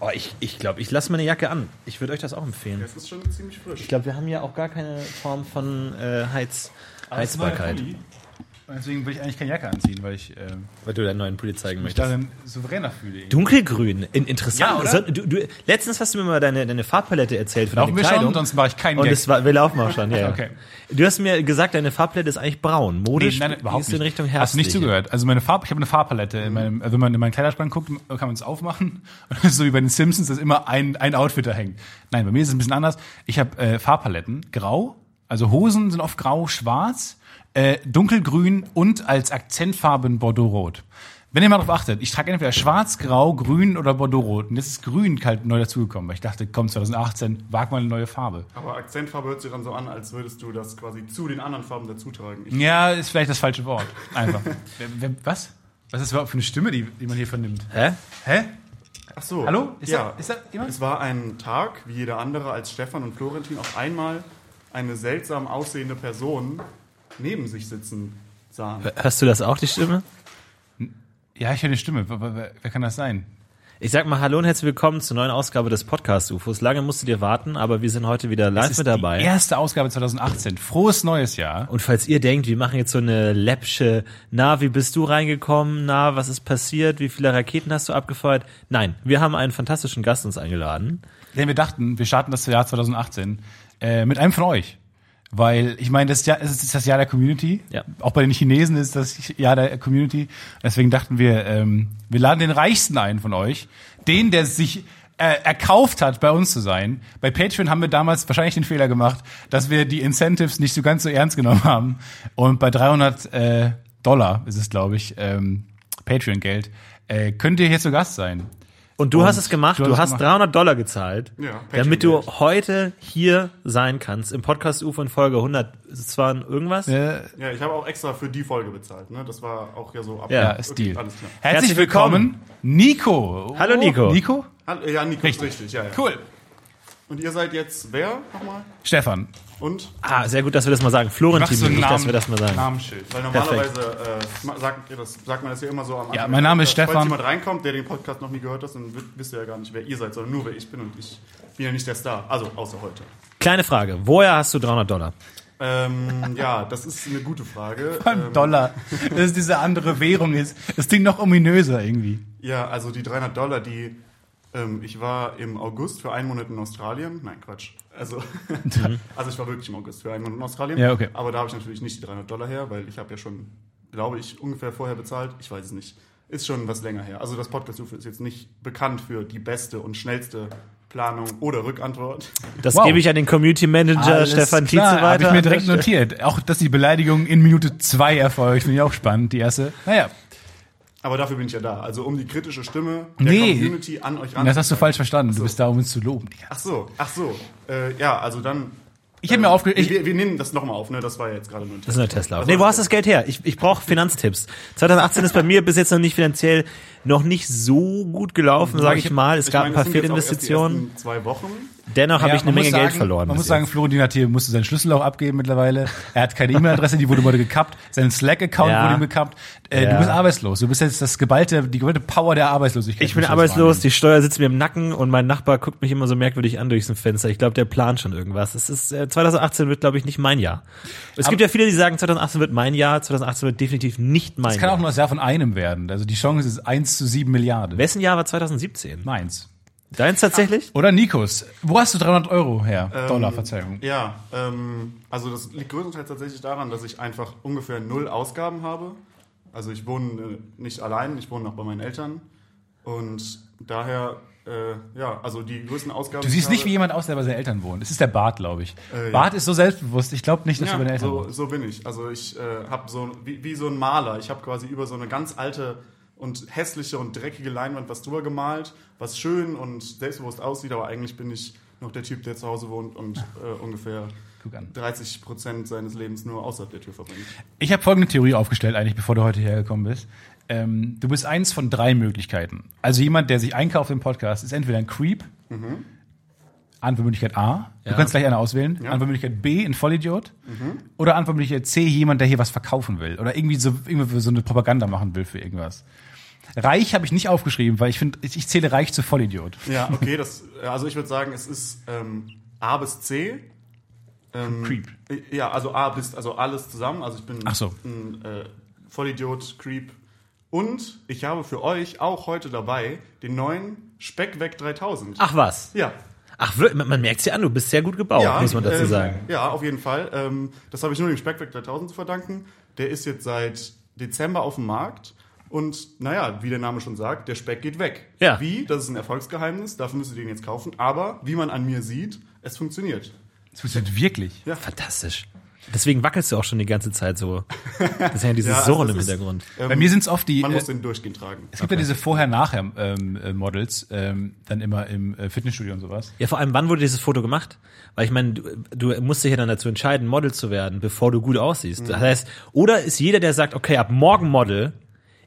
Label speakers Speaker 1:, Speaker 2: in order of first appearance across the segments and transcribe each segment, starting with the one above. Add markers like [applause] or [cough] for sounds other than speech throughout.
Speaker 1: Oh, ich ich glaube, ich lasse meine Jacke an. Ich würde euch das auch empfehlen.
Speaker 2: Das ist schon ziemlich frisch.
Speaker 1: Ich glaube, wir haben ja auch gar keine Form von äh, Heiz,
Speaker 3: Das ist ein neuer
Speaker 1: Heizbarkeit.
Speaker 3: Pulli. Und deswegen will ich eigentlich keine Jacke anziehen, weil ich äh,
Speaker 1: Weil du deinen neuen Pulli zeigen
Speaker 3: mich
Speaker 1: möchtest.
Speaker 3: darin souveräner fühle. irgendwie.
Speaker 1: Dunkelgrün, in,
Speaker 3: Ja,
Speaker 1: interessant.
Speaker 3: oder?
Speaker 1: So, du, du, letztens hast du mir mal deine, deine Farbpalette erzählt von
Speaker 3: Laufen
Speaker 1: deiner
Speaker 3: wir
Speaker 1: Kleidung.
Speaker 3: schon, sonst mache ich keinen
Speaker 1: und
Speaker 3: Gag.
Speaker 1: es war, wir laufen auch schon, ja.
Speaker 3: Okay.
Speaker 1: Du hast mir gesagt, deine Farbpalette ist eigentlich braun. Modisch
Speaker 3: nein, überhaupt
Speaker 1: gehst
Speaker 3: nicht.
Speaker 1: du in Richtung Herbst.
Speaker 3: Hast du nicht zugehört. Also meine Farb, ich habe eine Farbpalette. In meinem, also wenn man in meinen Kleiderschrank guckt, kann man es aufmachen. [laughs] Und das ist so wie bei den Simpsons, dass immer ein, ein Outfit da hängt. Nein, bei mir ist es ein bisschen anders. Ich habe äh, Farbpaletten. Grau, also Hosen sind oft grau, schwarz, äh, dunkelgrün und als Akzentfarbe ein Bordeaux-Rot. Wenn ihr mal drauf achtet, ich trage entweder schwarz, grau, grün oder Bordeaux-Rot. Und jetzt ist grün halt neu dazugekommen, weil ich dachte, komm, 2018, wag mal eine neue Farbe.
Speaker 2: Aber Akzentfarbe hört sich dann so an, als würdest du das quasi zu den anderen Farben dazutragen. Ich,
Speaker 3: Ja, ist vielleicht das falsche Wort. Einfach. [laughs] Wer- wer- was? Was ist das überhaupt für eine Stimme, die, die man hier vernimmt?
Speaker 1: Hä?
Speaker 3: Hä?
Speaker 2: ach so.
Speaker 3: Hallo? Ist
Speaker 2: ja.
Speaker 3: da- ist da jemand?
Speaker 2: es war ein Tag, wie jeder andere, als Stefan und Florentin auf einmal eine seltsam aussehende Person neben sich sitzen sahen.
Speaker 1: Hörst du das auch, die Stimme?
Speaker 3: Ja, ich höre eine Stimme. Wer, wer, wer kann das sein?
Speaker 1: Ich sag mal Hallo und herzlich willkommen zur neuen Ausgabe des Podcast UFOs. Lange musstet ihr warten, aber wir sind heute wieder live
Speaker 3: Das
Speaker 1: mit
Speaker 3: Die
Speaker 1: dabei.
Speaker 3: erste Ausgabe 2018. Frohes neues Jahr.
Speaker 1: Und falls ihr denkt, wir machen jetzt so eine läppsche, na, wie bist du reingekommen? Na, was ist passiert? Wie viele Raketen hast du abgefeuert? Nein, wir haben einen fantastischen Gast uns eingeladen.
Speaker 3: Denn wir dachten, wir starten das Jahr 2018 äh, mit einem von euch. Weil ich meine, das, Jahr, es ist das Jahr der Community.
Speaker 1: Ja.
Speaker 3: Auch bei den Chinesen ist das Jahr der Community. Deswegen dachten wir, ähm, wir laden den Reichsten ein von euch. Den, der sich äh, erkauft hat, bei uns zu sein. Bei Patreon haben wir damals wahrscheinlich den Fehler gemacht, dass wir die Incentives nicht so ganz so ernst genommen haben. Und bei 300 äh, Dollar ist es, glaube ich, ähm, Patreon-Geld, äh, könnt ihr hier zu Gast sein.
Speaker 1: Und du
Speaker 3: Und
Speaker 1: hast es gemacht,
Speaker 3: du
Speaker 1: du,
Speaker 3: hast es
Speaker 1: hast
Speaker 3: gemacht.
Speaker 1: 300 Dollar gezahlt,
Speaker 2: Ja,
Speaker 1: damit du
Speaker 2: Patreon-Geld.
Speaker 1: heute hier sein kannst, im Podcast UFO in Folge 100, es war irgendwas.
Speaker 3: Äh,
Speaker 2: Ja, ich habe auch extra für die Folge bezahlt. Ne? Das war auch ja so ab.
Speaker 1: Ja,
Speaker 3: Ja, ist Deal.
Speaker 2: alles klar.
Speaker 3: Herzlich willkommen, Nico. Oh,
Speaker 1: Hallo, Nico.
Speaker 3: Nico?
Speaker 2: Hallo, ja, Nico, richtig. richtig ja, ja.
Speaker 3: Cool.
Speaker 2: Und ihr seid jetzt wer nochmal?
Speaker 3: Stefan.
Speaker 2: Und?
Speaker 1: Ah, sehr gut, dass wir das mal sagen. Florentin,
Speaker 3: einen
Speaker 1: nicht, dass
Speaker 3: Namen-
Speaker 1: wir das mal sagen.
Speaker 3: Namensschild.
Speaker 2: Weil normalerweise äh, ma- sagt, ihr das, sagt man das ja immer so am Anfang.
Speaker 3: Ja, mein Name ist
Speaker 2: Dass,
Speaker 3: Stefan.
Speaker 2: Falls jemand reinkommt, der den Podcast noch nie gehört hat, dann wi- wisst ihr ja gar nicht, wer ihr seid, sondern nur wer ich bin und ich bin ja nicht der Star. Also, außer heute.
Speaker 1: Kleine Frage, woher hast du 300 Dollar?
Speaker 2: Ähm, ja, das ist eine gute Frage.
Speaker 3: [laughs]
Speaker 2: Ähm,
Speaker 3: Beim Dollar. Dass es diese andere Währung ist. Das Ding noch ominöser irgendwie.
Speaker 2: Ja, also die 300 Dollar, die ähm, ich war im August für einen Monat in Australien. Nein, Quatsch.
Speaker 3: [laughs]
Speaker 2: Also, also ich war wirklich im August für einen Monat in Australien.
Speaker 3: Mhm. Ja, okay.
Speaker 2: Aber da habe ich natürlich nicht die 300 Dollar her, weil ich habe ja schon, glaube ich, ungefähr vorher bezahlt. Ich weiß es nicht. Ist schon was länger her. Also das podcast UFO ist jetzt nicht bekannt für die beste und schnellste Planung oder Rückantwort.
Speaker 1: Das
Speaker 3: Wow.
Speaker 1: gebe ich an den Community Manager Stefan Tietze weiter.
Speaker 3: Habe ich mir direkt
Speaker 1: an der Stelle.
Speaker 3: notiert. Auch, dass die Beleidigung in Minute zwei erfolgt. Finde ich auch spannend, die erste. Naja,
Speaker 2: Aber dafür bin ich ja da. Also um die kritische Stimme der
Speaker 3: Nee.
Speaker 2: Community an euch ran.
Speaker 3: das hast du falsch verstanden. Du bist da, um uns zu loben.
Speaker 2: Ach so, ach so. Äh, ja, also dann.
Speaker 3: Ich hätte mir aufge... Ich,
Speaker 2: Ähm, wir, wir nehmen das nochmal auf, ne? Das war ja jetzt gerade nur ein
Speaker 1: Das ist eine Tesla.
Speaker 2: Also-
Speaker 1: Nee, wo hast du das Geld her? Ich, ich brauche Finanztipps. 2018 ist bei mir bis jetzt noch nicht finanziell noch nicht so gut gelaufen, sage ich mal. Es
Speaker 2: Ich
Speaker 1: gab
Speaker 2: meine,
Speaker 1: ein paar
Speaker 2: das sind jetzt auch erst die
Speaker 1: Fehlinvestitionen.
Speaker 2: ersten Zwei Wochen.
Speaker 1: Dennoch habe
Speaker 3: Ja,
Speaker 1: ich eine
Speaker 3: man muss
Speaker 1: Menge Geld
Speaker 3: sagen-
Speaker 1: verloren.
Speaker 3: Man
Speaker 1: bis
Speaker 3: muss sagen,
Speaker 1: jetzt.
Speaker 3: Florentin hat hier musste seinen Schlüssel auch abgeben mittlerweile. Er hat keine E-Mail-Adresse, die wurde ihm heute gekappt. Sein Slack-Account
Speaker 1: Ja.
Speaker 3: wurde ihm gekappt. Äh,
Speaker 1: Ja.
Speaker 3: Du bist arbeitslos. Du bist jetzt das geballte, die geballte Power der Arbeitslosigkeit.
Speaker 1: Ich bin
Speaker 3: musst du
Speaker 1: arbeitslos,
Speaker 3: das wahrnehmen.
Speaker 1: die Steuer sitzt mir im Nacken und mein Nachbar guckt mich immer so merkwürdig an durchs Fenster. Ich glaube, der plant schon irgendwas. Es ist äh, 2018 wird, glaube ich, nicht mein Jahr. Es gibt ja viele, die sagen, 2018 wird mein Jahr, 2018 wird definitiv nicht mein
Speaker 3: Es kann auch
Speaker 1: Jahr.
Speaker 3: nur das Jahr von einem werden. Also die Chance ist 1 zu 7 Milliarden.
Speaker 1: Wessen Jahr war 2017?
Speaker 3: Meins.
Speaker 1: Deins tatsächlich?
Speaker 3: Oder Nikos. Wo hast du 300 Euro her?
Speaker 2: Ähm,
Speaker 3: Dollar, Verzeihung.
Speaker 2: Ja, ähm, also das liegt größtenteils tatsächlich daran, dass ich einfach ungefähr null Ausgaben habe. Also ich wohne äh, nicht allein, ich wohne noch bei meinen Eltern. Und daher, äh, ja, also die größten Ausgaben.
Speaker 3: Du
Speaker 2: die ich
Speaker 3: siehst nicht wie
Speaker 2: habe-
Speaker 3: jemand aus, der bei seinen Eltern wohnt. Es ist der Bart, glaube ich.
Speaker 2: Äh, ja.
Speaker 3: Bart ist so selbstbewusst. Ich glaube nicht, dass du bei den
Speaker 2: Ja,
Speaker 3: Eltern
Speaker 2: so,
Speaker 3: wohnst.
Speaker 2: so bin ich. Also ich äh, habe so, wie, wie so ein Maler, ich habe quasi über so eine ganz alte und hässliche und dreckige Leinwand was drüber gemalt, was schön und selbstbewusst aussieht, aber eigentlich bin ich noch der Typ, der zu Hause wohnt und
Speaker 3: [laughs]
Speaker 2: äh, ungefähr
Speaker 3: Guck an.
Speaker 2: 30 Prozent seines Lebens nur außerhalb der
Speaker 3: [laughs]
Speaker 2: Tür verbringt.
Speaker 3: Ich habe folgende Theorie aufgestellt, eigentlich, bevor du heute hergekommen bist. Ähm, du bist eins von drei Möglichkeiten. Also jemand, der sich einkauft im Podcast, ist entweder ein Creep, Antwortmöglichkeit A, du
Speaker 1: Ja.
Speaker 3: kannst gleich eine auswählen, Antwortmöglichkeit B, ein Vollidiot, oder Antwortmöglichkeit C, jemand, der hier was verkaufen will oder irgendwie so, irgendwie so eine Propaganda machen will für irgendwas. Reich habe ich nicht aufgeschrieben, weil ich finde, ich, ich zähle Reich zu Vollidiot.
Speaker 2: Ja, okay, das, also ich würde sagen, es ist ähm, A bis C. Ähm,
Speaker 3: Creep.
Speaker 2: äh, Ja, also A bis, also alles zusammen. Also ich bin
Speaker 3: Ach so.
Speaker 2: ein äh, Vollidiot, Creep. Und ich habe für euch auch heute dabei den neuen Speckweck 3000.
Speaker 1: Ach was.
Speaker 2: Ja.
Speaker 1: Ach, wir- man man merkt's ja an, du bist sehr gut gebaut,
Speaker 2: ja,
Speaker 1: muss man dazu
Speaker 2: ähm,
Speaker 1: sagen.
Speaker 2: Ja, auf jeden Fall. Ähm, das habe ich nur dem Speckweck 3000 zu verdanken. Der ist jetzt seit Dezember auf dem Markt. Und naja, wie der Name schon sagt, der Speck geht weg.
Speaker 1: Ja.
Speaker 2: Wie? Das ist ein Erfolgsgeheimnis. Dafür müsst ihr den jetzt kaufen. Aber wie man an mir sieht, es funktioniert.
Speaker 3: Das funktioniert wirklich.
Speaker 1: Fantastisch. Deswegen wackelst du auch schon die ganze Zeit so. Das ist ja dieses
Speaker 2: [laughs] Ja, also
Speaker 1: Surren
Speaker 2: das
Speaker 1: im
Speaker 2: ist-
Speaker 1: Hintergrund.
Speaker 3: Bei mir sind es oft die.
Speaker 2: Man
Speaker 3: äh,
Speaker 2: muss den durchgehend tragen.
Speaker 3: Es gibt ja diese Vorher-Nachher-Models, ähm, dann immer im äh, Fitnessstudio und sowas.
Speaker 1: Ja, vor allem, wann wurde dieses Foto gemacht? Weil ich meine, du, du musst dich ja dann dazu entscheiden, Model zu werden, bevor du gut aussiehst.
Speaker 3: Mhm.
Speaker 1: Das heißt, oder ist jeder, der sagt, okay, ab morgen Model,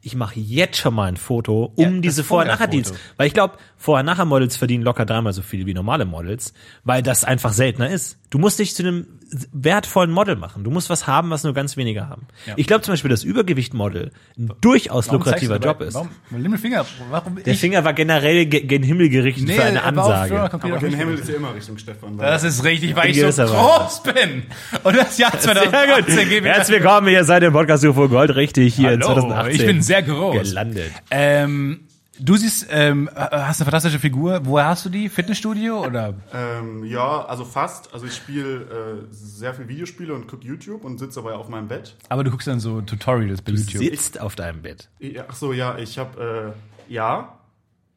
Speaker 1: ich mache jetzt schon mal ein Foto, um
Speaker 3: das
Speaker 1: diese Vorher-Nachher-Deals.
Speaker 3: Vorher-Foto.
Speaker 1: Weil ich glaube, Vorher-Nachher-Models verdienen locker dreimal so viel wie normale Models, weil das einfach seltener ist. Du musst dich zu einem wertvollen Model machen. Du musst was haben, was nur ganz wenige haben. Ich glaube zum Beispiel, dass Übergewicht-Model ein durchaus
Speaker 3: Warum zeigst du
Speaker 1: lukrativer
Speaker 3: dabei-
Speaker 1: Job ist.
Speaker 3: Warum? Nimm den Finger. Warum?
Speaker 1: Der
Speaker 3: ich-
Speaker 1: Finger war generell ge gen Himmel gerichtet für eine
Speaker 3: aber auf Führer
Speaker 1: Ansage.
Speaker 3: kommt
Speaker 2: Aber
Speaker 3: wieder
Speaker 2: den
Speaker 3: auf mich.
Speaker 2: Himmel ist ja immer Richtung Stefan. weil-
Speaker 3: Das ist richtig, weil
Speaker 1: In
Speaker 3: ich so
Speaker 1: gewisser
Speaker 3: groß bin. Und das
Speaker 1: [laughs]
Speaker 3: Jahr
Speaker 1: Sehr
Speaker 3: 2018
Speaker 1: gut.
Speaker 3: gebe ich.
Speaker 1: Herzlich willkommen, ihr seid im Podcast UFO Gold, richtig, hier in
Speaker 3: Hallo,
Speaker 1: 2018.
Speaker 3: ich bin sehr groß.
Speaker 1: Gelandet.
Speaker 3: Ähm, du siehst, ähm, hast eine fantastische Figur. Woher hast du die? Fitnessstudio oder?
Speaker 2: Ähm, ja, also fast. Also ich spiele äh, sehr viel Videospiele und gucke YouTube und sitze dabei auf meinem Bett.
Speaker 3: Aber du guckst dann so Tutorials bei YouTube.
Speaker 1: Sitzt auf deinem Bett.
Speaker 2: Ich- Ach so, ja, ich habe äh, ja,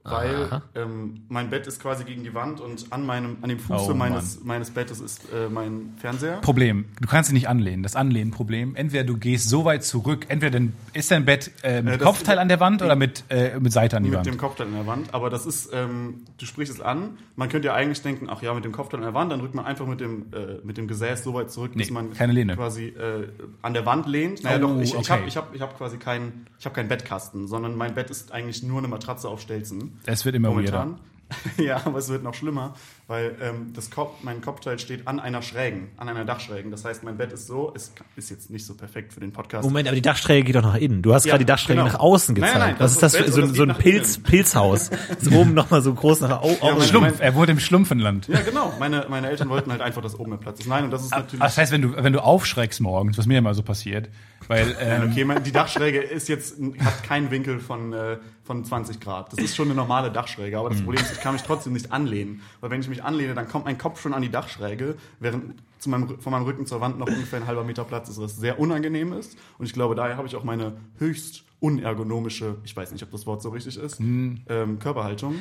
Speaker 2: weil
Speaker 1: Aha.
Speaker 2: ähm, mein Bett ist quasi gegen die Wand und an meinem, an dem Fuße
Speaker 3: Oh,
Speaker 2: meines meines Bettes ist äh, mein Fernseher.
Speaker 3: Problem. Du kannst dich nicht anlehnen. Das Anlehnenproblem. Entweder du gehst so weit zurück, entweder dann ist dein Bett äh, mit
Speaker 2: Äh, das-
Speaker 3: Kopfteil an der Wand oder mit, äh, mit Seite an die
Speaker 2: Mit
Speaker 3: Wand.
Speaker 2: dem Kopfteil an der Wand, aber das ist, ähm, du sprichst es an. Man könnte ja eigentlich denken, ach ja, mit dem Kopfteil an der Wand, dann rückt man einfach mit dem, äh, mit dem Gesäß so weit zurück,
Speaker 3: Nee,
Speaker 2: dass man
Speaker 3: keine Lehne.
Speaker 2: quasi äh, an der Wand lehnt. Naja,
Speaker 3: Oh,
Speaker 2: doch, ich, ich
Speaker 3: okay.
Speaker 2: habe ich hab, ich hab quasi keinen ich hab keinen Bettkasten, sondern mein Bett ist eigentlich nur eine Matratze auf Stelzen.
Speaker 3: Es wird immer weirder.
Speaker 2: momentan. [laughs] ja, aber es wird noch schlimmer, weil ähm, das Kopf, mein Kopfteil steht an einer Schrägen, an einer Dachschrägen. Das heißt, mein Bett ist so, es ist jetzt nicht so perfekt für den Podcast.
Speaker 1: Moment, aber die Dachschräge geht doch nach innen. Du hast
Speaker 2: Ja,
Speaker 1: gerade die Dachschräge
Speaker 2: genau.
Speaker 1: nach außen
Speaker 2: Nein,
Speaker 1: gezeigt.
Speaker 2: nein,
Speaker 1: Was
Speaker 2: das
Speaker 1: ist
Speaker 2: ist
Speaker 1: das
Speaker 2: das
Speaker 1: für
Speaker 2: Bett
Speaker 1: so,
Speaker 2: und
Speaker 1: ein-
Speaker 2: das
Speaker 1: so ein
Speaker 2: geht nach
Speaker 1: Pilz,
Speaker 2: innen.
Speaker 1: Pilzhaus? So oben nochmal so groß nach au-
Speaker 2: mein-
Speaker 1: außen.
Speaker 3: Schlumpf. Er wurde im Schlumpfenland.
Speaker 2: Ja, genau. Meine, meine Eltern wollten halt einfach, dass oben mehr Platz ist. Nein, und das
Speaker 3: Ah,
Speaker 2: ist natürlich.
Speaker 3: Das heißt, wenn du, wenn du aufschreckst morgens, was mir immer so passiert,
Speaker 2: [laughs]
Speaker 3: weil ähm,
Speaker 2: Okay, man- die Dachschräge ist jetzt, hat keinen Winkel von, äh, von 20 Grad. Das ist schon eine normale Dachschräge, aber das Problem ist, ich kann mich trotzdem nicht anlehnen. Weil wenn ich mich anlehne, dann kommt mein Kopf schon an die Dachschräge, während zu meinem, Rü- von meinem Rücken zur Wand noch ungefähr ein halber Meter Platz ist, was sehr unangenehm ist. Und ich glaube, daher habe ich auch meine höchst unergonomische, ich weiß nicht, ob das Wort so richtig ist, ähm, Körperhaltung.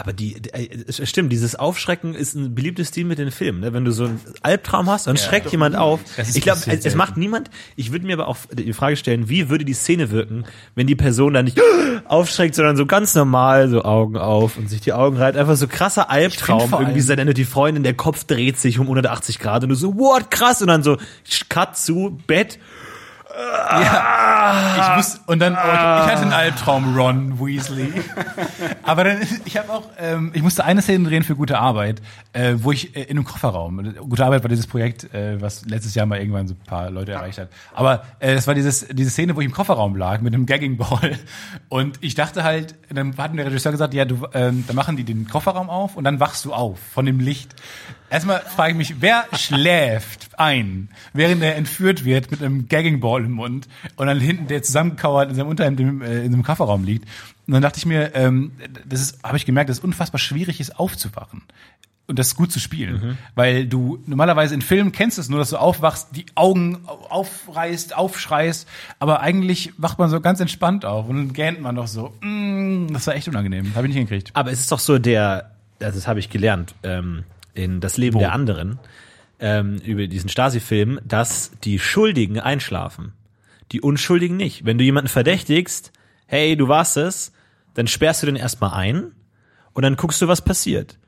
Speaker 1: Aber die, die- äh, es stimmt, dieses Aufschrecken ist ein beliebtes Stil mit den Filmen. Ne? Wenn du so einen Albtraum hast, dann schreckt jemand auf.
Speaker 3: Das ist
Speaker 1: Ich glaube,
Speaker 3: passiert
Speaker 1: es, es macht niemand. Ich würde mir aber auch die Frage stellen, wie würde die Szene wirken, wenn die Person dann nicht [gasps] aufschreckt, sondern so ganz normal so Augen auf und sich die Augen reibt. Einfach so krasser Albtraum.
Speaker 3: vor
Speaker 1: Irgendwie
Speaker 3: allem-
Speaker 1: sendet die Freundin, der Kopf dreht sich um 180 Grad und du so, what, krass. Und dann so, cut zu, Bett.
Speaker 3: ich muss und dann oh, ich, ich hatte einen Albtraum Ron Weasley. Aber dann ich habe auch ähm, ich musste eine Szene drehen für gute Arbeit, äh, wo ich äh, in einem Kofferraum. Gute Arbeit war dieses Projekt, äh, was letztes Jahr mal irgendwann so ein paar Leute erreicht hat. Aber äh, das war dieses diese Szene, wo ich im Kofferraum lag mit einem Gagging Ball und ich dachte halt, dann hat mir der Regisseur gesagt, ja, du ähm, da machen die den Kofferraum auf und dann wachst du auf von dem Licht. Erstmal frage ich mich, wer schläft ein, während er entführt wird mit einem Gagging Ball im Mund und dann hinten der zusammengekauert in seinem Unterhemd im, äh, in seinem Kofferraum liegt. Und dann dachte ich mir, ähm, das ist, habe ich gemerkt, dass es unfassbar schwierig ist, aufzuwachen und das gut zu spielen, weil du normalerweise in Filmen kennst du es nur, dass du aufwachst, die Augen au- aufreißt, aufschreist, aber eigentlich wacht man so ganz entspannt auf und dann gähnt man noch so. Mm, das war echt unangenehm, habe ich nicht hingekriegt.
Speaker 1: Aber es ist doch so der, also das habe ich gelernt, ähm, in Das Leben
Speaker 3: Wo?
Speaker 1: der anderen, ähm, über diesen Stasi-Film, dass die Schuldigen einschlafen. Die Unschuldigen nicht. Wenn du jemanden verdächtigst, hey, du warst es, dann sperrst du den erstmal ein und dann guckst du, was passiert.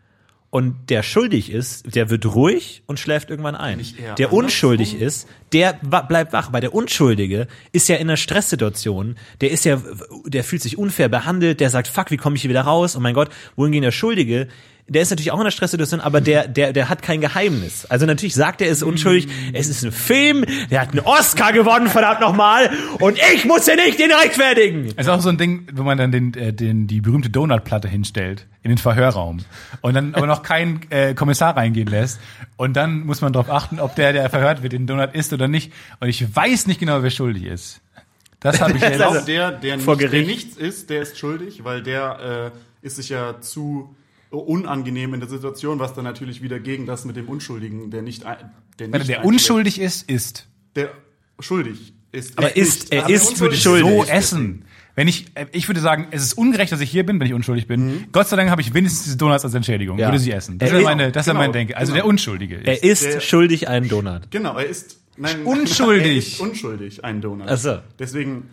Speaker 1: Und der schuldig ist, der wird ruhig und schläft irgendwann ein.
Speaker 2: Nicht eher
Speaker 1: Der
Speaker 2: andersrum?
Speaker 1: unschuldig ist, der wa- bleibt wach. Weil der Unschuldige ist ja in einer Stresssituation, der ist ja, der fühlt sich unfair behandelt, der sagt, fuck, wie komme ich hier wieder raus? Oh mein Gott, wohingegen der Schuldige, der ist natürlich auch in der Stresssituation, aber der, der, der hat kein Geheimnis. Also natürlich sagt er, er ist unschuldig.
Speaker 2: Mm.
Speaker 1: Es ist ein Film, der hat einen Oscar gewonnen, verdammt nochmal. Und ich muss ja nicht den rechtfertigen.
Speaker 3: Es ist auch so ein Ding, wenn man dann den, äh, den, die berühmte Donutplatte hinstellt in den Verhörraum und dann aber noch keinen äh, Kommissar reingehen lässt. Und dann muss man darauf achten, ob der, der verhört wird, den Donut isst oder nicht. Und ich weiß nicht genau, wer schuldig ist. Das habe ich
Speaker 1: [laughs]
Speaker 2: Ich
Speaker 3: jetzt.
Speaker 2: glaube,
Speaker 1: Also,
Speaker 2: der, der,
Speaker 1: vor
Speaker 2: nicht, der
Speaker 1: Gericht.
Speaker 2: nichts ist, der ist schuldig, weil der äh, ist sich ja zu unangenehm in der Situation, was dann natürlich wieder gegen das mit dem Unschuldigen, der nicht, ein- der nicht
Speaker 3: Wenn der
Speaker 2: einschlägt.
Speaker 3: unschuldig ist, ist.
Speaker 2: der schuldig ist.
Speaker 1: Aber
Speaker 2: Er
Speaker 1: ist- er
Speaker 2: aber
Speaker 1: ist
Speaker 2: unschuldig
Speaker 1: würde ich
Speaker 2: schuldig.
Speaker 3: so essen. Wenn ich, äh, ich würde sagen, es ist ungerecht, dass ich hier bin, wenn ich unschuldig bin. Gott sei Dank habe ich wenigstens diese Donuts als Entschädigung.
Speaker 1: Mhm. Ja.
Speaker 3: Würde sie essen. Das
Speaker 1: Er
Speaker 3: wäre
Speaker 1: ist-
Speaker 3: meine, das wäre
Speaker 2: genau,
Speaker 3: mein Denke. Also
Speaker 2: genau.
Speaker 3: der Unschuldige ist.
Speaker 1: Er ist
Speaker 2: Der-
Speaker 1: schuldig einen Donut.
Speaker 2: Genau, er ist nein,
Speaker 3: Unschuldig. Also.
Speaker 2: er ist unschuldig, ein Donut.
Speaker 1: Ach so.
Speaker 2: Deswegen,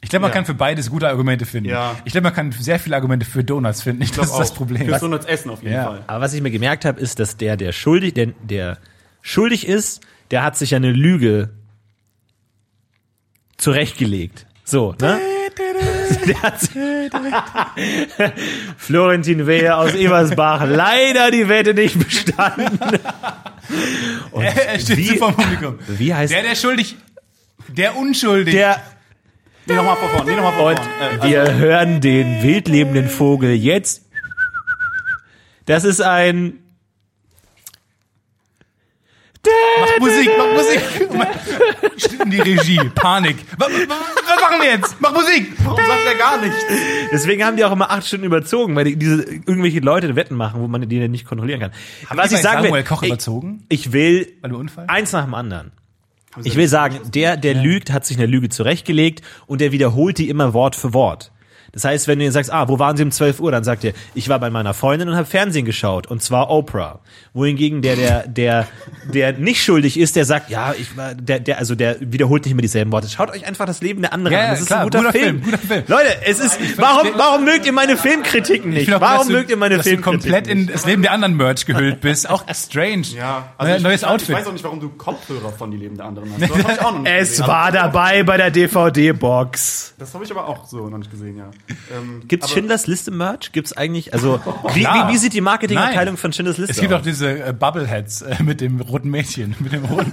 Speaker 3: ich glaube, man
Speaker 2: Ja.
Speaker 3: kann für beides gute Argumente finden.
Speaker 2: Ja.
Speaker 3: Ich glaube, man kann sehr viele Argumente für Donuts finden. Ich
Speaker 2: glaub
Speaker 3: glaube, das ist das
Speaker 2: auch,
Speaker 3: Problem.
Speaker 2: Fürs Donuts essen auf jeden
Speaker 3: Ja.
Speaker 2: Fall.
Speaker 1: Aber was ich mir gemerkt habe, ist, dass der, der schuldig, der, der schuldig ist, der hat sich ja eine Lüge zurechtgelegt. So, ne? [laughs] Der hat sich- [laughs] Florentin Wehe aus Ebersbach, leider die Wette nicht bestanden. Und
Speaker 3: [laughs] Er steht
Speaker 1: wie,
Speaker 3: so vom Publikum.
Speaker 1: wie heißt
Speaker 3: Der, der schuldig, der unschuldig.
Speaker 1: der
Speaker 2: Nee, nochmal vor vorn, nee, nochmal vor vorn. Äh, also,
Speaker 1: Wir hören den wildlebenden Vogel jetzt. Das ist ein.
Speaker 3: Macht Musik, macht Musik. [laughs] Mann, Stimmt die Regie, Panik. Was, was machen wir jetzt? Mach Musik.
Speaker 2: warum sagt er gar nichts?
Speaker 1: Deswegen haben die auch immer acht Stunden überzogen, weil die diese irgendwelche Leute Wetten machen, wo man die dann nicht kontrollieren kann. Was
Speaker 3: die
Speaker 1: ich
Speaker 3: bei
Speaker 1: sagen
Speaker 3: Samuel
Speaker 1: will,
Speaker 3: Koch
Speaker 1: ich,
Speaker 3: überzogen?
Speaker 1: ich will
Speaker 3: Bei dem Unfall?
Speaker 1: eins nach dem anderen. Ich will sagen, der, der lügt, hat sich eine Lüge zurechtgelegt und der wiederholt die immer Wort für Wort. Das heißt, wenn du ihnen sagst, ah, wo waren sie um 12 Uhr, dann sagt er, ich war bei meiner Freundin und habe Fernsehen geschaut, und zwar Oprah. Wohingegen der, der, der, der nicht schuldig ist, der sagt, ja, ich war, der, der, also der wiederholt nicht mehr dieselben Worte. Schaut euch einfach das Leben der anderen
Speaker 3: Ja,
Speaker 1: an.
Speaker 3: ja,
Speaker 1: Das ist
Speaker 3: klar,
Speaker 1: ein guter,
Speaker 3: guter
Speaker 1: Film.
Speaker 3: Film, guter Film.
Speaker 1: Leute, es ist, warum, warum mögt ihr meine Filmkritiken
Speaker 3: Ich
Speaker 1: nicht?
Speaker 3: bin auch froh,
Speaker 1: Warum
Speaker 3: dass du-
Speaker 1: mögt ihr meine
Speaker 3: dass du
Speaker 1: Filmkritiken
Speaker 3: komplett
Speaker 1: nicht?
Speaker 3: in das Leben der anderen Merch gehüllt bist. Auch strange.
Speaker 2: Ja,
Speaker 3: also
Speaker 2: ich,
Speaker 3: neues
Speaker 2: ich,
Speaker 3: Outfit.
Speaker 2: Ich weiß auch nicht, warum du Kopfhörer von die Leben der
Speaker 3: [laughs]
Speaker 2: anderen hast. Das hab ich auch noch nicht
Speaker 1: Es
Speaker 2: gesehen.
Speaker 1: war dabei bei der DVD-Box.
Speaker 2: Das habe ich aber auch so noch nicht
Speaker 1: [laughs]
Speaker 2: gesehen, ja. Ähm,
Speaker 1: Gibt's
Speaker 2: aber-
Speaker 1: Schindlers Liste Merch? Gibt's eigentlich,
Speaker 3: [laughs]
Speaker 1: also, wie,
Speaker 3: klar.
Speaker 1: wie, wie sieht die Marketingabteilung
Speaker 3: Nein.
Speaker 1: von Schindlers Liste
Speaker 3: es gibt auch
Speaker 1: aus?
Speaker 3: diese äh, Bubbleheads äh, [laughs] mit dem roten Mädchen, mit dem roten.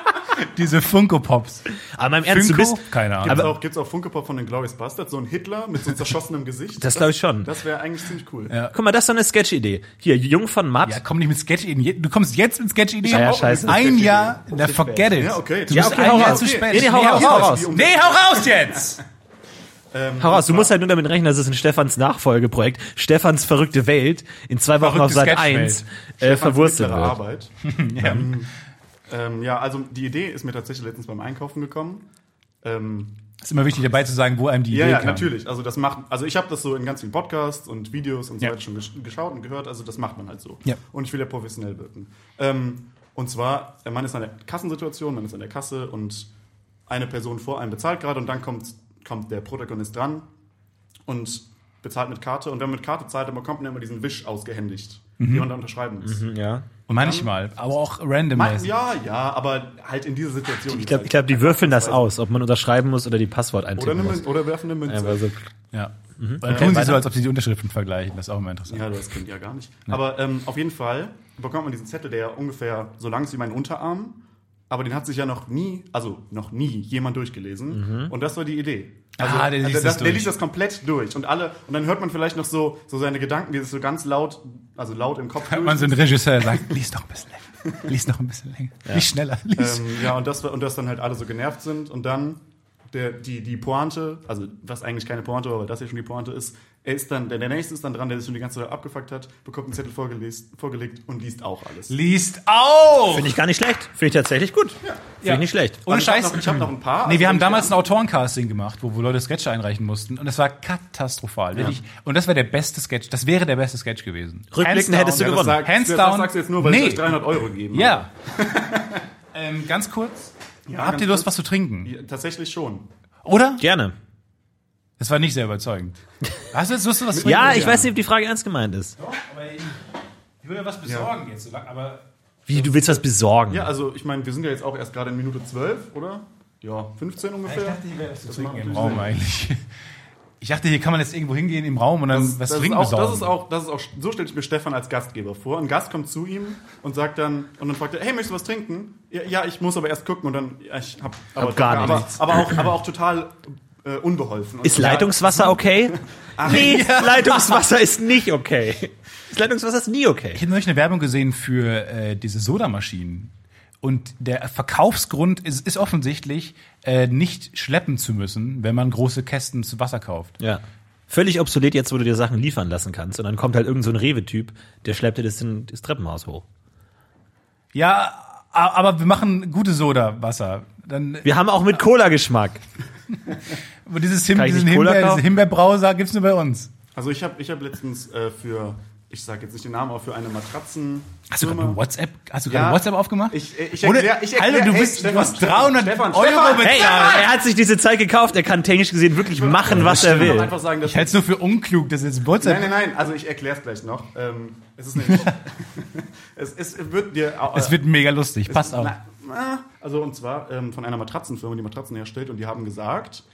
Speaker 3: [laughs] diese Funko Pops.
Speaker 1: Aber meinem Ernst, du
Speaker 3: Funko?
Speaker 1: bist,
Speaker 3: Keine Ahnung.
Speaker 2: Gibt's
Speaker 1: Aber-
Speaker 2: auch, gibt's auch Funke Pop von den Glorious Bastards, so ein Hitler mit so
Speaker 1: [laughs]
Speaker 2: einem zerschossenem Gesicht.
Speaker 1: Das glaub ich schon.
Speaker 2: Das wäre eigentlich ziemlich cool.
Speaker 1: guck mal, das ist so eine Sketch-Idee. Hier, Jung von Matt.
Speaker 3: Ja, komm nicht mit Sketch-Ideen. Du kommst jetzt mit Sketch-Ideen.
Speaker 1: Ja, scheiße.
Speaker 3: Ein Jahr, na forget it.
Speaker 2: Ja, okay.
Speaker 3: Du
Speaker 2: Ja,
Speaker 3: bist
Speaker 1: okay,
Speaker 3: ein
Speaker 1: hau
Speaker 3: Jahr
Speaker 1: raus.
Speaker 3: zu
Speaker 1: Okay.
Speaker 3: spät.
Speaker 1: Nee, nee, hau raus, hau raus.
Speaker 3: Nee, hau raus jetzt!
Speaker 1: Hau raus, du musst halt nur damit rechnen, das ist ein Stefans Nachfolgeprojekt. Stefans verrückte Welt in zwei Wochen
Speaker 3: Verrückte
Speaker 1: auf Sat
Speaker 3: Sketchwelt.
Speaker 1: 1 äh, verwurstelt
Speaker 2: mittlere
Speaker 1: wird.
Speaker 2: Arbeit.
Speaker 3: Ja.
Speaker 2: Ähm, ja, also die Idee ist mir tatsächlich letztens beim Einkaufen gekommen. Ähm,
Speaker 3: Ist immer wichtig dabei zu sagen, wo einem die
Speaker 2: ja,
Speaker 3: Idee
Speaker 2: ja,
Speaker 3: kam.
Speaker 2: natürlich. Also das macht, also ich habe das so in ganz vielen Podcasts und Videos und so
Speaker 3: Ja.
Speaker 2: weiter schon gesch geschaut und gehört. Also das macht man halt so.
Speaker 3: Ja.
Speaker 2: Und ich will ja professionell wirken. Ähm, und zwar, äh, man ist an der Kassensituation, man ist an der Kasse und eine Person vor einem bezahlt gerade und dann kommt, kommt der Protagonist dran und bezahlt mit Karte. Und wenn man mit Karte zahlt, dann bekommt man immer diesen Wisch ausgehändigt, den man da unterschreiben muss.
Speaker 1: Ja.
Speaker 3: Und manchmal, aber auch
Speaker 2: Ma-
Speaker 3: randommäßig.
Speaker 2: Mhm. Ja, ja, aber halt in dieser Situation.
Speaker 1: Ich glaube, ich glaub, die würfeln das aus, ob man unterschreiben muss oder die Passwort
Speaker 2: Oder,
Speaker 1: eintippen
Speaker 2: eine
Speaker 1: muss.
Speaker 2: Mün- oder werfen eine Münze.
Speaker 1: Also,
Speaker 3: Ja. Dann tun sie so, als ob sie die Unterschriften vergleichen. Das ist auch immer interessant.
Speaker 2: Ja, das klingt ja gar nicht. Aber ähm, auf jeden Fall bekommt man diesen Zettel, der ungefähr so lang ist wie mein Unterarm, aber den hat sich ja noch nie, also noch nie jemand durchgelesen. Und das war die Idee. Also,
Speaker 3: Mhm. Ah, der liest
Speaker 2: das,
Speaker 3: das
Speaker 2: der
Speaker 3: durch.
Speaker 2: liest das komplett durch und alle und dann hört man vielleicht noch so so seine Gedanken, die sich so ganz laut, also laut im Kopf.
Speaker 3: Hört
Speaker 2: durch
Speaker 3: man so einen Regisseur der sagt, lies noch ein bisschen länger. Lies noch ein bisschen länger. Lies schneller. Lies.
Speaker 2: ähm, ja, und das, war- und dass dann halt alle so genervt sind und dann der, die, die Pointe, also was eigentlich keine Pointe war, aber das hier schon die Pointe ist, er ist dann, der, der nächste ist dann dran, der sich schon die ganze Zeit abgefuckt hat, bekommt einen Zettel vorgelesen, vorgelegt und liest auch alles.
Speaker 3: Liest auch!
Speaker 1: Finde ich gar nicht schlecht. Finde ich tatsächlich gut. Finde
Speaker 3: Ja.
Speaker 1: ich nicht schlecht.
Speaker 3: Ohne
Speaker 2: Also ich hab
Speaker 3: Scheiß.
Speaker 2: noch- ich hab noch ein paar.
Speaker 3: Nee, wir
Speaker 2: Also
Speaker 3: haben
Speaker 2: ich
Speaker 3: damals ein
Speaker 2: hab-
Speaker 3: Autorencasting gemacht, wo, wo Leute Sketche einreichen mussten. Und es war katastrophal. wirklich. Und das war der beste Sketch. Das wäre der beste Sketch gewesen. Hands
Speaker 1: Rückblickend
Speaker 3: down.
Speaker 1: hättest du
Speaker 2: Ja, das,
Speaker 1: gewonnen.
Speaker 2: sagst,
Speaker 3: Hands
Speaker 2: das
Speaker 3: down.
Speaker 2: sagst du jetzt nur, weil
Speaker 3: Nee.
Speaker 2: ich euch 300 Euro gegeben
Speaker 3: Ja.
Speaker 2: [laughs]
Speaker 3: ähm, ganz kurz. Habt
Speaker 2: ganz
Speaker 3: ihr Lust,
Speaker 2: kurz.
Speaker 3: was zu trinken?
Speaker 2: habe. Tatsächlich schon.
Speaker 3: Oder?
Speaker 1: Gerne.
Speaker 3: Das war nicht sehr überzeugend. Hast du jetzt Lust, was zu trinken?
Speaker 1: Ja, ich weiß nicht, ob die Frage ernst gemeint ist.
Speaker 3: Aber ich, ich würde was besorgen jetzt. so lang- Aber
Speaker 1: Wie, du willst was besorgen?
Speaker 2: Ja, also ich meine, wir sind ja jetzt auch erst gerade in Minute 12, oder? Ja, 15 ungefähr.
Speaker 3: hier wäre was zu
Speaker 2: trinken im
Speaker 3: Raum eigentlich. Ich dachte, hier kann man jetzt irgendwo hingehen im Raum und dann was
Speaker 2: das, ist
Speaker 3: trinken
Speaker 2: auch,
Speaker 3: besorgen.
Speaker 2: das ist auch, das ist auch, so stelle ich mir Stefan als Gastgeber vor. Ein Gast kommt zu ihm und sagt dann, und dann fragt er, hey, möchtest du was trinken? Ja, ja ich muss aber erst gucken und dann, ja, ich hab, aber,
Speaker 1: gar
Speaker 2: aber,
Speaker 1: nichts.
Speaker 2: Aber auch, aber auch total äh, unbeholfen. Und
Speaker 1: Ist
Speaker 2: ja,
Speaker 1: Leitungswasser okay? [laughs] nee, Leitungswasser ist nicht okay. Das Leitungswasser ist nie okay.
Speaker 3: Ich habe neulich eine Werbung gesehen für äh, diese Sodamaschinen. Und der Verkaufsgrund ist, ist offensichtlich, äh, nicht schleppen zu müssen, wenn man große Kästen zu Wasser kauft.
Speaker 1: Ja. Völlig obsolet jetzt, wo du dir Sachen liefern lassen kannst. Und dann kommt halt irgend so ein Rewe-Typ, der schleppt dir das, in, das Treppenhaus hoch.
Speaker 3: Ja, a- aber wir machen gute Sodawasser. Dann
Speaker 1: Wir haben auch mit Cola-Geschmack.
Speaker 3: Und dieses Him
Speaker 1: Kann ich
Speaker 3: diesen
Speaker 1: nicht Cola
Speaker 3: Himbeer,
Speaker 1: kaufen?
Speaker 3: diesen Himbeerbrauser gibt's nur bei uns.
Speaker 2: Also ich habe ich hab letztens äh, für, ich sage jetzt nicht den Namen, aber für eine Matratzen.
Speaker 3: Hast du gerade eine WhatsApp? Hast du gerade
Speaker 2: Ja.
Speaker 3: WhatsApp aufgemacht?
Speaker 2: Ich- äh, ich
Speaker 3: Oder-
Speaker 2: erklär- ich erklär-
Speaker 3: Alter, du
Speaker 2: Hey,
Speaker 3: bist,
Speaker 2: Stefan,
Speaker 3: du hast
Speaker 2: Stefan,
Speaker 3: 300
Speaker 2: Stefan,
Speaker 3: Euro
Speaker 2: Stefan!
Speaker 3: bezahlt.
Speaker 1: Hey, aber er hat sich diese Zeit gekauft. Er kann technisch gesehen wirklich machen, was er
Speaker 2: Ich will
Speaker 1: will.
Speaker 2: einfach sagen, dass
Speaker 3: Ich hält's nur für unklug, dass jetzt WhatsApp.
Speaker 2: Nein, nein, nein, also ich erkläre es gleich noch. Ähm, es
Speaker 3: [laughs]
Speaker 2: ist nämlich. es, es wird dir. äh,
Speaker 3: Es wird mega lustig. Passt auf.
Speaker 2: Na, na, also und zwar ähm, von einer Matratzenfirma, die Matratzen herstellt und die haben gesagt,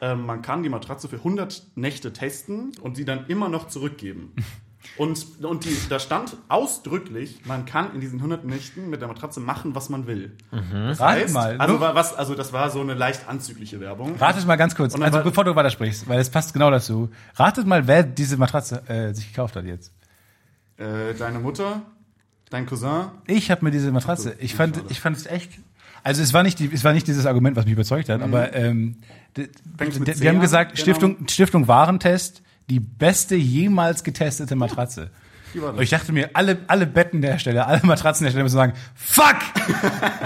Speaker 2: ähm, man kann die Matratze für 100 Nächte testen und sie dann immer noch
Speaker 3: [laughs]
Speaker 2: zurückgeben. Und, und die, da stand ausdrücklich, man kann in diesen 100 Nächten mit der Matratze machen, was man will. Das
Speaker 3: Rat
Speaker 2: heißt,
Speaker 3: mal.
Speaker 2: Also, war- was, also das war so eine leicht anzügliche Werbung.
Speaker 3: Ratet mal ganz kurz,
Speaker 2: Und dann
Speaker 3: also
Speaker 2: war-
Speaker 3: bevor du weitersprichst, weil es passt genau dazu. Ratet mal, wer diese Matratze äh, sich gekauft hat jetzt.
Speaker 2: Äh, deine Mutter, dein Cousin,
Speaker 3: Ich habe mir diese Matratze. Ich fand, ich fand es echt. Also es war nicht, die, es war nicht dieses Argument, was mich überzeugt hat, aber ähm, d-
Speaker 2: Fängt's
Speaker 3: d-
Speaker 2: Mhm. mit C
Speaker 3: wir haben
Speaker 2: an?
Speaker 3: gesagt,
Speaker 2: Genau.
Speaker 3: Stiftung, Stiftung Warentest, die beste jemals getestete Matratze.
Speaker 2: die war
Speaker 3: Und ich dachte mir, alle, alle Bettenhersteller, alle Matratzenhersteller müssen sagen,
Speaker 2: [laughs]
Speaker 3: fuck!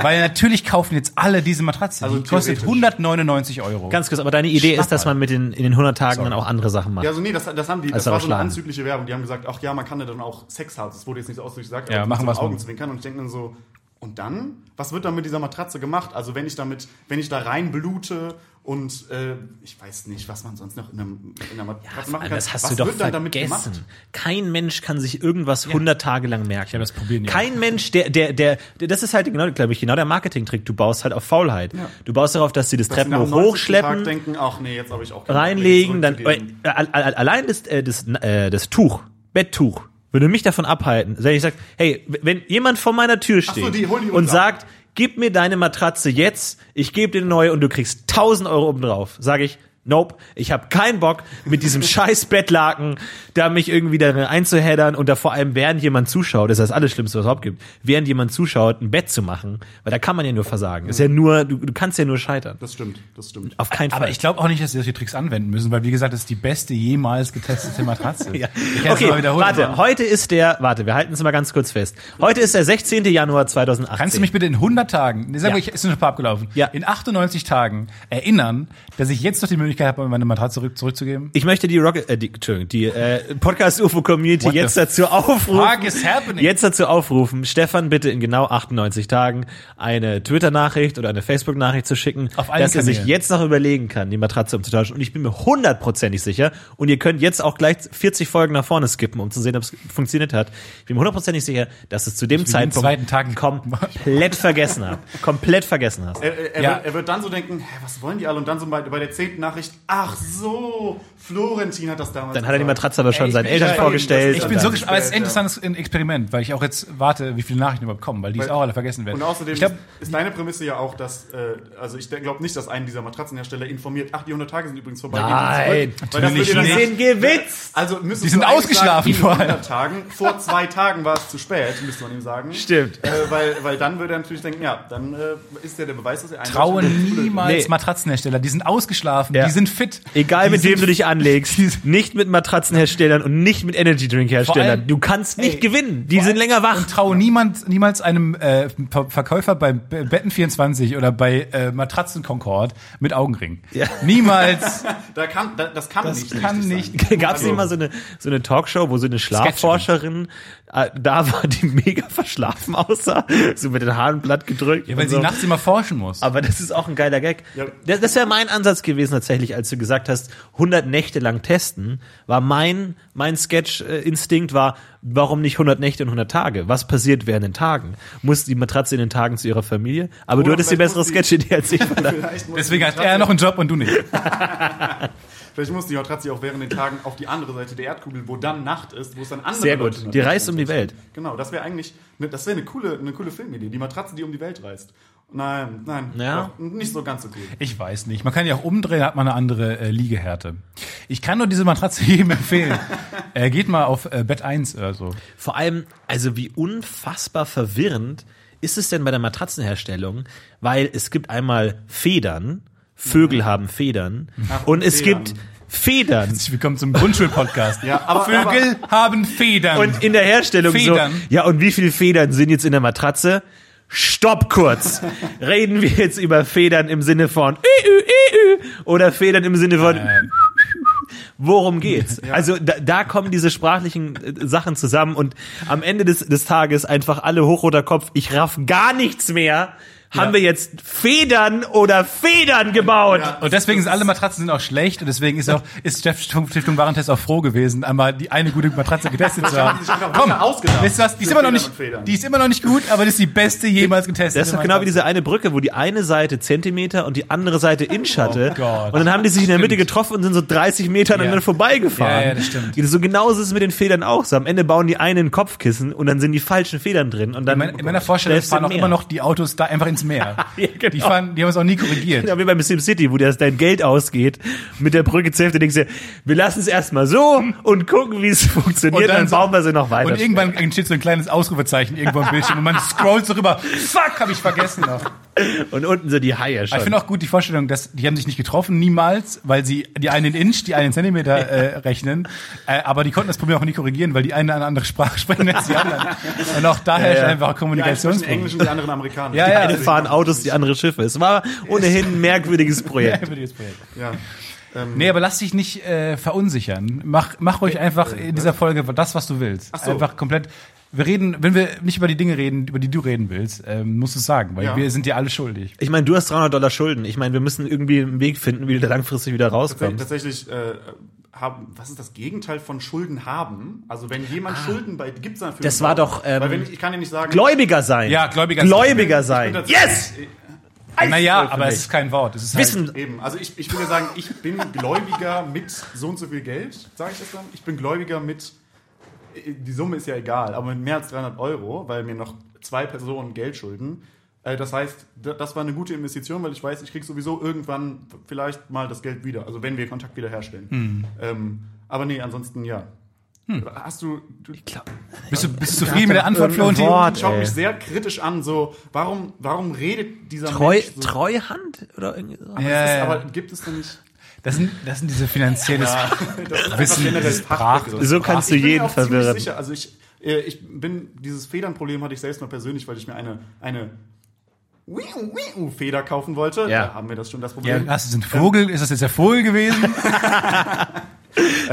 Speaker 3: Weil natürlich kaufen jetzt alle diese Matratze.
Speaker 2: Also
Speaker 3: die kostet
Speaker 2: theoretisch.
Speaker 3: 199 Euro.
Speaker 1: Ganz kurz, aber deine Idee ist, dass man mit den, in den 100 Tagen dann auch andere Sachen macht.
Speaker 2: Ja, also nee, das, das haben die, das
Speaker 1: Also
Speaker 2: war so eine
Speaker 1: aufschlagen.
Speaker 2: anzügliche Werbung. Die haben gesagt, ach ja, man kann ja dann auch Sex haben. Das wurde jetzt nicht so ausdrücklich gesagt,
Speaker 3: Ja,
Speaker 2: aber
Speaker 3: machen
Speaker 2: mit
Speaker 3: wir's
Speaker 2: so
Speaker 3: mal.
Speaker 2: einem Augenzwinkern. Und ich denke dann so, und dann? Was wird dann mit dieser Matratze gemacht? Also wenn ich damit, wenn ich da reinblute und äh, ich weiß nicht, was man sonst noch in, einem, in einer Matratze machen kann.
Speaker 1: Das hast
Speaker 2: was
Speaker 1: du doch
Speaker 2: wird dann damit gemacht?
Speaker 1: vergessen. Kein Mensch kann sich irgendwas 100 Tage lang merken. Ich
Speaker 3: hab das probiert, ja.
Speaker 1: Kein Mensch, der, der, der, der, das ist halt genau, glaube ich, genau der Marketing-Trick. Du baust halt auf Faulheit.
Speaker 2: Ja.
Speaker 1: Du baust darauf, dass sie das
Speaker 2: Dass sie nach
Speaker 1: Treppenhof
Speaker 2: dem 90. Tag
Speaker 1: hochschleppen,
Speaker 2: denken, ach nee, jetzt habe ich auch keinen Bock,
Speaker 1: reinlegen, dann äh,
Speaker 2: zurückzugeben.
Speaker 1: äh, al- al- allein das, äh, das, äh, das Tuch, Betttuch, würde mich davon abhalten, wenn ich sage, hey, w- wenn jemand vor meiner Tür
Speaker 2: so,
Speaker 1: steht
Speaker 2: die holen die
Speaker 1: und
Speaker 2: uns ab.
Speaker 1: sagt, gib mir deine Matratze jetzt, ich gebe dir eine neue und du kriegst 1000 Euro obendrauf, sage ich, nope, ich habe keinen Bock mit
Speaker 2: [laughs]
Speaker 1: diesem scheiß Bettlaken, da mich irgendwie darin einzuheddern und da vor allem während jemand zuschaut, das ist das Allerschlimmste, was es überhaupt gibt, während jemand zuschaut, ein Bett zu machen, weil da kann man ja nur versagen, ist ja nur, du, du kannst ja nur scheitern.
Speaker 2: Das stimmt, das stimmt.
Speaker 1: Auf keinen Fall.
Speaker 3: Aber ich glaube auch nicht, dass sie solche Tricks anwenden müssen, weil wie gesagt, das ist die beste
Speaker 1: [laughs]
Speaker 3: jemals getestete Matratze.
Speaker 1: Ja.
Speaker 3: Ich kann's
Speaker 1: Okay,
Speaker 3: mal wiederholen.
Speaker 1: warte, heute ist der, warte, wir halten es mal ganz kurz fest. Heute ist der 16. Januar 2018.
Speaker 3: Kannst du mich bitte in 100 Tagen, nee, sag
Speaker 1: Ja.
Speaker 3: mal, ich ist schon ein paar abgelaufen,
Speaker 1: Ja.
Speaker 3: in 98 Tagen erinnern, dass ich jetzt noch die Möglichkeit habe, meine Matratze zurück, zurückzugeben?
Speaker 1: ich möchte die Rocket, äh, die, Entschuldigung, die äh, Podcast-UFO-Community
Speaker 3: What the
Speaker 1: jetzt dazu aufrufen.
Speaker 3: fuck is happening?
Speaker 1: Jetzt dazu aufrufen, Stefan bitte in genau 98 Tagen eine Twitter-Nachricht oder eine Facebook-Nachricht zu schicken,
Speaker 3: Auf allen
Speaker 1: dass er sich
Speaker 3: Kanälen.
Speaker 1: jetzt noch überlegen kann, die Matratze umzutauschen. Und ich bin mir hundertprozentig sicher, und ihr könnt jetzt auch gleich 40 Folgen nach vorne skippen, um zu sehen, ob es funktioniert hat. Ich bin mir hundertprozentig sicher, dass es zu dem
Speaker 3: bin jeden
Speaker 1: Zeitpunkt
Speaker 3: zweiten Tag-
Speaker 1: komplett vergessen habe. Komplett vergessen hast.
Speaker 2: Er, er, er
Speaker 3: Ja.
Speaker 2: wird, er wird dann so denken, hä, was wollen die alle? Und dann so bei, bei der zehnten Nachricht, ach so, Florentin hat das damals
Speaker 1: Dann hat er die
Speaker 2: gesagt.
Speaker 1: Matratze aber schon
Speaker 3: Ey,
Speaker 1: seinen
Speaker 3: ich-
Speaker 1: Eltern
Speaker 3: ich-
Speaker 1: vorgestellt.
Speaker 3: Ich
Speaker 2: und
Speaker 3: bin so
Speaker 2: dann
Speaker 3: gespannt, aber es ist ein
Speaker 2: später.
Speaker 3: interessantes Experiment, weil ich auch jetzt warte, wie viele Nachrichten überhaupt kommen, weil die jetzt auch alle vergessen werden.
Speaker 2: Und außerdem
Speaker 3: ich glaub,
Speaker 2: ist- ist deine Prämisse ja auch, dass, äh, also ich glaube nicht, dass einen dieser Matratzenhersteller informiert, ach, die 100 Tage sind übrigens vorbei.
Speaker 1: Nein,
Speaker 2: gehen Sie zurück. Weil das
Speaker 3: natürlich
Speaker 2: würde dann
Speaker 1: nicht. Die sind gewitzt.
Speaker 2: Also müssen
Speaker 3: Die sind ausgeschlafen
Speaker 2: vor
Speaker 3: vor allem.
Speaker 2: 100 Tagen. Vor zwei Tagen war es zu spät, müsste man ihm sagen.
Speaker 1: Stimmt.
Speaker 2: Äh, weil, weil dann würde er natürlich denken, ja, dann äh, ist ja der Beweis, dass er eindeutig
Speaker 3: trauen
Speaker 2: blöd ist.
Speaker 3: niemals
Speaker 1: Nee.
Speaker 3: Matratzenhersteller, die sind ausgeschlafen,
Speaker 1: Ja.
Speaker 3: die sind fit.
Speaker 1: Egal
Speaker 3: die
Speaker 1: mit
Speaker 3: sind
Speaker 1: wem du dich anlegst,
Speaker 3: [laughs] Die sind-
Speaker 1: nicht mit Matratzenherstellern und nicht mit Energy Drink
Speaker 3: Vor
Speaker 1: Herstellern.
Speaker 3: allem-
Speaker 1: Du kannst nicht
Speaker 3: Ey,
Speaker 1: gewinnen. Die sind länger wach.
Speaker 3: Und traue niemand, niemals einem äh, Ver- Verkäufer bei Be- Betten24 oder bei äh, Matratzen Concord mit Augenring.
Speaker 1: Ja. [laughs]
Speaker 3: Niemals.
Speaker 2: Da kann, da, das kann
Speaker 3: Das
Speaker 2: nicht.
Speaker 3: kann
Speaker 2: richtig
Speaker 3: nicht.
Speaker 2: Sein.
Speaker 1: Gab es nicht mal so eine, so eine Talkshow, wo so eine Schlafforscherin äh, da war, die [laughs] mega verschlafen aussah, so mit den Haaren platt gedrückt.
Speaker 3: ja, weil
Speaker 1: und
Speaker 3: sie
Speaker 1: so.
Speaker 3: nachts immer forschen muss.
Speaker 1: Also Aber das ist auch ein geiler Gag.
Speaker 2: Ja.
Speaker 1: Das, das wäre mein Ansatz gewesen tatsächlich, als du gesagt hast, 100 Nächte lang testen, war mein, mein Sketch-Instinkt war, warum nicht 100 Nächte und 100 Tage? Was passiert während den Tagen? Muss die Matratze in den Tagen zu ihrer Familie? Aber du
Speaker 2: Oder
Speaker 1: hattest die
Speaker 2: vielleicht
Speaker 1: bessere
Speaker 2: muss die-
Speaker 1: Sketch-Idee als ich. von der-
Speaker 2: Vielleicht muss
Speaker 3: Deswegen
Speaker 2: die
Speaker 3: hat er noch einen Job und du nicht.
Speaker 2: Vielleicht muss die Matratze auch während den Tagen auf die andere Seite der Erdkugel, wo dann Nacht ist, wo es dann andere
Speaker 1: Sehr
Speaker 2: Leute
Speaker 1: gut. Die reist um die Welt.
Speaker 2: Genau, das wäre eigentlich, ne, das wäre eine coole, eine coole Filmidee. Die Matratze, die um die Welt reist. Nein, nein,
Speaker 1: Ja.
Speaker 2: doch, nicht so ganz so cool.
Speaker 3: Ich weiß nicht. Man kann ja auch umdrehen, hat man eine andere äh, Liegehärte. Ich kann nur diese Matratze [laughs] jedem empfehlen. äh, geht mal auf äh, Bett 1 oder so.
Speaker 1: Vor allem, also wie unfassbar verwirrend ist es denn bei der Matratzenherstellung, weil es gibt einmal Federn, Vögel haben Federn
Speaker 2: Mhm. Ach,
Speaker 1: und es
Speaker 2: Federn.
Speaker 1: gibt Federn.
Speaker 3: Herzlich willkommen zum Grundschul-Podcast.
Speaker 2: Ja, aber-
Speaker 3: Vögel haben Federn.
Speaker 1: Und in der Herstellung
Speaker 3: Federn.
Speaker 1: so, ja, und wie viele Federn sind jetzt in der Matratze? Stopp kurz. Reden wir jetzt über Federn im Sinne von ü, ü, ü, ü, oder Federn im Sinne von
Speaker 3: Ähm.
Speaker 1: worum geht's? Also da, da kommen diese sprachlichen äh, Sachen zusammen und am Ende des, des Tages einfach alle hochroter Kopf, ich raff gar nichts mehr. Haben wir jetzt Federn oder Federn gebaut?
Speaker 2: Ja.
Speaker 3: Und deswegen sind alle Matratzen sind auch schlecht und deswegen ist auch ist Jeff Stiftung, Stiftung Warentest auch froh gewesen, einmal die eine gute Matratze getestet zu haben.
Speaker 2: sich
Speaker 1: Ah,
Speaker 2: einfach Wasser ausgedacht.
Speaker 3: weißt du was? Die ist
Speaker 2: Für
Speaker 3: immer noch
Speaker 2: Federn
Speaker 3: nicht,
Speaker 2: und Federn.
Speaker 3: die ist immer noch nicht gut, aber das ist die beste jemals getestete.
Speaker 1: Das ist doch genau wie diese eine Brücke, wo die eine Seite Zentimeter und die andere Seite Inch hatte.
Speaker 3: Oh Gott.
Speaker 1: Und dann haben die sich in der Mitte getroffen und sind so 30 Meter
Speaker 3: Ja.
Speaker 1: aneinander vorbeigefahren.
Speaker 3: Ja, ja, das stimmt.
Speaker 1: So genauso ist es mit den Federn auch. So, am Ende bauen die einen ein Kopfkissen und dann sind die falschen Federn drin. Und dann
Speaker 3: In meiner- in meiner Vorstellung
Speaker 1: stellst du
Speaker 3: fahren auch
Speaker 1: mehr.
Speaker 3: immer noch die Autos da einfach ins Meer.
Speaker 1: [laughs] Ja, genau.
Speaker 3: Die fahren, die haben es auch nie korrigiert.
Speaker 1: Ja, wie beim SimCity, wo dir das dein Geld ausgeht, mit der Brücke zur Hälfte denkst du, dir, wir lassen es erstmal so und gucken, wie es [laughs] funktioniert, dann,
Speaker 3: so-
Speaker 1: bauen wir sie noch weiter.
Speaker 3: Und irgendwann entsteht so ein kleines Ausrufezeichen irgendwo im Bildschirm und man scrollt so rüber. Fuck, habe ich vergessen noch.
Speaker 1: Und unten sind die Haie
Speaker 3: Aber
Speaker 1: schon.
Speaker 3: ich finde auch gut die Vorstellung, dass die haben sich nicht getroffen, niemals, weil sie die einen in Inch, die einen in
Speaker 2: [laughs]
Speaker 3: Zentimeter äh, rechnen. Äh, aber die konnten das Problem auch nie korrigieren, weil die eine eine andere Sprache sprechen als die anderen. Und auch daher
Speaker 1: Ja, ja.
Speaker 3: einfach
Speaker 2: Die einen sprechen
Speaker 3: Kommunikationsproblem.
Speaker 2: Englisch und die anderen Amerikaner.
Speaker 3: Ja,
Speaker 1: die
Speaker 3: ja,
Speaker 1: eine
Speaker 3: deswegen-
Speaker 1: fahren Autos, die andere Schiffe. Es war ohnehin
Speaker 3: [laughs]
Speaker 1: ein merkwürdiges Projekt.
Speaker 2: Ja. Ähm,
Speaker 3: Nee, aber lass dich nicht äh, verunsichern. Mach, mach ruhig einfach in dieser Folge das, was du willst.
Speaker 2: Ach so.
Speaker 3: Einfach komplett. Wir reden, wenn wir nicht über die Dinge reden, über die du reden willst, ähm, musst du es sagen, weil
Speaker 2: Ja.
Speaker 3: wir sind dir alle schuldig.
Speaker 1: Ich meine, du hast 300 Dollar Schulden. Ich meine, wir müssen irgendwie einen Weg finden, wie du da langfristig wieder
Speaker 2: Tatsächlich,
Speaker 1: rauskommst.
Speaker 2: tatsächlich äh, haben, was ist das Gegenteil von Schulden haben? Also wenn jemand Schulden bei gibt's dann für
Speaker 1: Ah. Das war doch, ähm,
Speaker 2: weil wenn ich, ich kann dir nicht sagen,
Speaker 1: Gläubiger sein.
Speaker 3: Ja, gläubiger sein.
Speaker 1: Gläubiger sein.
Speaker 2: bin
Speaker 1: Yes!
Speaker 2: tatsächlich-
Speaker 3: Naja,
Speaker 1: für
Speaker 3: aber
Speaker 1: mich.
Speaker 3: es ist kein Wort. Es ist halt-
Speaker 1: Wissen.
Speaker 2: Eben, also ich, ich würde sagen, ich bin Gläubiger mit so und so viel Geld, sage ich das dann? Ich bin Gläubiger mit, äh, die Summe ist ja egal, aber mit mehr als 300 Euro, weil mir noch zwei Personen Geld schulden. Äh, Das heißt, d- das war eine gute Investition, weil ich weiß, ich krieg sowieso irgendwann vielleicht mal das Geld wieder, also wenn wir Kontakt wiederherstellen.
Speaker 3: Hm.
Speaker 2: Ähm, aber nee, ansonsten ja. Hast du, du
Speaker 3: halt, Bist du, bist du zufrieden mit der Antwort,
Speaker 1: irgendein
Speaker 3: Florentin?
Speaker 1: Wort.
Speaker 2: schaut
Speaker 1: ey.
Speaker 2: mich sehr kritisch an, so, warum, warum redet dieser
Speaker 1: Treu,
Speaker 2: Mensch so?
Speaker 1: Treuhand? Oder irgendwie so?
Speaker 3: Ja, ja, ja.
Speaker 2: Aber gibt es denn nicht?
Speaker 3: Das sind, das sind diese finanzielles
Speaker 2: Das ist
Speaker 3: Wissen,
Speaker 2: einfach
Speaker 3: dieses
Speaker 2: Fachbegriff.
Speaker 3: Sprach-
Speaker 1: So kannst du
Speaker 2: Ich bin mir
Speaker 1: jeden
Speaker 2: auch ziemlich
Speaker 1: verwirren.
Speaker 2: Sicher. Also ich, äh, ich bin, dieses Federnproblem hatte ich selbst mal persönlich, weil ich mir eine, eine Wiu, Wiu Feder kaufen wollte.
Speaker 1: Ja.
Speaker 2: Da haben wir das schon das
Speaker 3: Ja,
Speaker 2: Problem.
Speaker 3: hast du einen Vogel? Ist das jetzt der Vogel [laughs] gewesen?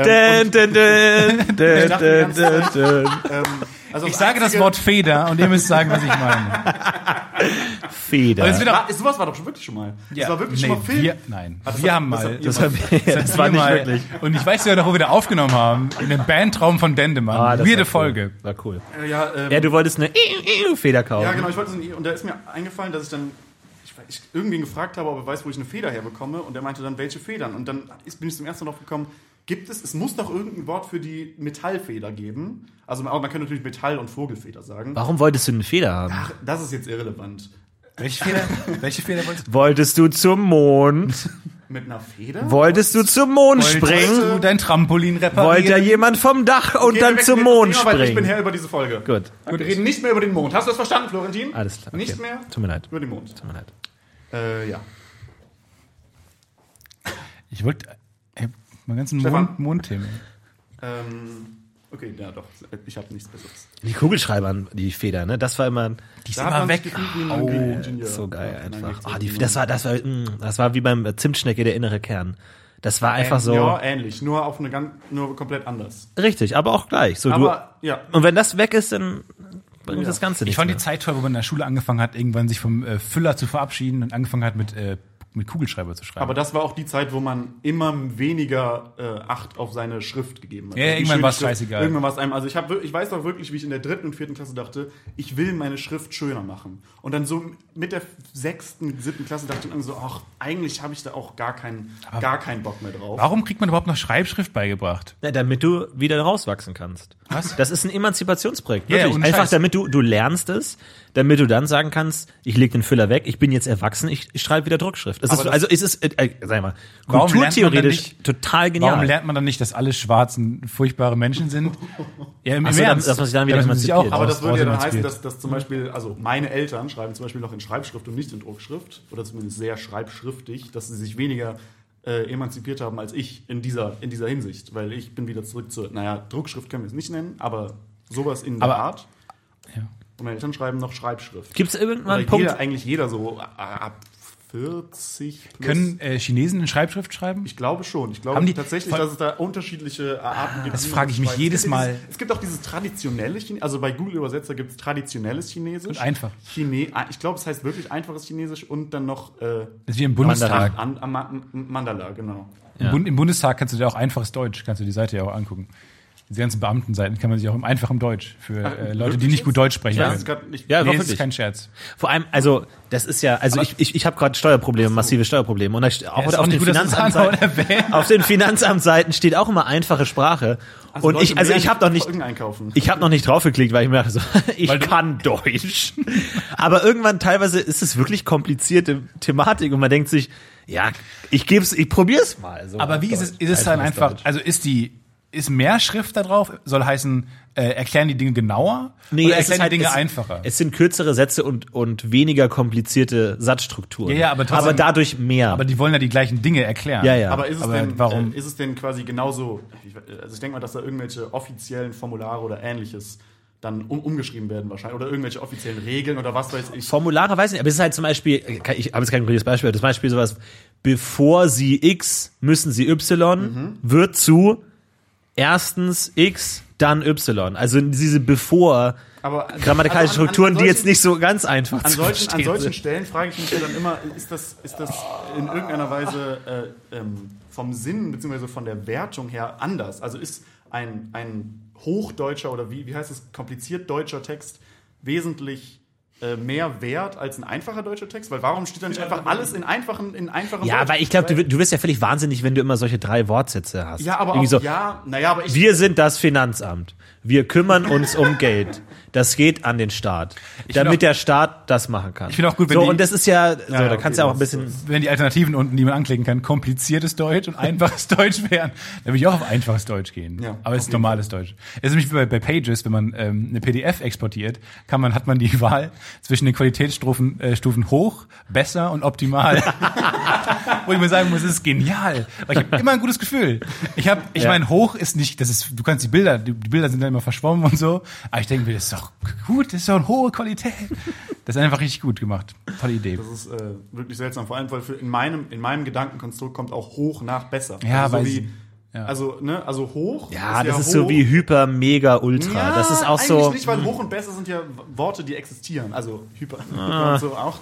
Speaker 1: Dun, dun, dun, dun,
Speaker 2: Ähm, [laughs] Ich dachte die
Speaker 1: dun,
Speaker 2: ganze
Speaker 1: dun, dun.
Speaker 2: Ähm, also
Speaker 3: Ich sage das Wort Feder und ihr müsst sagen, was ich meine. Und es
Speaker 1: Feder.
Speaker 3: wird auch,
Speaker 2: War, sowas war doch schon wirklich schon mal.
Speaker 3: ja,
Speaker 2: das war wirklich
Speaker 3: nee,
Speaker 2: schon mal Film.
Speaker 3: Wir, nein,
Speaker 2: Ah, das
Speaker 3: wir
Speaker 2: hat-
Speaker 3: haben
Speaker 2: [laughs] das
Speaker 3: mal.
Speaker 2: hat-
Speaker 1: Das war, das war nicht
Speaker 3: mal-
Speaker 1: wirklich.
Speaker 3: Und ich weiß ja noch, wo wir da aufgenommen haben. In dem Bandraum von Dendemann.
Speaker 1: Ah, das war
Speaker 3: Weirde
Speaker 1: cool.
Speaker 3: Folge.
Speaker 1: War cool.
Speaker 2: Äh, ja, ähm,
Speaker 1: Ja, du wolltest eine Feder kaufen.
Speaker 2: Ja, genau, ich wollte so ein- und da ist mir eingefallen, dass ich dann ich, weiß- ich irgendwen gefragt habe, ob er weiß, wo ich eine Feder herbekomme und er meinte dann, welche Federn? Und dann ist, bin ich zum ersten Mal drauf gekommen, gibt es, es muss doch irgendein Wort für die Metallfeder geben. Also man, aber man kann natürlich Metall- und Vogelfeder sagen.
Speaker 1: Warum wolltest du eine Feder haben?
Speaker 2: Ach, das ist jetzt irrelevant.
Speaker 3: Welche Feder? Welche Feder wolltest du?
Speaker 1: Wolltest du zum Mond?
Speaker 2: Mit einer Feder?
Speaker 1: Wolltest du zum Mond springen?
Speaker 3: Wolltest du dein Trampolin
Speaker 1: Wollte ja
Speaker 3: reparieren?
Speaker 1: jemand vom Dach und
Speaker 2: Okay, wir
Speaker 1: dann
Speaker 2: wechseln
Speaker 1: zum
Speaker 2: jetzt das
Speaker 1: Mond
Speaker 2: Thema, weil Ich bin
Speaker 1: springen.
Speaker 2: Herr über diese Folge.
Speaker 1: Gut.
Speaker 2: Wir reden nicht mehr über den Mond. Hast du das verstanden, Florentin?
Speaker 1: Alles klar.
Speaker 2: Nicht
Speaker 1: okay.
Speaker 2: mehr
Speaker 1: Tut mir leid.
Speaker 2: über den Mond.
Speaker 1: Tut mir leid.
Speaker 2: Äh, ja.
Speaker 3: Ich wollte... Ich hab meinen ganzen
Speaker 2: Stefan.
Speaker 3: Mond, Mondthema.
Speaker 2: Ähm, okay, ja doch. Ich habe nichts Besseres.
Speaker 1: Die Kugelschreibern, die Feder, ne? Das war immer
Speaker 3: Die ist
Speaker 2: Da hat
Speaker 3: immer
Speaker 2: man sich
Speaker 3: weg.
Speaker 2: gefühlt wie ein
Speaker 3: Au.
Speaker 2: Ingenieur.
Speaker 1: so geil
Speaker 2: Ja, nein,
Speaker 1: einfach.
Speaker 2: Oh, geht's eh
Speaker 1: Ah,
Speaker 2: nicht.
Speaker 1: die, das war, das war, mm, das war wie beim Zimtschnecke der innere Kern. Das war einfach so
Speaker 2: Ähm, Ja, ähnlich, nur auf eine ganz, nur komplett anders.
Speaker 1: richtig, aber auch gleich. So,
Speaker 2: Aber ja,
Speaker 1: du, und wenn das weg ist, dann bringt
Speaker 2: Ja.
Speaker 1: das Ganze nicht.
Speaker 3: Ich fand die Zeit toll, wo man in der Schule angefangen hat, irgendwann sich vom äh, Füller zu verabschieden und angefangen hat mit äh, mit Kugelschreiber zu schreiben.
Speaker 2: Aber das war auch die Zeit, wo man immer weniger äh, Acht auf seine Schrift gegeben hat.
Speaker 3: Ja,
Speaker 2: Die
Speaker 3: irgendwann
Speaker 2: schöne
Speaker 3: war's
Speaker 2: Schrift-
Speaker 3: scheißegal.
Speaker 2: Irgendwann war es einem. Also ich habe, ich weiß noch wirklich, wie ich in der dritten und vierten Klasse dachte, ich will meine Schrift schöner machen. Und dann so mit der sechsten, siebten Klasse dachte ich dann so, ach, eigentlich habe ich da auch gar keinen, gar keinen Bock mehr drauf.
Speaker 3: Warum kriegt man überhaupt noch Schreibschrift beigebracht?
Speaker 1: Ja, damit du wieder rauswachsen kannst.
Speaker 3: Was?
Speaker 1: Das ist ein Emanzipationsprojekt.
Speaker 3: Ja,
Speaker 1: Wirklich.
Speaker 3: ohne
Speaker 1: Einfach
Speaker 3: Scheiß.
Speaker 1: damit du, du lernst es, damit du dann sagen kannst, ich leg den Füller weg, ich bin jetzt erwachsen, ich, ich schreibe wieder Druckschrift. Es ist,
Speaker 2: das-
Speaker 1: also es ist, äh, äh, sag mal,
Speaker 3: Warum lernt man
Speaker 1: kulturtheoretisch
Speaker 3: denn nicht-
Speaker 1: total genial.
Speaker 3: Warum lernt man dann nicht, dass alle Schwarzen furchtbare Menschen sind? Ja, im,
Speaker 1: Ach so, dass- dass man sich dann wieder
Speaker 3: dass man sich
Speaker 1: emanzipiert.
Speaker 3: auch
Speaker 2: aber
Speaker 3: raus-
Speaker 2: das würde ja dann heißen,
Speaker 3: rausemanzipiert.
Speaker 2: dass, dass zum Beispiel, also meine Eltern schreiben zum Beispiel noch in Schreibschrift und nicht in Druckschrift, oder zumindest sehr schreibschriftig, dass sie sich weniger äh, emanzipiert haben als ich in dieser, in dieser Hinsicht. Weil ich bin wieder zurück zur, naja, Druckschrift können wir es nicht nennen, aber sowas in der
Speaker 3: Aber-
Speaker 2: Art.
Speaker 3: Ja.
Speaker 2: Und meine Eltern schreiben noch Schreibschrift.
Speaker 1: Gibt es irgendwann
Speaker 2: Weil
Speaker 1: einen Punkt?
Speaker 2: jeder, eigentlich jeder so äh, ab 40 plus.
Speaker 3: Können äh, Chinesen in Schreibschrift schreiben?
Speaker 2: Ich glaube schon. Ich glaube
Speaker 3: Haben die-
Speaker 2: tatsächlich,
Speaker 3: Voll-
Speaker 2: dass es da unterschiedliche äh, Arten gibt.
Speaker 3: das
Speaker 2: wie
Speaker 3: frage ich
Speaker 2: man
Speaker 3: mich
Speaker 2: schreibt.
Speaker 3: jedes
Speaker 2: Es gibt
Speaker 3: Mal.
Speaker 2: Dieses, es gibt auch dieses traditionelle Chinesisch. Also bei Google Übersetzer gibt es traditionelles Chinesisch.
Speaker 3: Und einfach.
Speaker 2: Chine ah, ich glaube, es heißt wirklich einfaches Chinesisch und dann noch äh,
Speaker 3: Das ist wie im Bundestag.
Speaker 2: an, an, an, Mandala, genau.
Speaker 3: Im, Bund, Im Bundestag kannst du dir auch einfaches Deutsch, kannst du die Seite ja auch angucken. Diese ganzen Beamtenseiten kann man sich auch im einfachen Deutsch für äh, Leute, die nicht gut Deutsch sprechen
Speaker 2: Ja,
Speaker 1: Ja.
Speaker 2: das ist
Speaker 3: können.
Speaker 2: grad nicht,
Speaker 1: Ja,
Speaker 3: Nee,
Speaker 1: war
Speaker 3: das ist
Speaker 1: wirklich.
Speaker 3: kein Scherz.
Speaker 1: Vor allem, also das ist ja, also ich, ich, ich habe gerade Steuerprobleme, massive Steuerprobleme. Und da, st- auch,
Speaker 3: ist auch
Speaker 1: auf, den
Speaker 3: nicht gut, dass du's [laughs]
Speaker 1: Finanzamtsseiten,
Speaker 3: nochmal erwähnt.
Speaker 1: auf den Finanzamtsseiten steht auch immer einfache Sprache. und
Speaker 2: Leute
Speaker 1: ich, also
Speaker 2: werden
Speaker 1: ich habe noch nicht,
Speaker 2: Folgen einkaufen.
Speaker 1: ich habe noch nicht draufgeklickt, weil ich mir dachte, so, [laughs] ich
Speaker 3: Weil du-
Speaker 1: kann Deutsch. Aber irgendwann teilweise ist es wirklich komplizierte Thematik und man denkt sich, ja, ich geb's, ich probier's mal. So
Speaker 3: Aber wie ist es, ist es dann
Speaker 1: Einfaches
Speaker 3: einfach,
Speaker 1: Deutsch.
Speaker 3: also ist die, ist mehr Schrift da drauf? Soll heißen, äh, erklären die Dinge genauer?
Speaker 1: Nee,
Speaker 3: oder
Speaker 1: es ist
Speaker 3: erklären
Speaker 1: halt,
Speaker 3: die Dinge
Speaker 1: es,
Speaker 3: einfacher?
Speaker 1: Es sind kürzere Sätze und, und weniger komplizierte Satzstrukturen.
Speaker 3: Ja, ja, aber trotzdem-
Speaker 1: dadurch mehr.
Speaker 3: aber die wollen ja die gleichen Dinge erklären.
Speaker 1: ja, ja.
Speaker 2: Aber ist es
Speaker 3: Aber
Speaker 2: denn
Speaker 3: warum-
Speaker 2: Äh, ist es denn quasi genauso? Ich, we- also ich denke mal, dass da irgendwelche offiziellen Formulare oder ähnliches dann um, umgeschrieben werden wahrscheinlich oder irgendwelche offiziellen Regeln oder was weiß ich.
Speaker 1: Formulare weiß ich nicht, aber es ist halt zum Beispiel, ich habe jetzt kein konkretes Beispiel, aber das Beispiel ist sowas, bevor sie X müssen sie Y, wird zu erstens X, dann Y. Also diese bevor
Speaker 2: Aber
Speaker 1: grammatikalische
Speaker 2: also an- an
Speaker 1: Strukturen, die
Speaker 2: solchen-
Speaker 1: jetzt nicht so ganz einfach
Speaker 2: An
Speaker 1: zu
Speaker 2: solchen, an
Speaker 1: verstehen
Speaker 2: solchen
Speaker 1: sind.
Speaker 2: Stellen frage ich mich ja dann immer, ist das, ist das in irgendeiner Weise äh, ähm, vom Sinn bzw. von der Wertung her anders? Also ist ein, ein hochdeutscher oder wie, wie heißt es, kompliziert deutscher Text wesentlich äh, mehr wert als ein einfacher deutscher Text? Weil warum steht da nicht einfach alles in einfachen in einfachen
Speaker 1: Ja,
Speaker 2: Deutsch?
Speaker 1: weil ich glaube, du, wi- du wirst ja völlig wahnsinnig, wenn du immer solche drei Wortsätze hast.
Speaker 2: Ja, aber auch,
Speaker 1: Irgendwie so,
Speaker 2: ja, naja, aber ich,
Speaker 1: Wir sind das Finanzamt. Wir kümmern uns um Geld. Das geht an den Staat,
Speaker 3: find
Speaker 1: damit
Speaker 3: auch-
Speaker 1: der Staat das machen kann. Ich
Speaker 3: find auch gut, wenn
Speaker 1: so
Speaker 3: die-
Speaker 1: und das ist ja, so, da
Speaker 2: okay,
Speaker 1: kannst du ja auch ein
Speaker 2: das-
Speaker 1: bisschen
Speaker 3: Wenn die Alternativen unten, die man anklicken kann, kompliziertes Deutsch und einfaches [laughs] Deutsch wären, dann würde ich auch auf einfaches Deutsch gehen.
Speaker 2: Ja,
Speaker 3: Aber es
Speaker 2: auf
Speaker 3: ist
Speaker 2: jeden
Speaker 3: normales Deutsch. Es ist nämlich wie bei, bei Pages, wenn man ähm, eine PDF exportiert, kann man, hat man die [laughs] Wahl zwischen den Qualitätsstufen äh, Stufen hoch, besser und
Speaker 2: [laughs]
Speaker 3: optimal. Wo ich mir sagen muss, es ist genial. Weil ich habe immer ein gutes Gefühl. Ich habe, ich meine, hoch ist nicht, das ist, du kannst die Bilder, die, die Bilder sind dann immer verschwommen und so. Aber ich denke mir, das ist doch gut, das ist doch eine hohe Qualität. Das ist einfach richtig gut gemacht. Tolle Idee.
Speaker 2: Das ist äh, wirklich seltsam. Vor allem, weil für in, meinem, in meinem Gedankenkonstrukt kommt auch hoch nach besser.
Speaker 3: Ja,
Speaker 2: also
Speaker 3: weil
Speaker 2: so wie,
Speaker 3: sie- ja.
Speaker 2: also, ne, also hoch.
Speaker 1: Ja, das ist so wie Hyper, Mega, Ultra.
Speaker 2: Ja,
Speaker 1: das ist auch
Speaker 2: eigentlich
Speaker 1: so.
Speaker 2: nicht, weil hoch und besser sind ja Worte, die existieren. Also hyper [laughs] und so auch.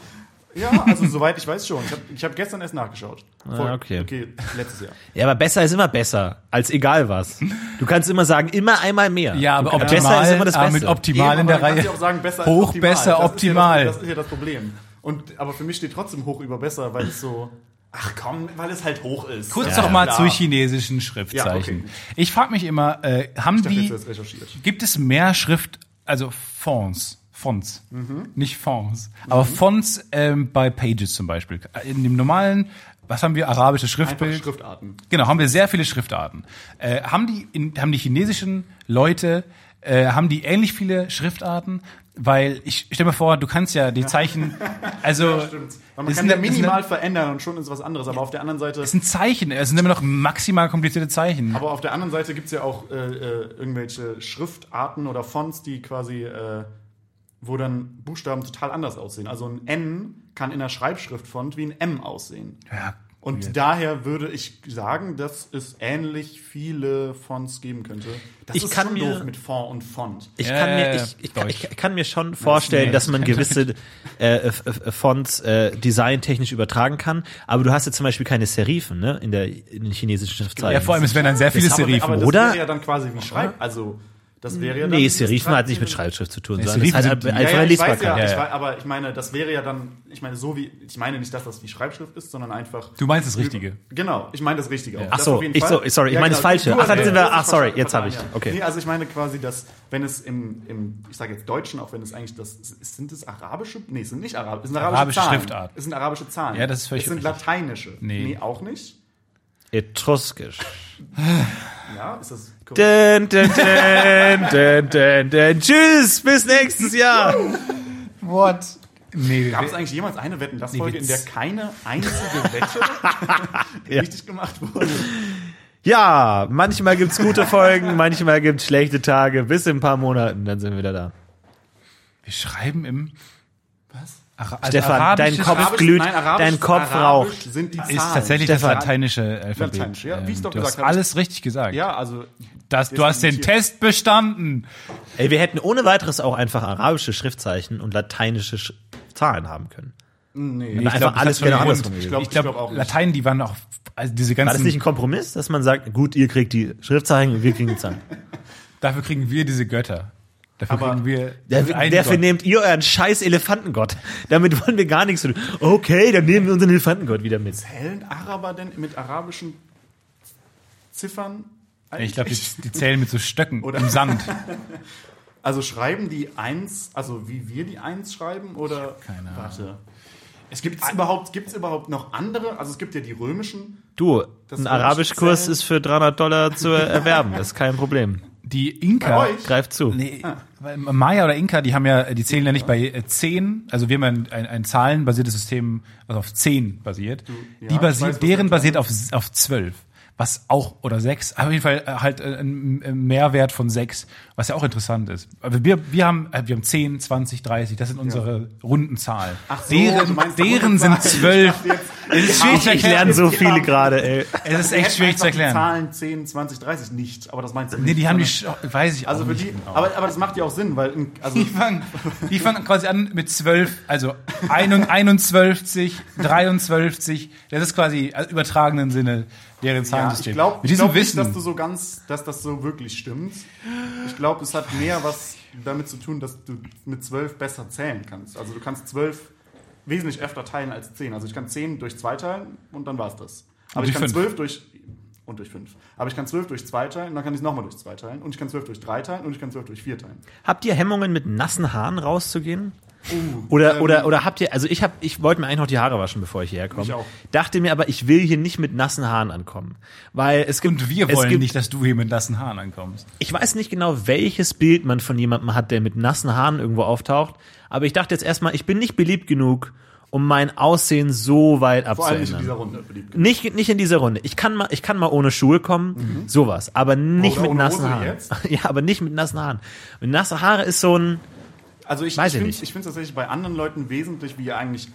Speaker 2: Ja, also soweit ich weiß schon. Ich habe ich hab gestern erst nachgeschaut.
Speaker 3: Ah,
Speaker 2: Vor-
Speaker 1: okay.
Speaker 2: Okay, letztes Jahr.
Speaker 1: Ja, aber besser ist immer besser, als egal was. Du kannst immer sagen, immer einmal mehr.
Speaker 3: Ja, aber
Speaker 1: du,
Speaker 3: optimal,
Speaker 1: besser ist immer das
Speaker 3: ah,
Speaker 1: Beste.
Speaker 3: mit optimal
Speaker 2: Eben,
Speaker 3: in der
Speaker 2: aber dann kannst
Speaker 3: Reihe.
Speaker 2: du auch sagen, besser als
Speaker 3: Hoch,
Speaker 2: optimal.
Speaker 3: besser,
Speaker 2: Das ist ja
Speaker 3: optimal.
Speaker 2: Das, das ist ja das Problem. Und, aber für mich steht trotzdem hoch über besser, weil es so, ach komm, weil es halt hoch ist.
Speaker 3: Kurz
Speaker 2: Ja,
Speaker 3: noch mal
Speaker 2: klar.
Speaker 3: zu chinesischen Schriftzeichen.
Speaker 2: Ja, okay.
Speaker 3: Ich frage mich immer, äh, haben
Speaker 2: Ich dachte,
Speaker 3: die,
Speaker 2: jetzt hast du recherchiert.
Speaker 3: gibt es mehr Schrift, also Fonts, Fonts,
Speaker 2: Mhm.
Speaker 3: nicht Fonts, aber Fonts ähm, bei Pages zum Beispiel. In dem normalen, was haben wir, arabisches
Speaker 2: Einfach
Speaker 3: Schriftbild?
Speaker 2: Schriftarten.
Speaker 3: Genau, haben wir sehr viele Schriftarten. Äh, haben, die in, haben die chinesischen Leute, äh, haben die ähnlich viele Schriftarten? Weil ich stell mir vor, du kannst ja die Zeichen,
Speaker 2: [laughs]
Speaker 3: also
Speaker 2: Weil man
Speaker 3: das
Speaker 1: ne-
Speaker 2: kann
Speaker 3: sind-
Speaker 2: ja
Speaker 3: das sind-
Speaker 2: minimal verändern und schon ist was anderes. Aber auf der anderen Seite,
Speaker 3: Das sind Zeichen, es sind immer noch maximal komplizierte Zeichen.
Speaker 2: aber auf der anderen Seite gibt's ja auch äh, äh, irgendwelche Schriftarten oder Fonts, die quasi, äh, wo dann Buchstaben total anders aussehen. Also ein N kann in der Schreibschriftfont wie ein M aussehen.
Speaker 3: Ja,
Speaker 2: Und daher würde ich sagen, dass es ähnlich viele Fonts geben könnte. Das
Speaker 1: Ich
Speaker 2: ist
Speaker 1: kann
Speaker 2: schon
Speaker 1: mir-
Speaker 2: doof mit Font und Font.
Speaker 1: Ich
Speaker 3: Ja,
Speaker 1: kann
Speaker 3: ja,
Speaker 1: mir,
Speaker 3: ja,
Speaker 1: ich, ich, kann-
Speaker 3: Deutsch.
Speaker 1: ich kann mir schon vorstellen,
Speaker 3: nee,
Speaker 1: dass man
Speaker 3: kein
Speaker 1: gewisse äh, F- F- Fonts äh, designtechnisch übertragen kann, aber du hast ja zum Beispiel keine Serifen ne, in der in den chinesischen Schriftzeichen.
Speaker 3: Ja, vor allem, es wären dann sehr viele
Speaker 2: aber,
Speaker 1: [laughs]
Speaker 3: Serifen.
Speaker 2: aber das
Speaker 1: oder?
Speaker 2: wäre ja dann quasi wie Schreib. Also, das wäre ja dann.
Speaker 1: nee, Serifen hat nicht mit
Speaker 2: Schreib.
Speaker 1: Schreibschrift zu tun,
Speaker 3: Nee,
Speaker 1: sondern es
Speaker 3: Serifen
Speaker 1: hat
Speaker 3: sind die-
Speaker 1: einfach
Speaker 2: ja, ja, ich weiß
Speaker 1: Lesbarkeit.
Speaker 2: ja,
Speaker 3: Ja,
Speaker 2: ich
Speaker 3: ja.
Speaker 2: weiß, aber ich meine, das wäre ja dann, ich meine, so wie, ich meine nicht, dass das die Schreibschrift ist, sondern einfach.
Speaker 3: Du meinst das Richtige.
Speaker 2: Genau, ich meine das Richtige. auch.
Speaker 1: Ach
Speaker 2: Das
Speaker 1: so,
Speaker 2: auf jeden
Speaker 1: ich
Speaker 2: Fall. genau.
Speaker 1: so- ich- sorry, ich meine das Falsche.
Speaker 2: Du
Speaker 1: Ach,
Speaker 2: hast
Speaker 1: dann
Speaker 2: recht.
Speaker 1: sind wir-
Speaker 2: Das ist
Speaker 1: ach, sorry,
Speaker 2: verstanden,
Speaker 1: jetzt habe ich-
Speaker 2: verstanden,
Speaker 1: okay.
Speaker 2: Nee, also ich meine quasi, dass, wenn es im, im ich sage jetzt Deutschen, auch wenn es eigentlich das, sind es arabische? Nee, es sind nicht arabisch, es sind arabische,
Speaker 3: Arabische
Speaker 2: Zahlen.
Speaker 3: Schriftart.
Speaker 2: Es sind arabische Zahlen.
Speaker 3: Ja, das ist völlig
Speaker 2: Es sind
Speaker 3: richtig.
Speaker 2: lateinische.
Speaker 3: Nee.
Speaker 2: nee auch nicht.
Speaker 1: Etruskisch.
Speaker 2: Ja, ist das
Speaker 1: Dun,
Speaker 2: korrekt?
Speaker 1: dun, dun, dun, dun, dun. Tschüss, bis nächstes Jahr.
Speaker 3: What? Nee,
Speaker 2: Gab es eigentlich jemals eine Wetten, das Folge, in
Speaker 3: Witz.
Speaker 2: der keine einzige
Speaker 1: [laughs]
Speaker 2: Wette richtig gemacht wurde?
Speaker 1: Ja, manchmal gibt's gute Folgen, [laughs] manchmal gibt's schlechte Tage. Bis in ein paar Monaten, dann sind wir wieder da.
Speaker 3: wir schreiben im.
Speaker 2: Was?
Speaker 3: Ara also
Speaker 1: Stefan,
Speaker 3: arabisches-
Speaker 1: dein Kopf
Speaker 2: Arabisch-
Speaker 1: glüht,
Speaker 2: nein, Arabisch-
Speaker 1: dein Kopf
Speaker 2: Arabisch
Speaker 1: raucht.
Speaker 2: Sind die Zahlen.
Speaker 3: ist tatsächlich
Speaker 1: Stefan.
Speaker 3: das lateinische Alphabet. Ähm,
Speaker 2: Lateinisch, ja, wie ich's doch
Speaker 3: du
Speaker 2: gesagt
Speaker 3: hast
Speaker 2: habe.
Speaker 3: alles richtig gesagt.
Speaker 2: Ja, also
Speaker 3: Das, du hast den
Speaker 2: Definitiv.
Speaker 3: Test bestanden.
Speaker 1: Ey, wir hätten ohne weiteres auch einfach arabische Schriftzeichen und lateinische Sch Zahlen haben können.
Speaker 2: nee,
Speaker 1: Einfach
Speaker 3: glaub, das
Speaker 1: alles
Speaker 3: hat schon
Speaker 1: genau
Speaker 3: einen
Speaker 1: andersrum
Speaker 3: Grund.
Speaker 1: gewesen.
Speaker 2: glaub-
Speaker 3: Ich glaube,
Speaker 2: glaub auch nicht.
Speaker 3: Latein, die waren auch, also diese
Speaker 1: War das
Speaker 3: ganzen,
Speaker 1: nicht ein Kompromiss, dass man sagt, gut, ihr kriegt die Schriftzeichen und wir kriegen die Zahlen?
Speaker 3: dafür kriegen wir diese Götter. Dafür
Speaker 2: Aber
Speaker 3: kriegen wir
Speaker 1: Der,
Speaker 3: einen
Speaker 1: dafür
Speaker 3: Gott.
Speaker 1: nehmt ihr euren scheiß Elefantengott. [laughs] Damit wollen wir gar nichts zu tun. Okay, dann nehmen wir unseren Elefantengott wieder mit.
Speaker 2: Hellen Araber denn mit arabischen Ziffern?
Speaker 3: Ich glaube,
Speaker 2: eigentlich?
Speaker 3: die, die zählen mit so Stöcken
Speaker 2: Oder-
Speaker 3: im Sand.
Speaker 2: also schreiben die eins, also wie wir die eins schreiben oder
Speaker 3: keine Ahnung.
Speaker 2: Warte. Es gibt überhaupt gibt's überhaupt noch andere? Also es gibt ja die römischen.
Speaker 1: Du,
Speaker 2: Das
Speaker 1: ein
Speaker 2: würde ich
Speaker 1: Arabischkurs
Speaker 2: zählen.
Speaker 1: ist für 300 Dollar zu erwerben. Das ist kein Problem.
Speaker 3: Die Inka.
Speaker 2: Bei euch?
Speaker 1: Greif zu.
Speaker 3: Nee,
Speaker 2: Ah.
Speaker 3: weil Maya oder Inka, die haben ja, die zählen ja nicht bei äh, 10, also wir haben ja ein, ein, ein zahlenbasiertes System, was auf 10 basiert.
Speaker 2: ja,
Speaker 3: die
Speaker 2: ich weiß, was
Speaker 3: basiert, deren
Speaker 2: das
Speaker 3: basiert auf, s- auf 12. Was auch, oder 6, auf jeden Fall äh, halt äh, ein ein Mehrwert von 6, was ja auch interessant ist. Aber wir, wir haben, äh, wir haben 10, 20, 30, das sind unsere runden Zahlen. Ach
Speaker 2: so, du
Speaker 3: deren
Speaker 2: meinst
Speaker 3: deren
Speaker 2: runde
Speaker 3: sind
Speaker 2: Zahlen.
Speaker 3: 12.
Speaker 2: Ich dachte jetzt,
Speaker 3: Es ist schwierig zu
Speaker 1: Ich lerne
Speaker 3: erklären.
Speaker 1: so viele gerade, ey.
Speaker 3: Es ist echt schwierig zu
Speaker 2: Die
Speaker 3: erklären.
Speaker 2: Zahlen 10, 20, 30 nicht, aber das meinst du nicht.
Speaker 3: Nee, die haben die,
Speaker 2: sondern-
Speaker 3: Sch- weiß ich
Speaker 2: also
Speaker 3: auch
Speaker 2: für
Speaker 3: nicht
Speaker 2: die,
Speaker 3: genau.
Speaker 2: aber, aber das macht ja auch Sinn, weil in-
Speaker 3: [laughs]
Speaker 2: also
Speaker 3: Die fangen, die fangen quasi an mit 12, also 21, 53. Das ist quasi im übertragenen Sinne deren
Speaker 2: Ja,
Speaker 3: Zahlensystem.
Speaker 2: ich glaube
Speaker 3: mit diesem
Speaker 2: glaub nicht,
Speaker 3: Wissen.
Speaker 2: dass du so ganz, dass das so wirklich stimmt. Ich glaube, es hat mehr was damit zu tun, dass du mit zwölf besser zählen kannst. Also du kannst zwölf wesentlich öfter teilen als zehn. Also ich kann zehn durch zwei teilen und dann war's das. Aber
Speaker 3: Und
Speaker 2: ich
Speaker 3: durch
Speaker 2: kann
Speaker 3: fünf.
Speaker 2: zwölf durch und durch fünf. Aber ich kann zwölf durch zwei teilen und dann kann ich es nochmal durch zwei teilen und ich kann zwölf durch drei teilen und ich kann zwölf durch vier teilen.
Speaker 1: Habt ihr Hemmungen, mit nassen Haaren rauszugehen? oder, oder, oder habt ihr, also ich hab, ich wollte mir eigentlich noch die Haare waschen, bevor ich hierher komme.
Speaker 2: Ich auch.
Speaker 1: Dachte mir aber, ich will hier nicht mit nassen Haaren ankommen. Weil es gibt.
Speaker 3: und wir
Speaker 1: es
Speaker 3: wollen
Speaker 1: gibt,
Speaker 3: nicht, dass du hier mit nassen Haaren ankommst.
Speaker 1: Ich weiß nicht genau, welches Bild man von jemandem hat, der mit nassen Haaren irgendwo auftaucht. Aber ich dachte jetzt erstmal, ich bin nicht beliebt genug, um mein Aussehen so weit
Speaker 2: Vor allem nicht in
Speaker 1: abzuändern.
Speaker 2: dieser Runde. beliebt.
Speaker 1: Nicht, nicht in dieser Runde. Ich kann mal, ich kann mal ohne Schuhe kommen, sowas. Aber nicht
Speaker 2: Mhm. Oder
Speaker 1: mit
Speaker 2: ohne
Speaker 1: nassen
Speaker 2: Hose
Speaker 1: Haaren.
Speaker 2: jetzt?
Speaker 1: [laughs] Ja, aber nicht mit nassen Haaren. Mit nassen Haare ist so ein,
Speaker 2: Also ich,
Speaker 1: Weiß
Speaker 2: ich
Speaker 1: ich
Speaker 2: finde
Speaker 1: nicht.
Speaker 2: es tatsächlich bei anderen Leuten wesentlich, wie eigentlich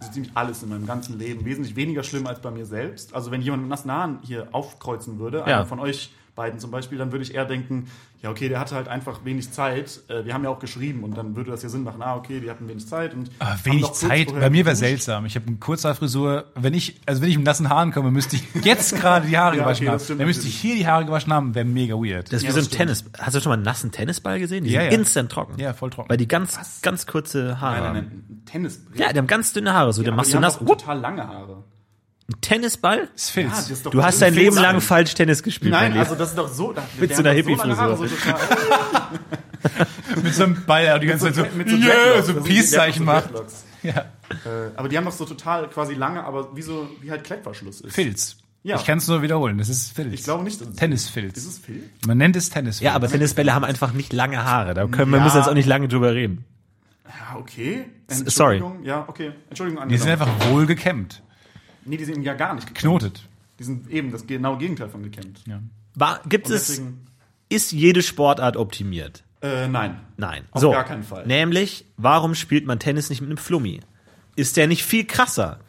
Speaker 2: so ziemlich alles in meinem ganzen Leben, wesentlich weniger schlimm als bei mir selbst. Also wenn jemand mit nassen Haaren hier aufkreuzen würde, einer von euch beiden zum Beispiel, dann würde ich eher denken, ja okay, der hatte halt einfach wenig Zeit. Äh, Wir haben ja auch geschrieben und dann würde das ja Sinn machen, ah okay, die hatten wenig Zeit und
Speaker 3: Ah,
Speaker 2: haben noch
Speaker 3: wenig
Speaker 2: kurz
Speaker 3: Zeit.
Speaker 2: vorher
Speaker 3: Bei mir wäre
Speaker 2: geduscht.
Speaker 3: seltsam. Ich habe eine Kurzhaarfrisur. Wenn ich, also wenn ich mit nassen Haaren komme, müsste ich jetzt gerade die Haare
Speaker 2: [laughs] Ja,
Speaker 3: gewaschen
Speaker 2: okay, das
Speaker 3: haben.
Speaker 2: stimmt
Speaker 3: Dann müsste ich
Speaker 2: natürlich.
Speaker 3: hier die Haare gewaschen haben. Wäre mega weird.
Speaker 1: Das ist
Speaker 2: Ja,
Speaker 1: wie so
Speaker 2: das
Speaker 1: ein Tennis. Hast du schon mal einen nassen Tennisball gesehen? Die
Speaker 3: Ja,
Speaker 1: sind
Speaker 3: ja.
Speaker 1: instant trocken.
Speaker 3: Ja, voll trocken.
Speaker 1: Weil die ganz, ganz kurze Haare
Speaker 2: Nein, nein,
Speaker 1: haben.
Speaker 2: nein, Tennis.
Speaker 1: Ja, die haben ganz dünne Haare. So, dann machst du nass. Wupp,
Speaker 2: total lange Haare.
Speaker 1: ein Tennisball?
Speaker 3: Das ist
Speaker 2: Ja,
Speaker 3: Filz.
Speaker 2: das ist doch-
Speaker 1: Du hast dein
Speaker 2: das ist
Speaker 1: Leben
Speaker 2: Filz.
Speaker 1: lang falsch Tennis gespielt. mein
Speaker 2: Nein,
Speaker 1: Lieber.
Speaker 2: also das ist doch so. da-
Speaker 1: Mit
Speaker 2: wir
Speaker 1: so einer
Speaker 2: haben doch lange Haare,
Speaker 1: Hippie-Frisur.
Speaker 2: so total-
Speaker 1: [laughs]
Speaker 3: mit so einem Ball, der die ganze Zeit
Speaker 1: [laughs]
Speaker 3: so,
Speaker 2: mit so
Speaker 3: yeah,
Speaker 2: Dreadlocks.
Speaker 3: so
Speaker 2: Das sind die
Speaker 3: Peace-Zeichen
Speaker 2: Dreadlocks,
Speaker 3: macht.
Speaker 2: so Dreadlocks.
Speaker 3: Ja.
Speaker 2: Äh, aber die haben doch so total quasi lange, aber wie so, wie halt Klettverschluss ist.
Speaker 3: Filz.
Speaker 2: Ja.
Speaker 3: Ich kann es nur wiederholen. Das ist Filz.
Speaker 2: Ich glaube nicht, dass es
Speaker 3: Tennisfilz.
Speaker 2: Ist es Filz?
Speaker 3: Man nennt es Tennisfilz.
Speaker 1: ja, aber Tennisbälle haben einfach nicht lange Haare. Da können, wir müssen jetzt auch nicht lange drüber reden.
Speaker 2: Ja, okay.
Speaker 1: sorry.
Speaker 2: Entschuldigung, Ja, okay. Entschuldigung,
Speaker 3: Die sind
Speaker 2: angenommen.
Speaker 3: einfach wohl gekämmt.
Speaker 2: Nee, die sind ja gar nicht gekämmt.
Speaker 3: Knotet.
Speaker 2: Die sind eben das genaue Gegenteil von gekämmt. Und
Speaker 1: War, gibt es,
Speaker 2: deswegen,
Speaker 1: ist jede Sportart optimiert?
Speaker 2: äh, nein.
Speaker 1: Nein.
Speaker 2: Auf gar keinen Fall.
Speaker 1: Nämlich, warum spielt man Tennis nicht mit einem Flummi? Ist der nicht viel krasser?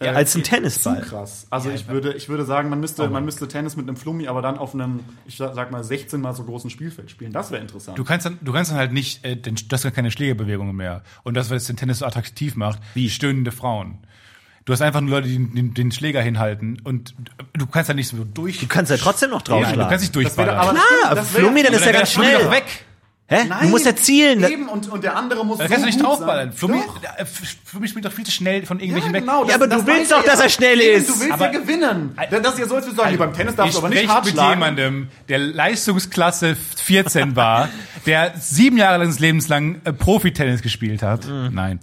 Speaker 2: Ja,
Speaker 1: als ein
Speaker 2: zu
Speaker 1: Tennisball.
Speaker 2: krass. Also ich würde, ich würde sagen, man
Speaker 3: Oh
Speaker 2: müsste, man müsste Tennis mit einem Flummi, aber dann auf einem, ich sag mal, 16 mal so großen Spielfeld spielen. Das wäre interessant.
Speaker 3: Du kannst dann, du kannst dann halt nicht, äh, den, das sind keine Schlägerbewegungen mehr. Und das, was den Tennis so attraktiv macht, wie stöhnende Frauen. Du hast einfach nur Leute, die den, den Schläger hinhalten und du kannst halt nicht so durch.
Speaker 1: Du kannst ja trotzdem noch
Speaker 3: Nein,
Speaker 1: draufschlagen.
Speaker 3: du kannst nicht durchballern.
Speaker 2: aber-
Speaker 1: Klar,
Speaker 2: Stimmt,
Speaker 1: aber
Speaker 2: das wär-
Speaker 1: Flummi, dann
Speaker 2: aber
Speaker 1: ist ja
Speaker 3: dann
Speaker 1: ganz
Speaker 3: wär der
Speaker 1: schnell.
Speaker 3: Flummi doch weg.
Speaker 1: Hä? du musst ja zielen. Da-
Speaker 2: Eben, und, und der andere muss.
Speaker 3: Da kannst du nicht draufballern. Flummi,
Speaker 2: Flummi?
Speaker 3: äh, Flummi spielt doch viel zu schnell von irgendwelchen
Speaker 2: genau,
Speaker 3: weg.
Speaker 1: Ja, aber du willst doch, dass er schnell ist.
Speaker 2: Du willst
Speaker 3: Aber-
Speaker 2: ja gewinnen. Denn das hier sollst du sagen, nee, beim Tennis darfst
Speaker 3: ich
Speaker 2: du aber nicht
Speaker 3: spreche
Speaker 2: hart
Speaker 3: mit
Speaker 2: schlagen.
Speaker 3: jemandem, der Leistungsklasse 14
Speaker 2: [laughs]
Speaker 3: war, der sieben Jahre seines Lebens lang äh, Profi-Tennis gespielt hat.
Speaker 2: Mhm.
Speaker 3: Nein.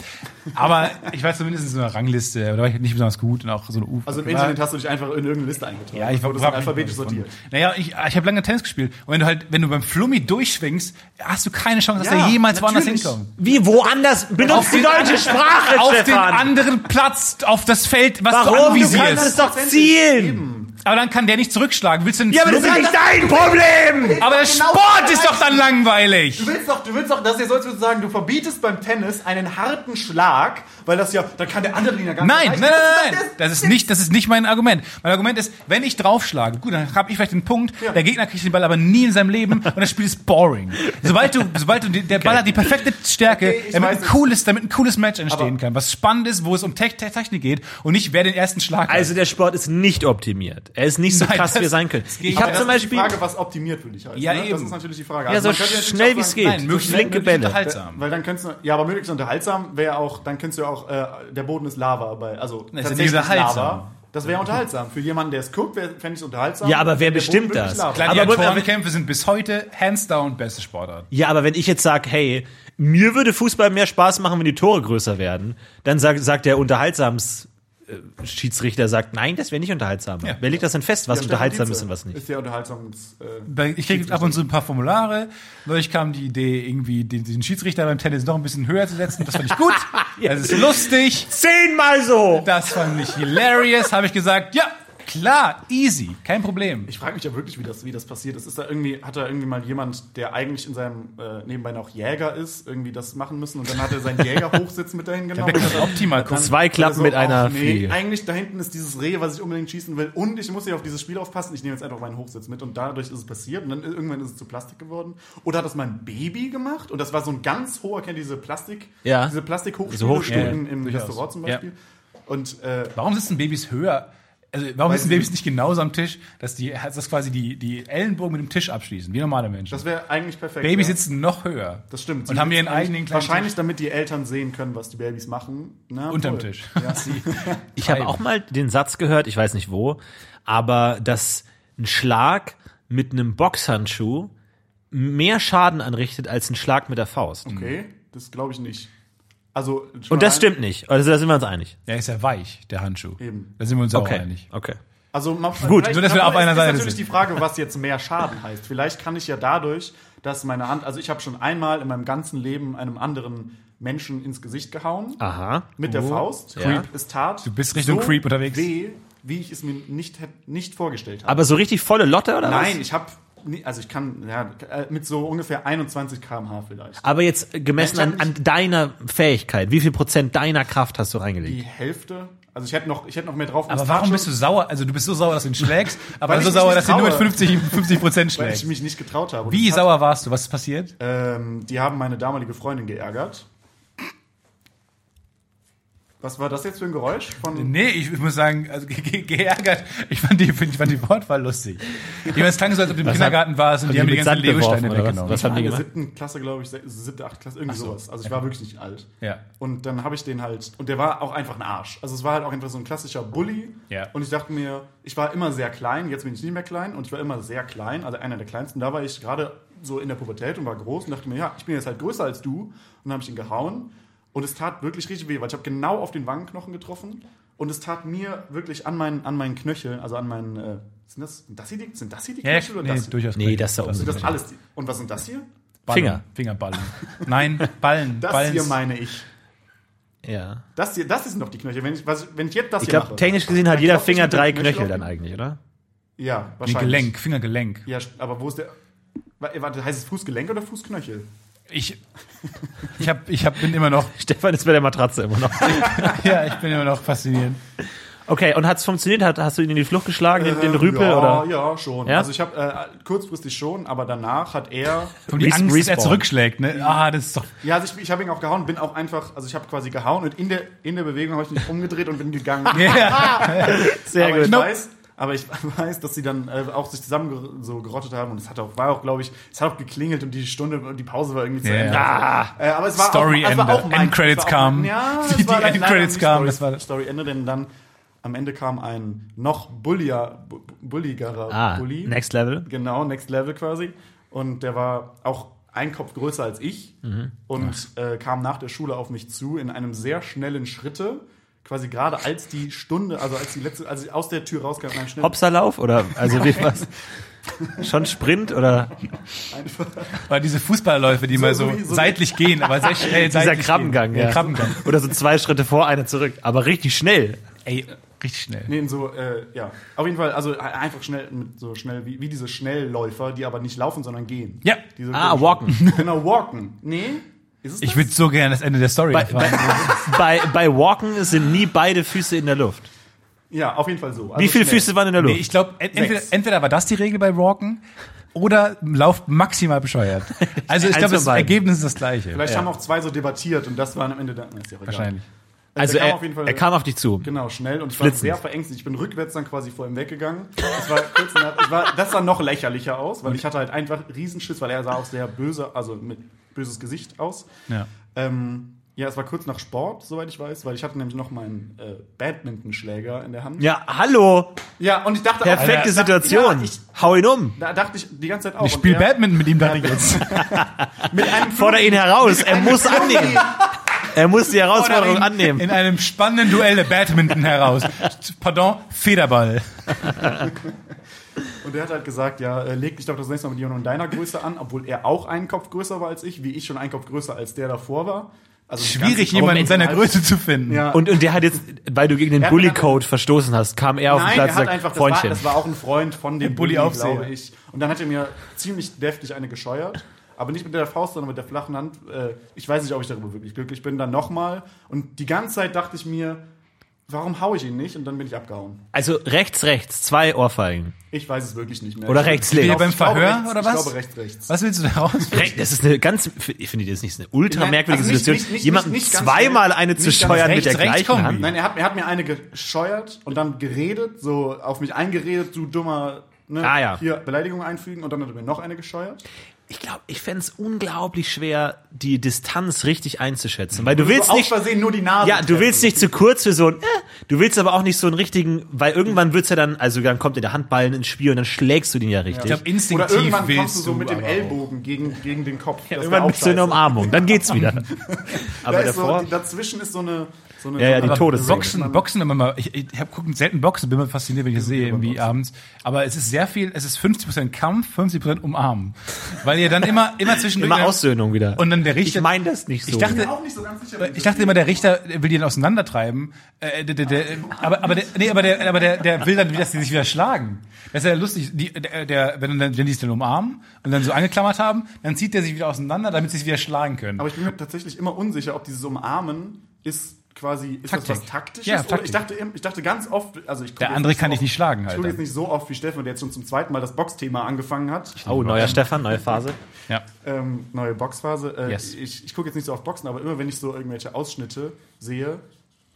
Speaker 3: Aber ich war zumindest in so einer Rangliste, aber da war ich nicht besonders gut und auch so eine U.
Speaker 2: Also im Internet hast du dich einfach in irgendeine Liste eingetragen.
Speaker 3: ja, ich war
Speaker 2: wurde
Speaker 3: war-
Speaker 2: alphabetisch sortiert.
Speaker 3: Naja, ich, ich habe lange Tennis gespielt. Und wenn du halt, wenn du beim Flummi durchschwingst, hast du keine Chance, dass
Speaker 2: Ja,
Speaker 3: er jemals woanders
Speaker 2: natürlich.
Speaker 3: hinkommt.
Speaker 1: Wie, woanders? Benutzt die deutsche Sprache,
Speaker 3: Auf den
Speaker 1: Stefan.
Speaker 3: anderen Platz, auf das Feld, was du
Speaker 1: Warum? Du
Speaker 3: anvisierst.
Speaker 1: kannst es doch
Speaker 2: Prozent
Speaker 1: zielen.
Speaker 3: aber dann kann der nicht zurückschlagen. Willst du den
Speaker 1: Ja, aber das ist
Speaker 3: Flummi-
Speaker 1: nicht dein Problem.
Speaker 3: aber der
Speaker 2: Genau
Speaker 3: Sport
Speaker 2: das
Speaker 3: ist doch dann langweilig.
Speaker 2: Du willst doch, du willst doch, dass ihr sollst sagen, du verbietest beim Tennis einen harten Schlag, weil das ja, dann kann der andere ihn ja gar nicht
Speaker 3: Nein, nein,
Speaker 2: erreichen.
Speaker 3: nein, nein,
Speaker 2: Das ist
Speaker 3: nein.
Speaker 2: doch
Speaker 3: Das ist nicht, das ist nicht mein Argument. Mein Argument ist, wenn ich draufschlage, gut, dann habe ich vielleicht den Punkt,
Speaker 2: Ja.
Speaker 3: der Gegner kriegt den Ball aber nie in seinem Leben und das Spiel ist boring. Sobald du, sobald du, der Ball hat die perfekte Stärke,
Speaker 2: Okay, ich
Speaker 3: damit, ein
Speaker 2: weiß es.
Speaker 3: cooles, damit ein cooles Match entstehen
Speaker 2: Aber-
Speaker 3: kann, was spannend ist, wo es um Te Te Technik geht und nicht, wer den ersten Schlag hat.
Speaker 1: Also der Sport ist nicht optimiert. Er ist nicht so
Speaker 3: Nein,
Speaker 1: krass, wie
Speaker 3: das-
Speaker 1: er sein könnte.
Speaker 3: das geht
Speaker 1: Ich
Speaker 3: nicht.
Speaker 1: habe
Speaker 2: Das
Speaker 1: zum
Speaker 2: ist die
Speaker 1: Beispiel...
Speaker 2: Frage, was optimiert für dich heißt.
Speaker 3: Ja,
Speaker 2: ne? Das
Speaker 3: eben.
Speaker 2: ist natürlich die Frage.
Speaker 1: Ja, so
Speaker 2: man könnte natürlich auch
Speaker 1: schnell wie
Speaker 2: sagen,
Speaker 1: es geht.
Speaker 3: Nein, möglichst
Speaker 1: so flinke
Speaker 3: möglichst
Speaker 1: Bälle.
Speaker 3: unterhaltsam.
Speaker 2: Weil dann könntest du, ja, aber möglichst unterhaltsam wäre auch, dann könntest du ja auch, äh, der Boden ist Lava bei, also
Speaker 3: ja nicht
Speaker 2: tatsächlich
Speaker 3: unterhaltsam.
Speaker 2: Lava. Das wäre unterhaltsam. Für jemanden, der es guckt, wär- fände ich es unterhaltsam.
Speaker 1: Ja, aber wer
Speaker 2: Der Boden
Speaker 1: bestimmt
Speaker 2: wirklich
Speaker 1: das?
Speaker 2: Lava.
Speaker 1: Klar,
Speaker 3: Aber
Speaker 1: Aber-
Speaker 3: Torkämpfe sind bis heute hands down beste Sportart.
Speaker 1: Ja, aber wenn ich jetzt sage, hey, mir würde Fußball mehr Spaß machen, wenn die Tore größer werden, dann sagt, sagt der unterhaltsams äh, Schiedsrichter sagt, nein, das wäre nicht unterhaltsam.
Speaker 3: Ja.
Speaker 1: Wer legt das denn fest, was
Speaker 2: Ja,
Speaker 1: unterhaltsam
Speaker 2: Stefan
Speaker 1: ist
Speaker 2: Tietze
Speaker 1: und was nicht?
Speaker 2: Ist ja unterhaltsam. ist, äh,
Speaker 3: Weil Ich kriege ab und zu ein paar Formulare. Neulich kam die Idee, irgendwie den, den Schiedsrichter beim Tennis noch ein bisschen höher zu setzen. Das fand
Speaker 2: [laughs]
Speaker 3: ich gut. Das ist lustig.
Speaker 1: Zehnmal so!
Speaker 3: Das fand ich hilarious. Habe ich gesagt, ja, klar, easy, kein Problem.
Speaker 2: Ich frage mich ja wirklich, wie das, wie das passiert ist. ist da irgendwie, hat da irgendwie mal jemand, der eigentlich in seinem äh, nebenbei noch Jäger ist, irgendwie das machen müssen und dann hat er [laughs] seinen Jäger hochsitzen mit dahin genommen?
Speaker 3: Beck ist optimal gucken.
Speaker 1: Zwei
Speaker 3: Also
Speaker 1: Klappen mit
Speaker 2: ach,
Speaker 1: einer Fliege.
Speaker 2: Also Eigentlich da hinten ist dieses Reh, was ich unbedingt schießen will und ich muss hier auf dieses Spiel aufpassen. Ich nehme jetzt einfach meinen Hochsitz mit und dadurch ist es passiert und dann irgendwann ist es zu Plastik geworden. Oder hat das mein Baby gemacht und das war so ein ganz hoher, kennt ihr diese Plastik,
Speaker 1: Ja.
Speaker 2: diese Plastikhochstuhl
Speaker 1: Diese Hochstuhl.
Speaker 2: im, im
Speaker 3: Durchaus.
Speaker 2: Restaurant zum
Speaker 3: Ja.
Speaker 2: Beispiel. Und äh,
Speaker 3: Warum sitzen Babys höher? Also warum
Speaker 2: Weiß
Speaker 3: sitzen
Speaker 2: ich
Speaker 3: Babys nicht genauso am Tisch, dass die dass quasi die, die Ellenbogen mit dem Tisch abschließen, wie normale Menschen?
Speaker 2: das wäre eigentlich perfekt.
Speaker 3: Babys
Speaker 2: ja.
Speaker 3: sitzen noch höher.
Speaker 2: Das stimmt.
Speaker 3: Und haben ihren eigenen kleinen
Speaker 2: Wahrscheinlich, damit die Eltern sehen können, was die Babys machen. Na,
Speaker 3: unterm
Speaker 2: voll.
Speaker 3: Tisch.
Speaker 2: Ja.
Speaker 1: Ich habe auch mal den Satz gehört, ich weiß nicht wo, aber dass ein Schlag mit einem Boxhandschuh mehr Schaden anrichtet als ein Schlag mit der Faust.
Speaker 3: [laughs]
Speaker 2: Okay, das glaube ich nicht. Also
Speaker 1: Und das stimmt nicht. Also da sind wir uns einig.
Speaker 3: Der ist ja weich, der Handschuh.
Speaker 2: Eben.
Speaker 3: Da sind wir uns auch
Speaker 1: Okay.
Speaker 3: einig.
Speaker 1: Okay.
Speaker 2: Also man,
Speaker 1: Gut,
Speaker 2: vielleicht-
Speaker 3: nur, dass wir auf
Speaker 2: aber es
Speaker 3: einer
Speaker 2: ist
Speaker 3: Seite
Speaker 2: natürlich
Speaker 3: sind.
Speaker 2: die Frage, was jetzt mehr Schaden heißt. Vielleicht kann ich ja dadurch, dass meine Hand, also ich habe schon einmal in meinem ganzen Leben einem anderen Menschen ins Gesicht gehauen
Speaker 3: Ah.
Speaker 1: Aha.
Speaker 2: mit der
Speaker 1: Oh.
Speaker 2: Faust.
Speaker 1: Ja.
Speaker 2: Creep. Es tat. Du
Speaker 3: bist Richtung Creep unterwegs.
Speaker 2: Weh, wie ich es mir nicht hätt- nicht vorgestellt habe.
Speaker 1: Aber so richtig volle Lotte oder was?
Speaker 2: Nein, ich habe also ich kann ja, äh, mit so ungefähr 21 km/h vielleicht.
Speaker 3: Ah.
Speaker 1: Aber jetzt gemessen an, an deiner Fähigkeit, wie viel Prozent deiner Kraft hast du
Speaker 2: die
Speaker 1: reingelegt?
Speaker 2: Hälfte. Also ich hätte noch, ich hätte noch mehr drauf.
Speaker 3: Aber warum bist du sauer? Also du bist so sauer, dass du ihn [laughs] schlägst, aber so
Speaker 2: Weil ich mich
Speaker 3: sauer,
Speaker 2: nicht
Speaker 3: dass du ihn nur mit
Speaker 2: traue.
Speaker 3: 50, 50 Prozent
Speaker 2: Weil ich
Speaker 3: schlägst.
Speaker 2: mich nicht getraut habe.
Speaker 3: Wie
Speaker 2: Das hat-
Speaker 3: sauer warst du? Was ist passiert?
Speaker 2: Ähm, die haben meine damalige Freundin geärgert. Was war das jetzt für ein Geräusch? Von
Speaker 3: Nee, ich muss sagen, also ge ge geärgert. Ich fand die, ich fand die Wortwahl lustig. Ich meine, es klang so, als ob du im Kindergarten warst und die haben die ganzen Legosteine weggenommen.
Speaker 1: Was haben die
Speaker 2: der
Speaker 1: gemacht?
Speaker 2: siebten Klasse, glaube ich, se- siebte, achte Klasse, irgendwie sowas. Also ich war wirklich nicht alt.
Speaker 3: Ja.
Speaker 2: Und dann habe ich den halt, und der war auch einfach ein Arsch. Also es war halt auch einfach so ein klassischer Bully.
Speaker 3: Ja.
Speaker 2: Und ich dachte mir, ich war immer sehr klein, jetzt bin ich nicht mehr klein und ich war immer sehr klein, also einer der kleinsten. Da war ich gerade so in der Pubertät und war groß und dachte mir, ja, ich bin jetzt halt größer als du. Und dann habe ich ihn gehauen und es tat wirklich richtig weh, weil ich habe genau auf den Wangenknochen getroffen und es tat mir wirklich an meinen, an meinen Knöcheln, also an meinen, äh, sind das, sind das hier die, sind das hier die
Speaker 3: Ja,
Speaker 2: Knöchel
Speaker 3: nee,
Speaker 2: oder das? hier?
Speaker 3: durchaus.
Speaker 1: Nee, das ist ja
Speaker 2: Sind das
Speaker 1: unsinnig.
Speaker 2: alles die? Und was sind das hier?
Speaker 3: Ballen.
Speaker 1: Finger.
Speaker 3: Fingerballen. Nein, Ballen.
Speaker 2: Das
Speaker 3: Ballen.
Speaker 2: hier meine ich.
Speaker 1: Ja.
Speaker 2: Das hier, das sind doch die Knöchel. Wenn ich, was, wenn ich jetzt das
Speaker 1: Ich
Speaker 2: hier
Speaker 1: glaube,
Speaker 2: mache.
Speaker 1: technisch gesehen hat
Speaker 2: Dann
Speaker 1: jeder
Speaker 2: klopfe ich
Speaker 1: Finger
Speaker 2: mit dem
Speaker 1: drei
Speaker 2: Knöchel
Speaker 1: Knöchel
Speaker 2: auf
Speaker 1: dann
Speaker 2: den-
Speaker 1: eigentlich, oder? [laughs]
Speaker 2: Ja,
Speaker 3: Nee,
Speaker 2: wahrscheinlich.
Speaker 3: Gelenk, Fingergelenk.
Speaker 2: Ja, aber wo ist der. Wa- äh, Warte, heißt es Fußgelenk oder Fußknöchel?
Speaker 3: Ich, ich hab, ich hab, bin immer noch, [laughs]
Speaker 1: Stefan ist bei der Matratze immer noch.
Speaker 3: ja, ich bin immer noch fasziniert.
Speaker 1: [laughs] Okay, und hat's funktioniert? Hat, hast du ihn in die Flucht geschlagen, den,
Speaker 3: Ähm,
Speaker 1: den
Speaker 2: Äh,
Speaker 1: Rüpel?
Speaker 2: ja,
Speaker 1: oder?
Speaker 2: Ja, schon.
Speaker 1: Ja?
Speaker 2: Also ich habe äh, kurzfristig schon, aber danach hat er.
Speaker 3: Und die
Speaker 1: Res-
Speaker 3: Angst, dass er
Speaker 1: Respawn.
Speaker 3: zurückschlägt, ne? Ah, das ist doch. [laughs]
Speaker 2: ja, also ich, ich habe ihn auch gehauen, bin auch einfach, also ich habe quasi gehauen und in der, in der Bewegung habe ich mich umgedreht und bin gegangen.
Speaker 1: Sehr
Speaker 2: aber ich
Speaker 3: Nope.
Speaker 2: weiß, aber ich [laughs] weiß, dass sie dann äh, auch sich zusammen so gerottet haben und es hat auch war auch glaube ich, es hat auch geklingelt und die Stunde und die Pause war irgendwie zu
Speaker 3: Ja.
Speaker 2: Ende. Ah, äh, aber es war
Speaker 3: Story
Speaker 2: auch, es war
Speaker 3: Ende.
Speaker 2: auch mein-
Speaker 3: Endcredits
Speaker 2: es war auch-
Speaker 3: kamen. [laughs]
Speaker 2: Ja,
Speaker 3: Die-
Speaker 2: es war
Speaker 3: die
Speaker 2: dann leider
Speaker 3: Endcredits
Speaker 2: nicht
Speaker 3: kamen,
Speaker 2: Story,
Speaker 3: das war-
Speaker 2: Story Ende, denn dann am Ende kam ein noch bullier, bu- bulligerer
Speaker 1: Ah,
Speaker 2: Bulli.
Speaker 1: Next Level.
Speaker 2: Genau, Next Level quasi. Und der war auch ein Kopf größer als ich
Speaker 1: Mhm.
Speaker 2: und äh, kam nach der Schule auf mich zu in einem sehr schnellen Schritte. Quasi gerade als die Stunde, also als die letzte, als ich aus der Tür rauskam, in einem schnellen
Speaker 1: Hopserlauf oder also wie was? Schon Sprint oder
Speaker 3: Weil diese Fußballläufe, die mal so,
Speaker 2: so wie- so wie-
Speaker 3: seitlich gehen, aber
Speaker 2: [laughs]
Speaker 3: sehr schnell
Speaker 1: dieser
Speaker 3: seitlich
Speaker 1: Krabbengang,
Speaker 3: gehen.
Speaker 1: ja.
Speaker 3: Ja, Krabbengang.
Speaker 1: Oder so zwei Schritte vor, einer zurück, aber richtig schnell.
Speaker 3: Ey, richtig schnell.
Speaker 2: Nee, in so, äh, ja. Auf jeden Fall, also e- einfach schnell, mit so schnell wie, wie diese Schnellläufer, die aber nicht laufen, sondern gehen.
Speaker 3: Ja.
Speaker 2: Diese
Speaker 1: Ah,
Speaker 2: komischen-
Speaker 1: walken.
Speaker 2: [laughs] Genau, walken. Nee, ist es
Speaker 3: Ich
Speaker 2: das?
Speaker 3: würde so gerne das Ende der Story
Speaker 1: Bei, bei,
Speaker 3: erfahren.
Speaker 1: bei, bei Walken sind nie beide Füße in der Luft.
Speaker 2: Ja, auf jeden Fall so. Also
Speaker 1: Wie viele
Speaker 2: schnell.
Speaker 1: Füße waren in der
Speaker 3: Nee,
Speaker 1: Luft?
Speaker 3: ich glaube, ent entweder,
Speaker 2: Sechs.
Speaker 3: entweder war das die Regel bei Walken oder lauft maximal bescheuert.
Speaker 2: [laughs]
Speaker 3: Also ich
Speaker 1: Eins
Speaker 3: glaube, das
Speaker 1: von beiden.
Speaker 3: Ergebnis ist das gleiche.
Speaker 2: Vielleicht haben auch zwei so debattert und das war am Ende dann. Ist ja auch egal.
Speaker 3: Wahrscheinlich.
Speaker 1: also
Speaker 2: der kam
Speaker 1: er,
Speaker 2: auf jeden Fall-
Speaker 1: er kam auf dich zu.
Speaker 2: Genau, schnell und ich
Speaker 1: Flitzend.
Speaker 2: war sehr verängstigt. Ich bin rückwärts dann quasi vor ihm weggegangen. Das, war kurz nach, ich war, das sah noch lächerlicher aus, weil ich hatte halt einfach Riesenschiss, weil er sah auch sehr böse, also mit böses Gesicht aus.
Speaker 3: Ja.
Speaker 2: Ähm, ja, es war kurz nach Sport, soweit ich weiß, weil ich hatte nämlich noch meinen äh, Badmintonschläger in der Hand.
Speaker 1: Ja, hallo,
Speaker 2: Ja, und ich dachte auch-
Speaker 1: perfekte
Speaker 2: Alter,
Speaker 1: Situation.
Speaker 2: Ja, ich,
Speaker 1: Hau ihn um.
Speaker 2: da dachte ich die ganze Zeit auch.
Speaker 3: Ich spiele
Speaker 2: und er-
Speaker 3: Badminton mit ihm, dachte ich
Speaker 2: [laughs]
Speaker 3: jetzt.
Speaker 2: Mit einem
Speaker 1: Fordere ihn heraus. Er muss annehmen. Er muss die Herausforderung
Speaker 3: in,
Speaker 1: annehmen.
Speaker 3: In einem spannenden Duell der Badminton heraus. Pardon, Federball.
Speaker 2: Und er hat halt gesagt, ja, äh, leg dich doch das nächste Mal mit jemandem deiner Größe an, obwohl er auch einen Kopf größer war als ich, wie ich schon einen Kopf größer als der davor war. Also
Speaker 3: Schwierig, jemanden
Speaker 2: jemand
Speaker 3: Um in seiner Größe zu finden.
Speaker 2: Ja.
Speaker 1: Und, und der hat jetzt, weil du gegen den
Speaker 2: Er hat
Speaker 1: Bully
Speaker 2: dann-
Speaker 1: Code verstoßen hast, kam er auf den
Speaker 2: Nein,
Speaker 1: Platz
Speaker 2: er
Speaker 1: und
Speaker 2: hat
Speaker 1: sagt,
Speaker 2: einfach, das war,
Speaker 1: Freundchen.
Speaker 2: das war auch ein Freund von dem
Speaker 3: Bulli
Speaker 2: Bulli,
Speaker 3: Aufseher.
Speaker 2: glaube ich. Und dann hat er mir ziemlich deftig eine gescheuert. Aber nicht mit der Faust, sondern mit der flachen Hand. Äh, Ich weiß nicht, ob ich darüber wirklich glücklich bin. Dann nochmal. Und die ganze Zeit dachte ich mir, warum hau ich ihn nicht? Und dann bin ich abgehauen.
Speaker 1: also rechts, rechts, zwei Ohrfeigen.
Speaker 2: Ich weiß es wirklich nicht mehr.
Speaker 1: Oder
Speaker 2: Ich-
Speaker 1: rechts,
Speaker 2: ich
Speaker 1: links.
Speaker 2: glaube-
Speaker 3: Beim
Speaker 2: ich glaube
Speaker 3: Verhör
Speaker 2: rechts,
Speaker 3: oder
Speaker 2: ich
Speaker 3: was?
Speaker 2: glaube rechts, rechts.
Speaker 3: Was willst du daraus?
Speaker 1: Recht, Das ist eine ganz, ich finde, das ist eine ultra
Speaker 2: Nein,
Speaker 1: merkwürdige
Speaker 2: also nicht-
Speaker 1: Situation,
Speaker 2: nicht- nicht-
Speaker 1: jemandem
Speaker 2: nicht ganz
Speaker 1: zweimal
Speaker 2: schnell,
Speaker 1: eine zu
Speaker 2: nicht ganz
Speaker 1: scheuern mit
Speaker 3: rechts,
Speaker 1: der
Speaker 3: rechts
Speaker 1: gleichen
Speaker 3: kommen.
Speaker 1: Hand.
Speaker 2: Nein, er hat, er hat mir eine gescheuert und dann geredet, so auf mich eingeredet, du dummer, ne,
Speaker 1: Ah, ja.
Speaker 2: hier Beleidigung einfügen und dann hat er mir noch eine gescheuert.
Speaker 1: Ich glaube, ich fände es unglaublich schwer, die Distanz richtig einzuschätzen, weil du willst
Speaker 2: aus
Speaker 1: nicht,
Speaker 2: Versehen nur die Nase.
Speaker 1: ja, du
Speaker 2: treffen.
Speaker 1: willst nicht zu kurz für so ein, äh, du willst aber auch nicht so einen richtigen, weil irgendwann wird's ja dann, also dann kommt dir der Handballen ins Spiel und dann schlägst du den ja richtig.
Speaker 3: Ich glaube,
Speaker 2: Oder
Speaker 3: instinktiv
Speaker 2: irgendwann kommst
Speaker 3: willst
Speaker 2: du so mit dem
Speaker 3: aber auch.
Speaker 2: Ellbogen gegen, gegen den Kopf. Das wär
Speaker 1: irgendwann
Speaker 2: auch
Speaker 1: bist du in einer
Speaker 2: scheiße.
Speaker 1: Umarmung, dann geht's wieder.
Speaker 2: Da
Speaker 1: aber
Speaker 2: ist so,
Speaker 1: davor,
Speaker 2: die- dazwischen ist so eine. So eine
Speaker 1: Ja, ja, die
Speaker 3: Aber
Speaker 2: so eine-
Speaker 1: Todeszone.
Speaker 3: Boxen, Boxen immer mal. Ich, ich hab gucken selten Boxen, bin immer fasziniert, wenn ich das sehe irgendwie abends. Aber es ist sehr viel, es ist 50% Kampf, 50% umarmen. Weil ihr dann immer, immer zwischendurch.
Speaker 1: immer Aussöhnung wieder.
Speaker 3: und dann der
Speaker 1: ich
Speaker 3: Richter.
Speaker 1: meine das nicht so.
Speaker 3: Ich dachte,
Speaker 2: Ich bin auch nicht so ganz sicher.
Speaker 3: Äh, Ich dachte immer, der Richter will die dann auseinandertreiben. Äh, der, der, der, aber, aber, der, nee, aber, der, aber der, der will dann, dass die sich wieder schlagen. Das ist ja lustig. Die, der, der, wenn, dann, wenn die es dann umarmen und dann so angeklammert haben, dann zieht der sich wieder auseinander, damit sie sich wieder schlagen können.
Speaker 2: Aber ich bin mir tatsächlich immer unsicher, ob dieses Umarmen ist quasi ist
Speaker 3: Taktik.
Speaker 2: das was taktisches
Speaker 3: Ja,
Speaker 2: oder
Speaker 3: Taktik.
Speaker 2: ich dachte im- ich dachte ganz oft also ich guck
Speaker 3: Der
Speaker 2: jetzt
Speaker 3: andere
Speaker 2: nicht
Speaker 3: kann
Speaker 2: so
Speaker 3: dich nicht schlagen,
Speaker 2: ich gucke
Speaker 3: Alter.
Speaker 2: jetzt nicht so oft wie Steffen der jetzt schon zum zweiten Mal das Boxthema angefangen hat
Speaker 1: oh, neuer Stefan, neue Phase.
Speaker 3: ja.
Speaker 2: ähm, neue Boxphase. Äh,
Speaker 3: Yes.
Speaker 2: Ich, ich gucke jetzt nicht so auf Boxen, aber immer wenn ich so irgendwelche Ausschnitte sehe,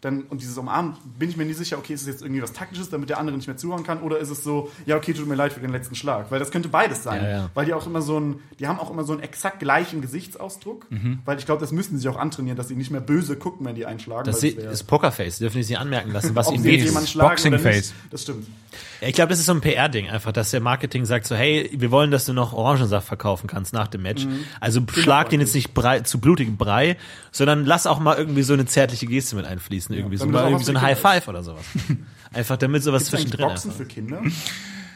Speaker 2: dann und dieses Umarmen, bin ich mir nie sicher, okay, ist es jetzt irgendwie was Taktisches, damit der andere nicht mehr zuhören kann, oder ist es so, ja, okay, tut mir leid für den letzten Schlag, weil das könnte beides sein,
Speaker 1: Ja, ja.
Speaker 2: weil die auch immer so ein, die haben auch immer so einen exakt gleichen Gesichtsausdruck,
Speaker 1: Mhm.
Speaker 2: weil ich glaube, das müssen sie sich auch antrainieren, dass sie nicht mehr böse gucken, wenn die einschlagen.
Speaker 1: Das
Speaker 2: weil es wär-
Speaker 1: ist Pokerface, dürfen die sich nicht anmerken lassen, was
Speaker 2: ob
Speaker 1: ihm
Speaker 2: sie jetzt
Speaker 1: weht.
Speaker 2: jemanden schlagen
Speaker 3: Boxing
Speaker 2: oder
Speaker 3: Face.
Speaker 2: nicht. Das stimmt.
Speaker 1: Ich glaube, das ist so ein PR-Ding einfach, dass der Marketing sagt so, hey, wir wollen, dass du noch Orangensaft verkaufen kannst nach dem Match.
Speaker 2: Mhm.
Speaker 1: Also
Speaker 2: Genau.
Speaker 1: schlag den jetzt nicht brei, zu blutigem Brei, sondern lass auch mal irgendwie so eine zärtliche Geste mit einfließen, irgendwie so,
Speaker 2: damit das
Speaker 1: mal
Speaker 2: auch
Speaker 1: irgendwie
Speaker 2: was
Speaker 1: so ein
Speaker 2: für
Speaker 1: High
Speaker 2: Kinder
Speaker 1: Five oder
Speaker 2: [laughs]
Speaker 1: sowas. einfach damit sowas
Speaker 2: Ist eigentlich
Speaker 1: zwischendrin.
Speaker 2: Boxen
Speaker 1: Einfach.
Speaker 2: für
Speaker 1: [laughs]
Speaker 2: Kinder?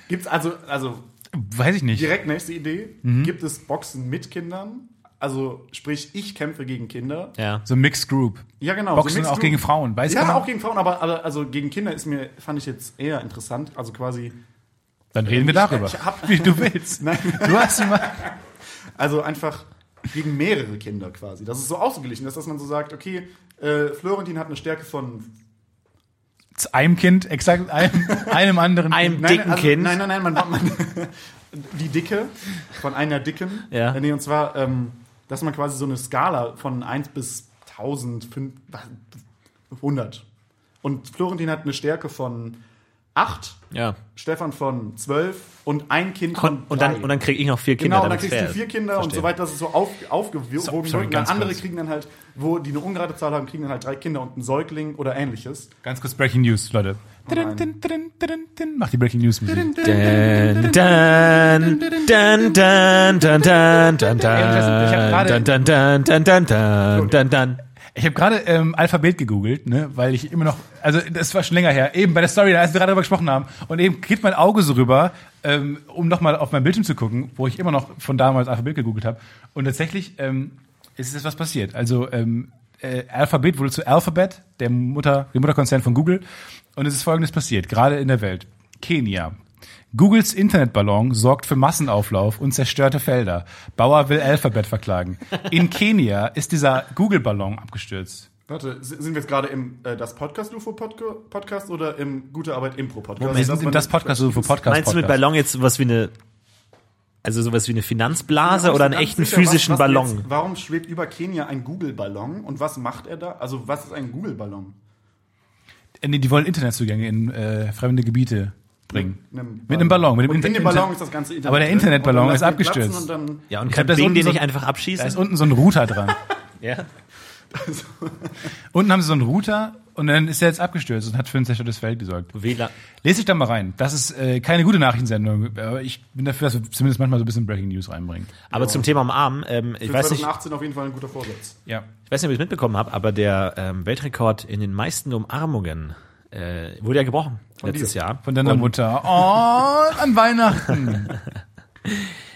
Speaker 2: Gibt's also, also
Speaker 3: Weiß ich nicht.
Speaker 2: Direkt nächste Idee.
Speaker 3: Mhm.
Speaker 2: Gibt es Boxen mit Kindern? Also sprich, ich kämpfe gegen Kinder.
Speaker 1: Ja.
Speaker 3: So Mixed Group.
Speaker 2: Ja, genau.
Speaker 3: Boxen
Speaker 2: mixed
Speaker 3: auch
Speaker 2: group.
Speaker 3: gegen Frauen. Weiß kann
Speaker 2: Ja,
Speaker 3: man-
Speaker 2: auch gegen Frauen, aber aber- also gegen Kinder ist mir, fand ich jetzt eher interessant. Also quasi, [laughs]
Speaker 3: Dann reden wir darüber.
Speaker 2: Ich hab-
Speaker 3: wie du willst.
Speaker 2: Nein.
Speaker 3: [laughs] Du hast immer.
Speaker 2: also einfach gegen mehrere Kinder quasi. Das ist so ausgeglichen, dass, dass man so sagt, okay, äh, Florentin hat eine Stärke von
Speaker 3: zu einem Kind, exakt einem, einem anderen
Speaker 1: Einem
Speaker 3: Kind.
Speaker 2: Nein, also
Speaker 1: dicken Kind.
Speaker 2: Nein, nein, nein, man, man [laughs] die Dicke von einer Dicken.
Speaker 1: Ja.
Speaker 2: Äh, Nee, und zwar, ähm, dass man quasi so eine Skala von 1 bis 1500. Und Florentin hat eine Stärke von 8,
Speaker 1: Ja.
Speaker 2: Stefan von 12 und ein Kind von
Speaker 1: Und, und dann,
Speaker 2: drei.
Speaker 1: und dann krieg ich noch vier Kinder.
Speaker 2: Genau, und dann
Speaker 1: damit's
Speaker 2: kriegst du
Speaker 1: fair
Speaker 2: vier
Speaker 1: ist.
Speaker 2: Kinder und
Speaker 1: Verstehe.
Speaker 2: so weiter, dass es so auf, aufgewogen
Speaker 3: So- sorry,
Speaker 2: wird. Und dann
Speaker 3: ganz
Speaker 2: andere
Speaker 3: kurz.
Speaker 2: kriegen dann halt, wo die eine ungerade Zahl haben, kriegen dann halt drei Kinder und einen Säugling oder ähnliches.
Speaker 3: Ganz kurz Breaking News, Leute.
Speaker 2: nein.
Speaker 3: Drin, drin, drin, Oh drin. Mach die Breaking News Musik.
Speaker 1: Dun, dun, dun, dun, dun, dun, dun, dun,
Speaker 3: ich hab gerade-
Speaker 1: dun, dun, dun, dun, dun, dun, dun, dun.
Speaker 3: Ich habe gerade ähm, Alphabet gegoogelt, ne, weil ich immer noch, also das war schon länger her, eben bei der Story, als wir gerade darüber gesprochen haben, und eben geht mein Auge so rüber, ähm, um nochmal auf mein Bildschirm zu gucken, wo ich immer noch von damals Alphabet gegoogelt habe. Und tatsächlich ähm, ist jetzt was passiert. Also ähm, äh, Alphabet wurde zu Alphabet, der Mutter, dem Mutterkonzern von Google, und es ist Folgendes passiert, gerade in der Welt: Kenia. Googles Internetballon sorgt für Massenauflauf und zerstörte Felder. Bauer will Alphabet verklagen. In Kenia ist dieser Google-Ballon abgestürzt.
Speaker 2: Warte, s- sind wir jetzt gerade im äh, das Podcast UFO Podca- Podcast oder im Gute Arbeit Impro Podcast?
Speaker 3: Wir sind im das Podcast, also für Podcast.
Speaker 1: Meinst du mit
Speaker 3: Podcast.
Speaker 1: Ballon jetzt sowas wie eine, also sowas wie eine Finanzblase oder einen echten
Speaker 2: sicher, was-
Speaker 1: physischen
Speaker 2: was
Speaker 1: Ballon?
Speaker 2: Jetzt, warum schwebt über Kenia ein Google Ballon und was macht er da? Also, was ist ein Google Ballon?
Speaker 3: Äh, Nee, die wollen Internetzugänge in äh, fremde Gebiete bringen.
Speaker 2: Einem
Speaker 3: Mit einem Ballon. Mit dem
Speaker 2: und in
Speaker 3: Inter-
Speaker 2: dem Ballon ist das ganze Internet.
Speaker 3: Aber der
Speaker 2: drin.
Speaker 3: Internetballon
Speaker 2: Und dann
Speaker 3: ist
Speaker 2: lassen die platzen
Speaker 3: abgestürzt.
Speaker 2: Und dann,
Speaker 1: Ja, und
Speaker 3: Ich
Speaker 1: kann
Speaker 3: hab das
Speaker 1: Bing
Speaker 3: unten
Speaker 1: den
Speaker 3: so-
Speaker 1: nicht einfach
Speaker 3: Da ist
Speaker 1: abschießen?
Speaker 3: unten so ein
Speaker 1: [laughs]
Speaker 3: Router dran.
Speaker 1: Ja.
Speaker 3: unten haben sie so einen Router und dann ist er jetzt abgestürzt und hat für ein zerstörtes Feld gesorgt.
Speaker 1: WLAN.
Speaker 3: Lese ich da mal rein. Das ist äh, keine gute Nachrichtensendung, aber ich bin dafür, dass wir zumindest manchmal so ein bisschen Breaking News reinbringen.
Speaker 1: Aber zum Thema am Arm, ähm, ich
Speaker 2: Oh. für
Speaker 1: weiß nicht,
Speaker 2: 2018 auf jeden Fall ein guter Vorsatz.
Speaker 3: Ja.
Speaker 1: Ich weiß nicht, ob ihr es mitbekommen habt, aber der ähm, Weltrekord in den meisten Umarmungen äh, wurde ja gebrochen letztes
Speaker 2: dir.
Speaker 1: Jahr.
Speaker 3: Von deiner Mutter. Oh, an Weihnachten.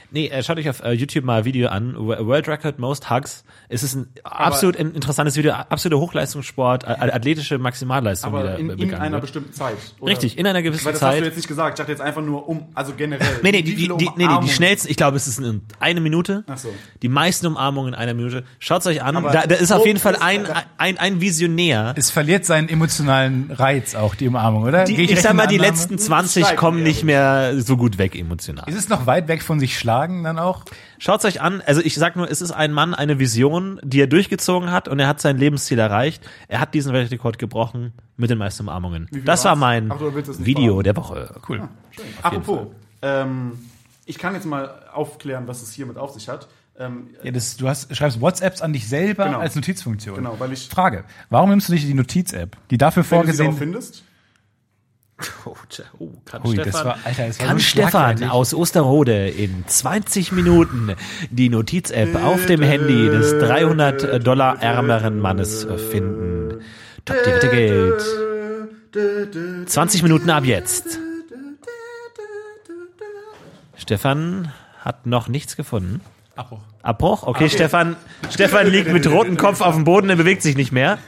Speaker 1: Nee, äh, schaut euch auf äh, YouTube mal ein Video an. W- World Record Most Hugs. Es ist ein absolut in- interessantes Video, absoluter Hochleistungssport, a- athletische Maximalleistung,
Speaker 2: Aber
Speaker 1: die
Speaker 2: in,
Speaker 1: da
Speaker 2: in
Speaker 1: begangen
Speaker 2: einer
Speaker 1: wird.
Speaker 2: bestimmten Zeit. oder?
Speaker 1: Richtig, in einer
Speaker 2: Weil
Speaker 1: gewissen
Speaker 2: das hast du
Speaker 1: Zeit.
Speaker 2: jetzt nicht gesagt. Ich dachte jetzt einfach nur um, also generell.
Speaker 1: Nee, nee, die,
Speaker 2: Wie um
Speaker 1: die, die,
Speaker 2: viele
Speaker 1: nee, nee, die
Speaker 2: Umarmungen-
Speaker 1: schnellsten, ich glaube, es ist in eine Minute.
Speaker 2: Ach so.
Speaker 1: Die meisten Umarmungen in einer Minute. Schaut's euch an.
Speaker 2: Aber
Speaker 1: Da, da ist auf
Speaker 2: so
Speaker 1: jeden Fall
Speaker 2: ist-
Speaker 1: ein, ein, ein Visionär.
Speaker 3: es verliert seinen emotionalen Reiz auch, die Umarmung, oder?
Speaker 1: Die,
Speaker 3: Gehe
Speaker 1: ich
Speaker 3: recht
Speaker 1: sag
Speaker 3: in
Speaker 1: mal,
Speaker 3: der
Speaker 1: die
Speaker 3: Annahme?
Speaker 1: letzten 20
Speaker 2: Steigen
Speaker 1: kommen
Speaker 2: eher
Speaker 1: nicht
Speaker 2: so.
Speaker 1: mehr so gut weg emotional.
Speaker 3: Ist es noch weit weg von sich schlagen dann auch?
Speaker 1: Schaut's euch an. Also ich sag nur, es ist ein Mann, eine Vision, die er durchgezogen hat und er hat sein Lebensziel erreicht. Er hat diesen Weltrekord gebrochen mit den meisten Umarmungen.
Speaker 2: viel
Speaker 1: Das war
Speaker 2: war's?
Speaker 1: mein
Speaker 2: Ach, du willst es nicht Ah.
Speaker 1: Video
Speaker 2: verraten.
Speaker 1: der Woche. Cool.
Speaker 2: Apropos, ähm, ich kann jetzt mal aufklären, was es hiermit auf sich hat. Ähm,
Speaker 3: Ja, das, du hast, schreibst WhatsApps an dich selber
Speaker 2: Genau.
Speaker 3: als Notizfunktion.
Speaker 2: Genau, weil ich-
Speaker 3: Frage, warum nimmst du nicht die Notiz-App, die dafür
Speaker 2: wenn du sie darauf
Speaker 3: vorgesehen
Speaker 2: findest.
Speaker 1: Oh, tja, oh, kann
Speaker 3: Ui,
Speaker 1: Stefan,
Speaker 3: das war, Alter, das war
Speaker 1: kann
Speaker 3: so
Speaker 1: Stefan
Speaker 3: schlagfertig.
Speaker 1: aus Osterode in 20 Minuten die Notiz-App auf dem Handy des 300 Dollar ärmeren Mannes finden? Top die Wette gilt. 20 Minuten ab jetzt. Stefan hat noch nichts gefunden.
Speaker 3: Abbruch.
Speaker 1: Abbruch? Okay, Stefan, Stefan liegt mit rotem Kopf auf dem Boden, er bewegt sich nicht mehr.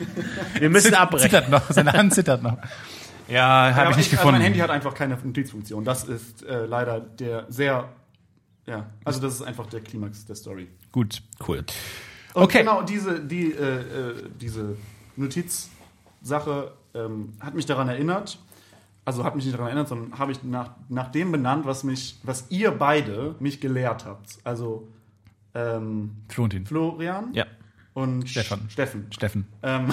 Speaker 1: Wir müssen abbrechen.
Speaker 3: Zittert noch, seine Hand zittert noch. Ja,
Speaker 2: Ja,
Speaker 3: habe
Speaker 2: aber
Speaker 3: ich nicht
Speaker 2: ich- Also
Speaker 3: gefunden.
Speaker 2: mein Handy hat einfach keine Notizfunktion. Das ist äh, leider der sehr. Ja, also das ist einfach der Klimax der Story.
Speaker 3: Gut.
Speaker 1: Cool.
Speaker 2: Und
Speaker 3: Okay.
Speaker 2: Genau diese, die, äh, äh, diese Notizsache ähm, hat mich daran erinnert. Also hat mich nicht daran erinnert, sondern habe ich nach, nach dem benannt, was mich, was ihr beide mich gelehrt habt. Also ähm,
Speaker 3: Florentin.
Speaker 2: Florian
Speaker 1: Ja.
Speaker 2: und
Speaker 3: Stefan.
Speaker 2: Steffen.
Speaker 3: Steffen.
Speaker 2: Ähm,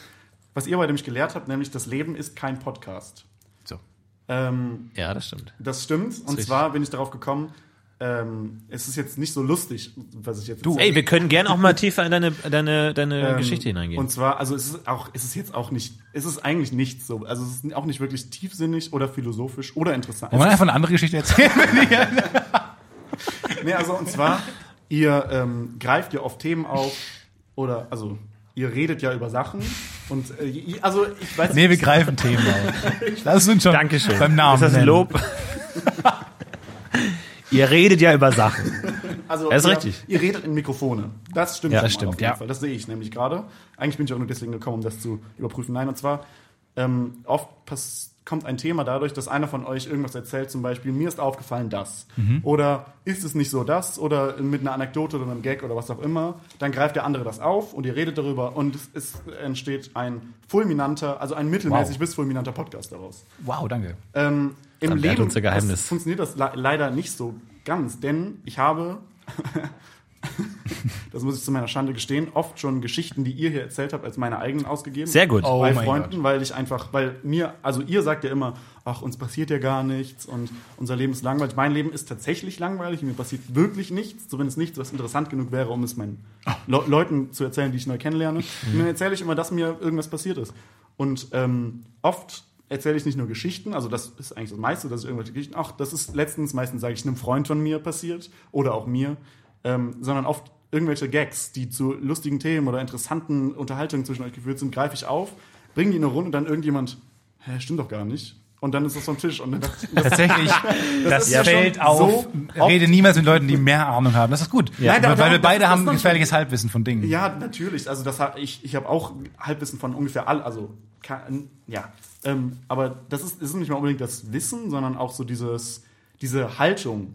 Speaker 2: [laughs] was ihr beide mich gelehrt habt, nämlich das Leben ist kein Podcast.
Speaker 3: So.
Speaker 2: Ähm,
Speaker 1: Ja, das stimmt.
Speaker 2: das stimmt. Und
Speaker 1: richtig.
Speaker 2: zwar bin ich darauf gekommen, ähm, es ist jetzt nicht so lustig, was ich jetzt
Speaker 3: Du,
Speaker 1: Ey, wir können gern auch mal tiefer in deine, deine, deine
Speaker 2: Ähm,
Speaker 1: Geschichte hineingehen.
Speaker 2: Und zwar, also es ist auch, es ist jetzt auch nicht, es ist eigentlich nichts so, also es ist auch nicht wirklich tiefsinnig oder philosophisch oder interessant.
Speaker 3: Wollen wir einfach eine andere Geschichte erzählen?
Speaker 2: Es- nee, also und zwar, ihr ähm, greift ja oft Themen auf oder, also ihr redet ja über Sachen und, äh, je- also ich weiß
Speaker 3: nee, wir greifen Themen auf. Lass uns schon
Speaker 1: Dankeschön.
Speaker 3: beim Namen
Speaker 1: Ist das ein
Speaker 3: nennen.
Speaker 1: Lob? [laughs] Ihr redet ja über Sachen.
Speaker 2: also
Speaker 1: Ja, ist
Speaker 2: ihr,
Speaker 1: richtig.
Speaker 2: ihr redet in Mikrofone. Das stimmt
Speaker 1: Ja,
Speaker 2: schon
Speaker 1: das
Speaker 2: mal
Speaker 1: stimmt,
Speaker 2: auf jeden
Speaker 3: ja.
Speaker 2: Fall. Das sehe ich nämlich gerade. Eigentlich bin ich auch nur deswegen gekommen, um das zu überprüfen. Nein, und zwar, ähm, oft pass kommt ein Thema dadurch, dass einer von euch irgendwas erzählt, zum Beispiel, mir ist aufgefallen das.
Speaker 1: Mhm.
Speaker 2: Oder ist es nicht so das? Oder mit einer Anekdote oder einem Gag oder was auch immer. Dann greift der andere das auf und ihr redet darüber und es, es entsteht ein fulminanter, also ein mittelmäßig
Speaker 3: Wow.
Speaker 2: bis fulminanter Podcast daraus.
Speaker 3: Wow, danke.
Speaker 2: Ähm, Im
Speaker 1: Dann lehrt
Speaker 2: Leben
Speaker 1: unser Geheimnis.
Speaker 2: Das funktioniert das le- leider nicht so ganz, denn ich habe, [laughs] das muss ich zu meiner Schande gestehen, oft schon Geschichten, die ihr hier erzählt habt, als meine eigenen ausgegeben.
Speaker 1: Sehr gut.
Speaker 3: Oh
Speaker 2: bei
Speaker 3: mein
Speaker 2: Freunden, weil ich einfach, weil mir, also ihr sagt ja immer, ach, uns passiert ja gar nichts und unser Leben ist langweilig. Mein Leben ist tatsächlich langweilig, mir passiert wirklich nichts, zumindest nichts, was interessant genug wäre, um es meinen Le Leuten zu erzählen, die ich neu kennenlerne. Und dann erzähle ich immer, dass mir irgendwas passiert ist. Und ähm, oft erzähle ich nicht nur Geschichten, also das ist eigentlich das meiste, dass ich irgendwelche Geschichten, ach, das ist letztens, meistens sage ich einem Freund von mir passiert oder auch mir, ähm, sondern oft irgendwelche Gags, die zu lustigen Themen oder interessanten Unterhaltungen zwischen euch geführt sind, greife ich auf, bringe die in eine Runde und dann irgendjemand, hä, stimmt doch gar nicht. Und dann ist das vom Tisch. Und dann dachte ich, [laughs] das,
Speaker 3: Tatsächlich, das,
Speaker 2: ist ja
Speaker 3: fällt
Speaker 2: schon
Speaker 3: auf.
Speaker 2: so oft-
Speaker 3: Rede niemals mit Leuten, die mehr Ahnung haben. Das ist gut.
Speaker 2: Nein,
Speaker 3: weil, weil wir
Speaker 2: da- darum-
Speaker 3: beide
Speaker 2: das-
Speaker 3: haben
Speaker 2: das-
Speaker 3: ein gefährliches Halbwissen von Dingen.
Speaker 2: ja, natürlich. Also das hab, ich, ich habe auch Halbwissen von ungefähr all, also kann, ja. Ähm, aber das ist, ist nicht mal unbedingt das Wissen, sondern auch so dieses, diese Haltung.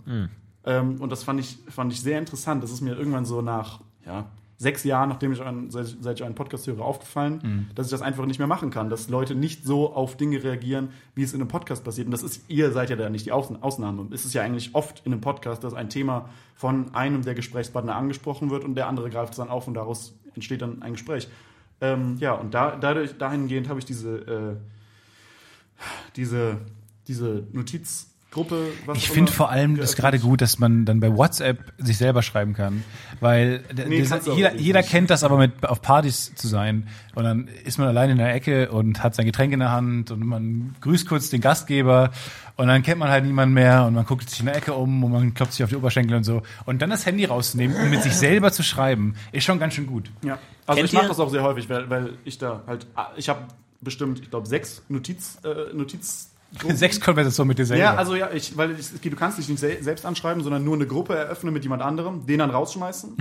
Speaker 2: Ähm, und das fand ich, fand ich sehr interessant. Das ist mir irgendwann so nach ja, sechs Jahren, nachdem ich euren, seit, seit ich euren Podcast höre, aufgefallen,
Speaker 3: Mhm.
Speaker 2: dass ich das einfach nicht mehr machen kann. Dass Leute nicht so auf Dinge reagieren, wie es in einem Podcast passiert. Und das ist, ihr seid ja da nicht die Ausn- Ausnahme. Es ist ja eigentlich oft in einem Podcast, dass ein Thema von einem der Gesprächspartner angesprochen wird und der andere greift es dann auf und daraus entsteht dann ein Gespräch. Ähm, ja, und da, dadurch, dahingehend habe ich diese, äh, diese, diese Notizgruppe. was
Speaker 3: Ich
Speaker 2: auch
Speaker 3: finde
Speaker 2: immer,
Speaker 3: vor allem das
Speaker 2: geöffnet.
Speaker 3: gerade gut, dass man dann bei WhatsApp sich selber schreiben kann, weil d-
Speaker 2: Nee,
Speaker 3: das,
Speaker 2: kannst du auch
Speaker 3: jeder,
Speaker 2: wirklich
Speaker 3: jeder
Speaker 2: nicht.
Speaker 3: kennt das, aber mit auf Partys zu sein und dann ist man allein in der Ecke und hat sein Getränk in der Hand und man grüßt kurz den Gastgeber und dann kennt man halt niemanden mehr und man guckt sich in der Ecke um und man klopft sich auf die Oberschenkel und so und dann das Handy rauszunehmen und mit sich selber zu schreiben, ist schon ganz schön gut.
Speaker 2: Ja, also
Speaker 1: Kennt
Speaker 2: ich mache
Speaker 1: ihr-
Speaker 2: das auch sehr häufig, weil, weil ich da halt, ich habe bestimmt, ich glaube, sechs Notiz, äh, Notiz.
Speaker 3: [laughs] Sechs Konversationen mit dir selber.
Speaker 2: Ja, also ja, ich, weil ich, du kannst dich nicht sel- selbst anschreiben, sondern nur eine Gruppe eröffnen mit jemand anderem, den
Speaker 3: [laughs]
Speaker 2: dann rausschmeißen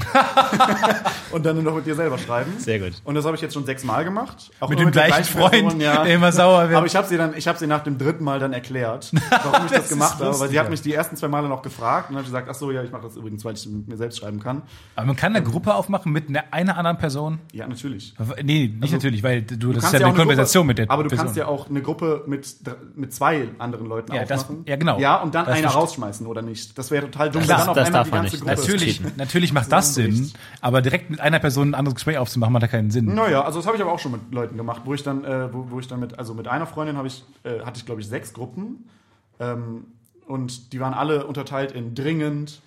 Speaker 2: und dann noch mit dir selber schreiben.
Speaker 1: Sehr gut.
Speaker 2: Und das habe ich jetzt schon sechsmal gemacht. Auch
Speaker 3: mit
Speaker 2: immer
Speaker 3: dem
Speaker 2: der
Speaker 3: gleichen Freund,
Speaker 2: Person, ja.
Speaker 3: der immer sauer wird.
Speaker 2: Aber ich habe sie dann, ich habe sie nach dem dritten Mal
Speaker 3: [laughs]
Speaker 2: dann erklärt, warum ich das,
Speaker 3: ist
Speaker 2: gemacht habe, weil sie
Speaker 3: lustiger.
Speaker 2: hat mich die ersten zwei Male noch gefragt und dann habe ich gesagt, ach so, ja, ich mache das übrigens, weil ich mit mir selbst schreiben kann.
Speaker 3: Aber man kann eine Gruppe aufmachen mit einer, einer anderen Person.
Speaker 2: Ja, natürlich.
Speaker 3: Nee, nicht natürlich, weil du, das ist
Speaker 2: kannst
Speaker 3: ja eine
Speaker 2: auch
Speaker 3: Konversation
Speaker 2: Gruppe,
Speaker 3: mit der
Speaker 2: Aber du
Speaker 3: Person.
Speaker 2: kannst ja auch eine Gruppe mit, dr- mit zwei anderen Leuten
Speaker 3: Ja, das-
Speaker 2: aufmachen.
Speaker 3: ja, genau.
Speaker 2: Ja, und dann
Speaker 3: Das
Speaker 2: einer
Speaker 3: verste-
Speaker 2: rausschmeißen oder nicht. Das wäre total dumm.
Speaker 1: Das-
Speaker 2: wenn
Speaker 1: das darf man nicht.
Speaker 3: Natürlich,
Speaker 1: Cheaten.
Speaker 3: natürlich macht
Speaker 2: Das
Speaker 3: das
Speaker 2: ist ein
Speaker 3: Sinn,
Speaker 2: Bericht.
Speaker 3: aber direkt mit einer Person ein anderes Gespräch aufzumachen, macht da keinen Sinn.
Speaker 2: Naja, also das habe ich aber auch schon mit Leuten gemacht, wo ich dann, äh, wo, wo ich dann mit, also mit einer Freundin habe ich, äh, hatte ich glaube ich sechs Gruppen ähm, und die waren alle unterteilt in dringend,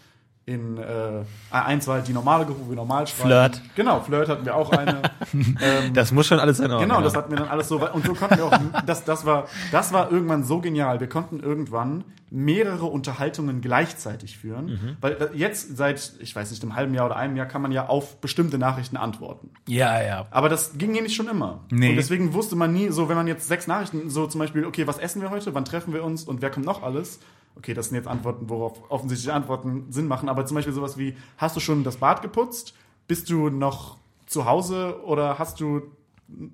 Speaker 2: in äh, eins war halt die normale Gruppe, wo wir normal schreiben.
Speaker 1: Flirt.
Speaker 2: Genau, Flirt hatten wir
Speaker 3: [laughs]
Speaker 2: auch eine. ähm,
Speaker 1: Das muss schon alles sein.
Speaker 2: Genau, das hat mir dann alles so weit. Und so konnten wir auch. [laughs] Das, das, war, das war irgendwann so genial. Wir konnten irgendwann mehrere Unterhaltungen gleichzeitig führen. Weil da- jetzt seit, ich weiß nicht, einem halben Jahr oder einem Jahr kann man ja auf bestimmte Nachrichten antworten.
Speaker 3: Ja, ja.
Speaker 2: Aber das ging ja nicht schon immer.
Speaker 3: Nee.
Speaker 2: Und deswegen wusste man nie, so wenn man jetzt sechs Nachrichten, so zum Beispiel, okay, was essen wir heute, wann treffen wir uns und wer kommt noch alles? Okay, das sind jetzt Antworten, worauf offensichtlich Antworten Sinn machen, aber zum Beispiel sowas wie, hast du schon das Bad geputzt? Bist du noch zu Hause oder hast du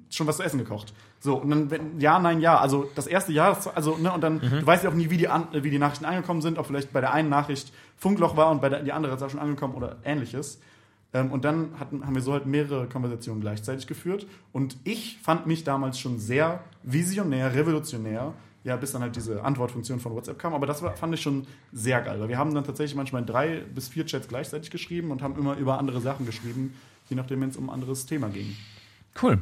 Speaker 2: schon was zu essen gekocht? So, und dann, wenn, ja, nein, ja. Also das erste Jahr, das- also, ne, und dann, du weißt ja auch nie, wie die, an, wie die Nachrichten angekommen sind, ob vielleicht bei der einen Nachricht Funkloch war und bei der die andere ist auch schon angekommen oder ähnliches. Ähm, und dann hatten, haben wir so halt mehrere Konversationen gleichzeitig geführt. Und ich fand mich damals schon sehr visionär, revolutionär. Ja, bis dann halt diese Antwortfunktion von WhatsApp kam. Aber das war, fand ich schon sehr geil, weil wir haben dann tatsächlich manchmal drei bis vier Chats gleichzeitig geschrieben und haben immer über andere Sachen geschrieben, je nachdem, wenn es um ein anderes Thema ging.
Speaker 3: Cool.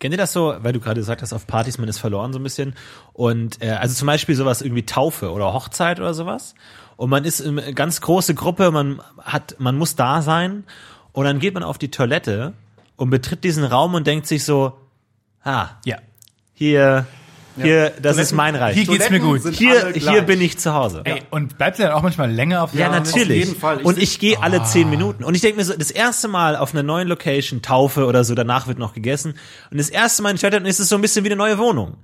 Speaker 1: Kennt ihr das so, weil du gerade gesagt hast, auf Partys, man ist verloren so ein bisschen. Und äh, also zum Beispiel sowas irgendwie Taufe oder Hochzeit oder sowas. Und man ist in eine ganz große Gruppe, man hat, man muss da sein. Und dann geht man auf die Toilette und betritt diesen Raum und denkt sich so, ah,
Speaker 3: Ja.
Speaker 1: hier, hier, das ist
Speaker 2: Toiletten-
Speaker 1: mein Reich.
Speaker 3: Hier geht's mir
Speaker 2: Toiletten
Speaker 3: gut.
Speaker 2: sind
Speaker 1: Hier,
Speaker 2: alle
Speaker 1: hier
Speaker 2: gleich.
Speaker 1: bin ich zu Hause.
Speaker 3: Ey, und bleibt ihr dann auch manchmal länger auf der
Speaker 1: Ja,
Speaker 3: Basis?
Speaker 1: natürlich.
Speaker 2: jeden Fall. Ich
Speaker 1: und
Speaker 2: seh- Ah.
Speaker 1: ich gehe alle zehn Minuten. Und ich denke mir so, das erste Mal auf einer neuen Location, Taufe oder so, danach wird noch gegessen. Und das erste Mal in Chatterton ist es so ein bisschen wie eine neue Wohnung.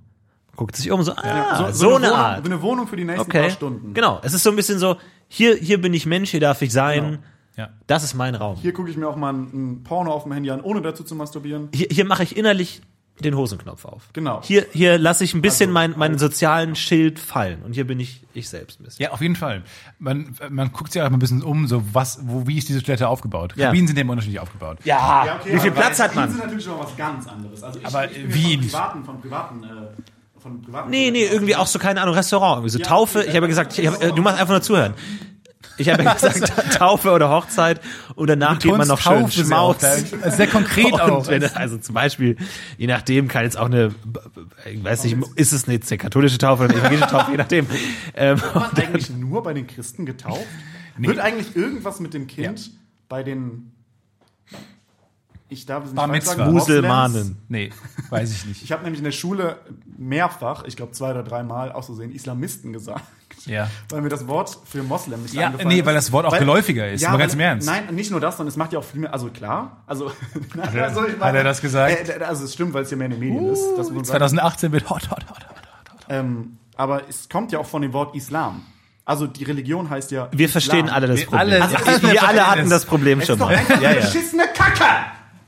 Speaker 1: Guckt sich um, so, ah, so, eine,
Speaker 2: Wohnung,
Speaker 1: Art.
Speaker 2: Eine Wohnung für die nächsten
Speaker 1: Okay.
Speaker 2: paar Stunden.
Speaker 1: Genau. Es ist so ein bisschen so, hier, hier bin ich Mensch, hier darf ich sein.
Speaker 2: Genau.
Speaker 3: Ja.
Speaker 1: Das ist mein Raum. Hier,
Speaker 2: Hier gucke ich mir auch mal ein, ein Porno auf dem Handy an, ohne dazu zu masturbieren.
Speaker 1: hier, mache ich innerlich den Hosenknopf auf.
Speaker 2: Genau.
Speaker 1: Hier, hier lasse ich ein bisschen
Speaker 2: Also,
Speaker 1: mein, meinen sozialen Schild fallen. Und hier bin ich ich selbst ein bisschen.
Speaker 3: Ja, auf jeden Fall. Man, man guckt sich auch mal ein bisschen um, so was, wo, wie ist diese Toilette aufgebaut?
Speaker 1: Ja.
Speaker 3: Kabinen sind ja immer unterschiedlich aufgebaut.
Speaker 1: Ja,
Speaker 2: okay,
Speaker 1: Ah, wie viel
Speaker 2: aber
Speaker 1: Platz
Speaker 2: bei
Speaker 1: hat man?
Speaker 2: Kabinen sind natürlich noch was ganz anderes. Also ich,
Speaker 3: Aber
Speaker 2: ich bin
Speaker 3: wie
Speaker 2: jetzt Von
Speaker 3: nicht?
Speaker 2: privaten, von privaten, äh, von privaten.
Speaker 1: Nee, nee, irgendwie auch so, keine Ahnung, Restaurant. Irgendwie so Taufe, ich habe ja gesagt, ich hab, äh, du machst einfach nur zuhören. Ich habe ja gesagt, [laughs] Taufe oder Hochzeit und danach geht man noch schön
Speaker 3: Taufe sehr oft,
Speaker 1: schmaus.
Speaker 3: ja. Sehr konkret
Speaker 1: [laughs]
Speaker 3: auch.
Speaker 1: Und wenn, also zum Beispiel, je nachdem kann jetzt auch eine, ich weiß nicht, ist es jetzt eine katholische Taufe oder eine evangelische Taufe, je nachdem. Ähm,
Speaker 2: Wird man eigentlich nur bei den Christen
Speaker 1: [laughs]
Speaker 2: getauft? Wird eigentlich irgendwas mit dem Kind bei den. Ich darf es nicht
Speaker 3: Bar
Speaker 2: falsch
Speaker 3: Mitzwa.
Speaker 2: sagen, Moslems?
Speaker 1: Muselmanen.
Speaker 3: Nee, weiß ich nicht.
Speaker 2: Ich habe nämlich in der Schule mehrfach, ich glaube zwei oder dreimal, auch so sehen, Islamisten gesagt.
Speaker 3: Ja.
Speaker 2: Weil mir das Wort für Moslem nicht
Speaker 3: Ja,
Speaker 2: eingefallen
Speaker 3: nee,
Speaker 2: ist.
Speaker 3: weil das Wort auch geläufiger ist, mal
Speaker 2: weil-
Speaker 3: ganz im Ernst.
Speaker 2: Nein, nicht nur das, sondern es macht ja auch viel mehr. Also klar, also. [laughs] Hat
Speaker 3: er- hat er das gesagt? Uh,
Speaker 2: Äh, also es stimmt, weil es ja mehr in den Medien ist. Das muss man sagen.
Speaker 3: 2018 wird hot, hot, hot, hot.
Speaker 2: Ähm, aber es kommt ja auch von dem Wort Islam. Also die Religion heißt ja.
Speaker 1: Wir verstehen
Speaker 2: Islam.
Speaker 1: alle das
Speaker 3: Wir
Speaker 1: Problem.
Speaker 3: alle-
Speaker 1: Also,
Speaker 3: alle
Speaker 1: wir alle hatten
Speaker 3: verstehen
Speaker 1: das Problem
Speaker 2: Es
Speaker 1: schon
Speaker 2: ist doch
Speaker 1: mal.
Speaker 2: einfach
Speaker 1: Ja,
Speaker 2: eine
Speaker 1: ja.
Speaker 2: beschissene Kacke!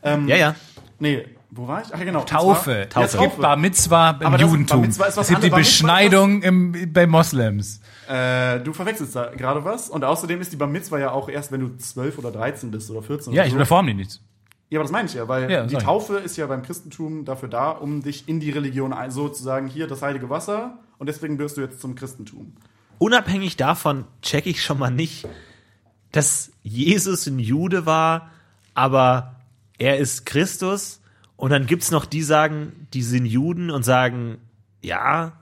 Speaker 1: ja, ja.
Speaker 2: Nee, wo war ich? Ach, ja, genau. Und
Speaker 3: Taufe.
Speaker 2: Zwar,
Speaker 3: Es
Speaker 2: Ja,
Speaker 3: gibt Bar
Speaker 2: Taufe.
Speaker 3: Mitzwa im
Speaker 2: Aber das-
Speaker 3: Judentum.
Speaker 2: Bar Mitzwa ist was
Speaker 3: es gibt die
Speaker 2: anderes. Bar Mitzwa ist was-
Speaker 3: Beschneidung im, bei Moslems.
Speaker 2: Äh, du verwechselst da gerade was. Und außerdem ist die Bar Mitzwa ja auch erst, wenn du 12 oder 13 bist oder 14.
Speaker 3: Ja,
Speaker 2: oder
Speaker 3: ich
Speaker 2: so.
Speaker 3: reform die nicht.
Speaker 2: Ja, aber das meine ich ja, weil
Speaker 3: Ja,
Speaker 2: die
Speaker 3: sag ich.
Speaker 2: Taufe ist ja beim Christentum dafür da, um dich in die Religion ein, sozusagen hier das heilige Wasser und deswegen wirst du jetzt zum Christentum.
Speaker 1: unabhängig davon checke ich schon mal nicht, dass Jesus ein Jude war, aber er ist Christus. Und dann gibt's noch die, sagen, die sind Juden und sagen, ja,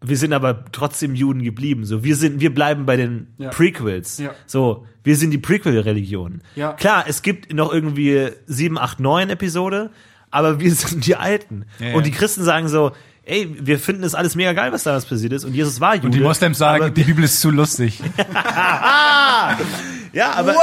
Speaker 1: wir sind aber trotzdem Juden geblieben. So, wir sind, wir bleiben bei den
Speaker 2: Ja.
Speaker 1: Prequels.
Speaker 2: Ja.
Speaker 1: So, wir sind die Prequel-Religion.
Speaker 2: Ja.
Speaker 1: Klar, es gibt noch irgendwie 7, 8, 9 Episode, aber wir [laughs] sind die Alten.
Speaker 3: Ja, ja.
Speaker 1: Und die Christen sagen so, ey, wir finden es alles mega geil, was damals passiert ist. Und Jesus war Jude.
Speaker 3: Und die Moslems
Speaker 1: aber
Speaker 3: sagen, die Bibel ist zu [laughs] lustig.
Speaker 1: Ja, aber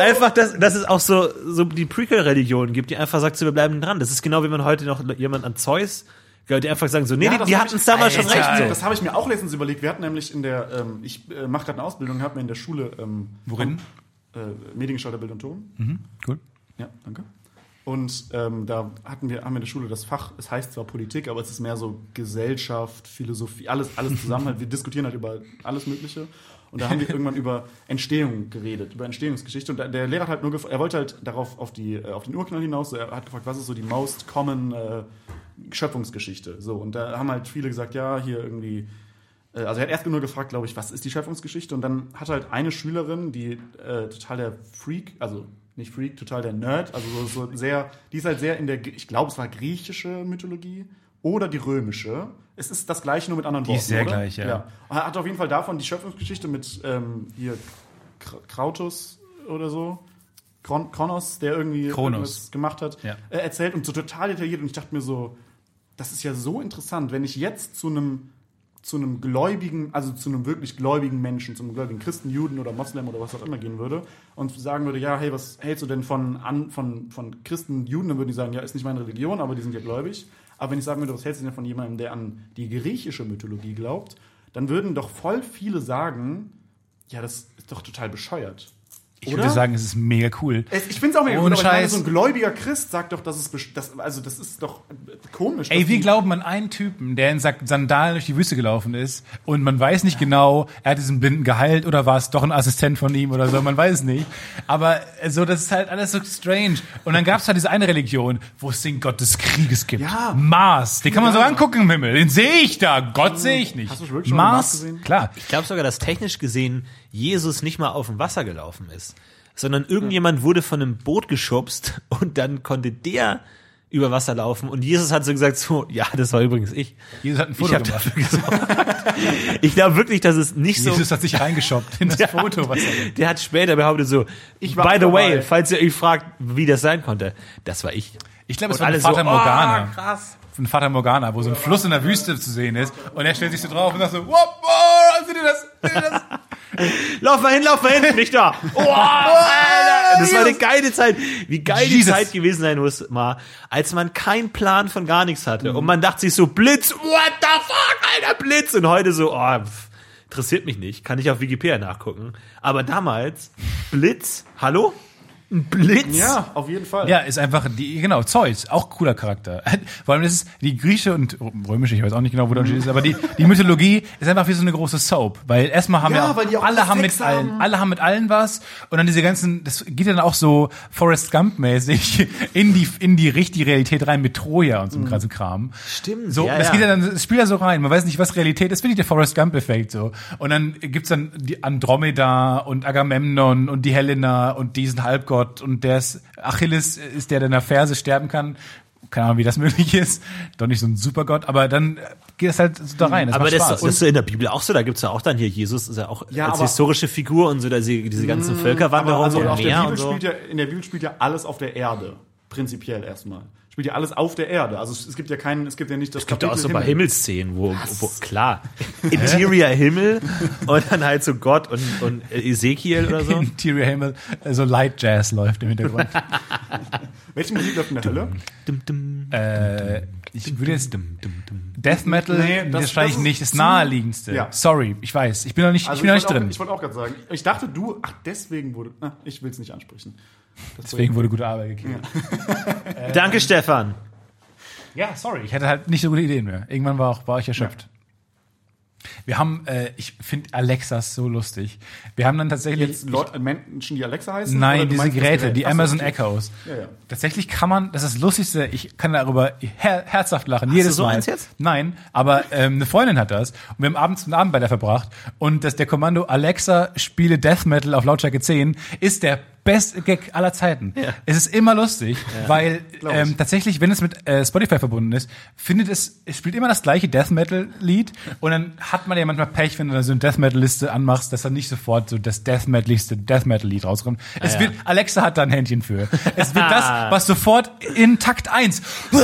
Speaker 1: einfach, dass, dass es auch so, so die Prequel-Religion gibt, die einfach sagt, so, wir bleiben dran. Das ist genau wie man heute noch jemand an Zeus gehört, die einfach sagen so, nee, die,
Speaker 2: das
Speaker 1: die
Speaker 2: hab
Speaker 1: hatten es
Speaker 2: ich-
Speaker 1: damals schon
Speaker 3: Alter,
Speaker 1: recht. So.
Speaker 2: Das habe ich mir auch letztens überlegt. Wir hatten nämlich in der, ähm, ich äh, mache gerade eine Ausbildung, habe mir in der Schule ähm,
Speaker 3: Worin?
Speaker 2: äh, Mediengestalter Bild und Ton.
Speaker 3: Cool.
Speaker 2: Ja, danke. Und ähm, da hatten wir, haben wir in der Schule das Fach, es heißt zwar Politik, aber es ist mehr so Gesellschaft, Philosophie, alles, alles zusammen. halt. wir diskutieren halt über alles Mögliche. Und da haben [laughs] wir irgendwann über Entstehung geredet, über Entstehungsgeschichte. Und da- der Lehrer hat halt nur, gef- er wollte halt darauf auf, die, äh, auf den Urknall hinaus. So, Er hat gefragt, was ist so die most common äh, Schöpfungsgeschichte? So, und da haben halt viele gesagt, ja, hier irgendwie äh, Also er hat erst nur gefragt, glaube ich, was ist die Schöpfungsgeschichte? Und dann hat halt eine Schülerin, die äh, total der Freak, also nicht Freak, total der Nerd, also so, so sehr, die ist halt sehr in der, Gr- ich glaube, es war griechische Mythologie oder die römische. Es ist das gleiche, nur mit anderen die Worten.
Speaker 3: ist sehr
Speaker 2: oder?
Speaker 3: gleich, ja.
Speaker 2: Und er hat auf jeden Fall davon die Schöpfungsgeschichte mit ähm, hier Kr- Krautus oder so. Kron Kronos, der irgendwie
Speaker 3: Kronos.
Speaker 2: irgendwas gemacht hat,
Speaker 3: Ja.
Speaker 2: äh, erzählt und so total detailliert. Und ich dachte mir so, das ist ja so interessant, wenn ich jetzt zu einem zu einem gläubigen, also zu einem wirklich gläubigen Menschen, zu einem gläubigen Christen, Juden oder Moslem oder was auch immer gehen würde und sagen würde, ja, hey, was hältst du denn von, an, von, von Christen, Juden, dann würden die sagen, ja, ist nicht meine Religion, aber die sind ja gläubig. Aber wenn ich sagen würde, was hältst du denn von jemandem, der an die griechische Mythologie glaubt, dann würden doch voll viele sagen, ja, das ist doch total bescheuert.
Speaker 3: Ich würde sagen, es ist mega cool.
Speaker 2: Es- Ich finde es auch mega
Speaker 3: Ohne
Speaker 2: gut, aber ich meine,
Speaker 3: Scheiß.
Speaker 2: so ein gläubiger Christ sagt doch, das ist, best- das, also das ist doch äh, komisch.
Speaker 3: Ey,
Speaker 2: dass
Speaker 3: wir
Speaker 2: die-
Speaker 3: glauben an einen Typen, der in Sa- Sandalen durch die Wüste gelaufen ist und man weiß nicht genau, er hat diesen Blinden geheilt oder war es doch ein Assistent von ihm oder so, man weiß es nicht. Aber äh, so, das ist halt alles so strange. Und dann gab es halt diese eine Religion, wo es den Gott des Krieges gibt.
Speaker 2: Ja.
Speaker 3: Mars, den kann man so
Speaker 2: Ja.
Speaker 3: angucken im Himmel, den sehe ich da, Gott sehe ich nicht.
Speaker 2: Hast du wirklich schon mal Mars gesehen?
Speaker 3: Klar.
Speaker 1: Ich glaube sogar, dass technisch gesehen Jesus nicht mal auf dem Wasser gelaufen ist,
Speaker 3: Hm.
Speaker 1: sondern irgendjemand wurde von einem Boot geschubst [laughs] und dann konnte der über Wasser laufen und Jesus hat so gesagt, so, ja, das war übrigens ich.
Speaker 3: Jesus hat ein
Speaker 1: Ich
Speaker 3: Foto
Speaker 1: habe
Speaker 3: gemacht.
Speaker 1: dafür gesorgt. Ich glaube wirklich, dass es nicht so
Speaker 3: [laughs] Jesus hat sich reingeschoppt in das Foto. Was er
Speaker 1: Der hat später behauptet so,
Speaker 2: Ich war
Speaker 1: by the
Speaker 2: dabei.
Speaker 1: way, falls ihr euch fragt, wie das sein konnte, das war ich.
Speaker 3: ich glaube, es
Speaker 1: Und
Speaker 3: war eine
Speaker 1: alle so,
Speaker 3: Fata
Speaker 1: oh,
Speaker 3: Morgana.
Speaker 1: krass.
Speaker 3: Von Fata Morgana, wo so ein Fluss in der Wüste zu sehen ist. Und er stellt sich so drauf und sagt so, wop, oh, seht ihr das? Seht ihr das?
Speaker 1: Lauf mal hin, lauf mal hin, nicht [laughs] da. Oh, Alter. Das war eine geile Zeit. Wie geil die
Speaker 3: Jesus.
Speaker 1: Zeit gewesen sein muss, mal, als man keinen Plan von gar nichts hatte. Und man dachte sich so, Blitz, what the fuck, Alter, Blitz. Und heute so, oh, pff, interessiert mich nicht, kann ich auf Wikipedia nachgucken. Aber damals, Blitz, hallo? Ein Blitz?
Speaker 2: Ja, auf jeden Fall.
Speaker 3: Ja, ist einfach die, genau, Zeus, auch cooler Charakter. [laughs] Vor allem das ist die griechische und römische, ich weiß auch nicht genau, wo der Unterschied ist, aber die, die Mythologie ist einfach wie so eine große Soap. Weil erstmal haben
Speaker 2: Ja,
Speaker 3: ja,
Speaker 2: weil die auch
Speaker 3: alle
Speaker 2: alle
Speaker 3: haben mit
Speaker 2: Sex
Speaker 3: allen, alle haben mit allen was und dann diese ganzen, das geht dann auch so Forrest Gump-mäßig [laughs] in die, in die richtige Realität rein mit Troja und so einem ganzen Kram.
Speaker 1: Stimmt,
Speaker 3: So,
Speaker 1: ja,
Speaker 3: das
Speaker 1: ja.
Speaker 3: geht ja dann, das spielt ja so rein. Man weiß nicht, was Realität ist, wirklich der Forrest Gump-Effekt, so. Und dann gibt's dann die Andromeda und Agamemnon und die Helena und diesen Halbgott und der ist, Achilles ist der, der in der Ferse sterben kann. Keine Ahnung, wie das [laughs] möglich ist. Doch nicht so ein Supergott, aber dann geht es halt so da rein. Das
Speaker 1: aber
Speaker 3: macht
Speaker 1: das,
Speaker 3: Spaß.
Speaker 1: das ist so in der Bibel auch so, da gibt's ja auch dann hier Jesus, ist ja Mm, auch
Speaker 2: Ja,
Speaker 1: als
Speaker 2: aber-
Speaker 1: historische Figur und so, da sie- diese ganzen
Speaker 2: Aber
Speaker 1: Völkerwanderungen
Speaker 2: also
Speaker 1: und
Speaker 2: auf der
Speaker 1: Meer
Speaker 2: Bibel
Speaker 1: und so.
Speaker 2: spielt ja, in der Bibel spielt ja alles auf der Erde. Prinzipiell erstmal. Spielt ja alles auf der Erde. Also es, es gibt ja keinen, es gibt ja nicht das
Speaker 1: Gibt ja auch so ein paar Himmelsszenen, wo, wo [laughs] klar, Interior Himmel und dann halt so Gott und, und Ezekiel oder so.
Speaker 3: Interior Himmel, äh, so Light Jazz läuft im Hintergrund.
Speaker 2: Welche Musik läuft in der Hölle?
Speaker 1: [laughs] Dum, dum,
Speaker 3: äh, ich würde jetzt
Speaker 1: dum, dum, dum.
Speaker 3: Death Metal
Speaker 2: Nee,
Speaker 3: das,
Speaker 2: das-
Speaker 3: wahrscheinlich
Speaker 2: das ist
Speaker 3: nicht das
Speaker 2: zu-
Speaker 3: naheliegendste.
Speaker 2: Ja.
Speaker 3: Sorry, ich weiß. Ich bin noch nicht, ich bin noch
Speaker 2: wollte
Speaker 3: nicht
Speaker 2: Also auch-
Speaker 3: drin.
Speaker 2: Ich wollte auch gerade sagen, ich dachte du, ach deswegen wurde, ah, ich will es nicht ansprechen.
Speaker 3: Deswegen wurde gute Arbeit gekriegt.
Speaker 1: Äh, Danke, Stefan.
Speaker 3: Ja, sorry, ich hatte halt nicht so gute Ideen mehr. Irgendwann war, auch, war ich erschöpft. Wir haben, äh, ich finde Alexas so lustig. Wir haben dann tatsächlich.
Speaker 2: Jetzt Leute, Menschen, die Alexa heißen? Oder
Speaker 3: nein,
Speaker 2: du
Speaker 3: diese
Speaker 2: meinst das
Speaker 3: Geräte, die
Speaker 2: Gerät? Ach so,
Speaker 3: Amazon
Speaker 2: okay.
Speaker 3: Echoes.
Speaker 2: Ja, ja.
Speaker 3: Tatsächlich kann man, das ist das Lustigste, ich kann darüber her herzhaft lachen. Hast jedes
Speaker 1: du so
Speaker 3: Mal.
Speaker 1: eins jetzt?
Speaker 3: Nein, aber ähm, eine Freundin hat das. Und wir haben abends einen Abend bei der verbracht. Und das, der Kommando Alexa spiele Death Metal auf Lautstärke 10 ist der beste Gag aller Zeiten.
Speaker 1: Ja.
Speaker 3: Es ist immer lustig, weil
Speaker 2: ich.
Speaker 3: ähm, tatsächlich, wenn es mit äh, Spotify verbunden ist, findet es, es spielt immer das gleiche Death Metal Lied und dann hat man ja manchmal Pech, wenn du da so eine Death Metal Liste anmachst, dass dann nicht sofort so das Death Metaligste Death Metal Lied rauskommt. es
Speaker 1: Ah, ja.
Speaker 3: wird, Alexa hat da ein Händchen für. Es wird das,
Speaker 2: Ah.
Speaker 3: was sofort in Takt 1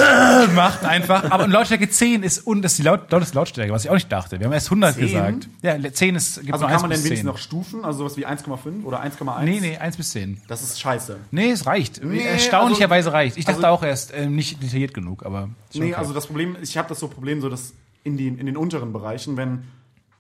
Speaker 3: [laughs] macht einfach, aber in Lautstärke 10 ist, und das ist die laut, lauteste Lautstärke, was ich auch nicht dachte. Wir haben erst 100
Speaker 2: 10?
Speaker 3: gesagt. Ja, 10 ist, gibt
Speaker 2: Also
Speaker 3: nur
Speaker 2: kann
Speaker 3: 1
Speaker 2: man denn
Speaker 3: bis 10.
Speaker 2: wenigstens noch Stufen, also sowas wie 1,5 oder 1,1?
Speaker 3: nee, nee, 1 bis 10.
Speaker 2: Das ist scheiße.
Speaker 3: Nee, es reicht.
Speaker 2: Nee,
Speaker 3: Erstaunlicherweise reicht. Ich dachte
Speaker 2: also-
Speaker 3: auch erst ähm, nicht detailliert genug, aber. ist
Speaker 2: Nee,
Speaker 3: okay.
Speaker 2: also das Problem, ich habe das so Problem, so dass in, die, in den unteren Bereichen, wenn,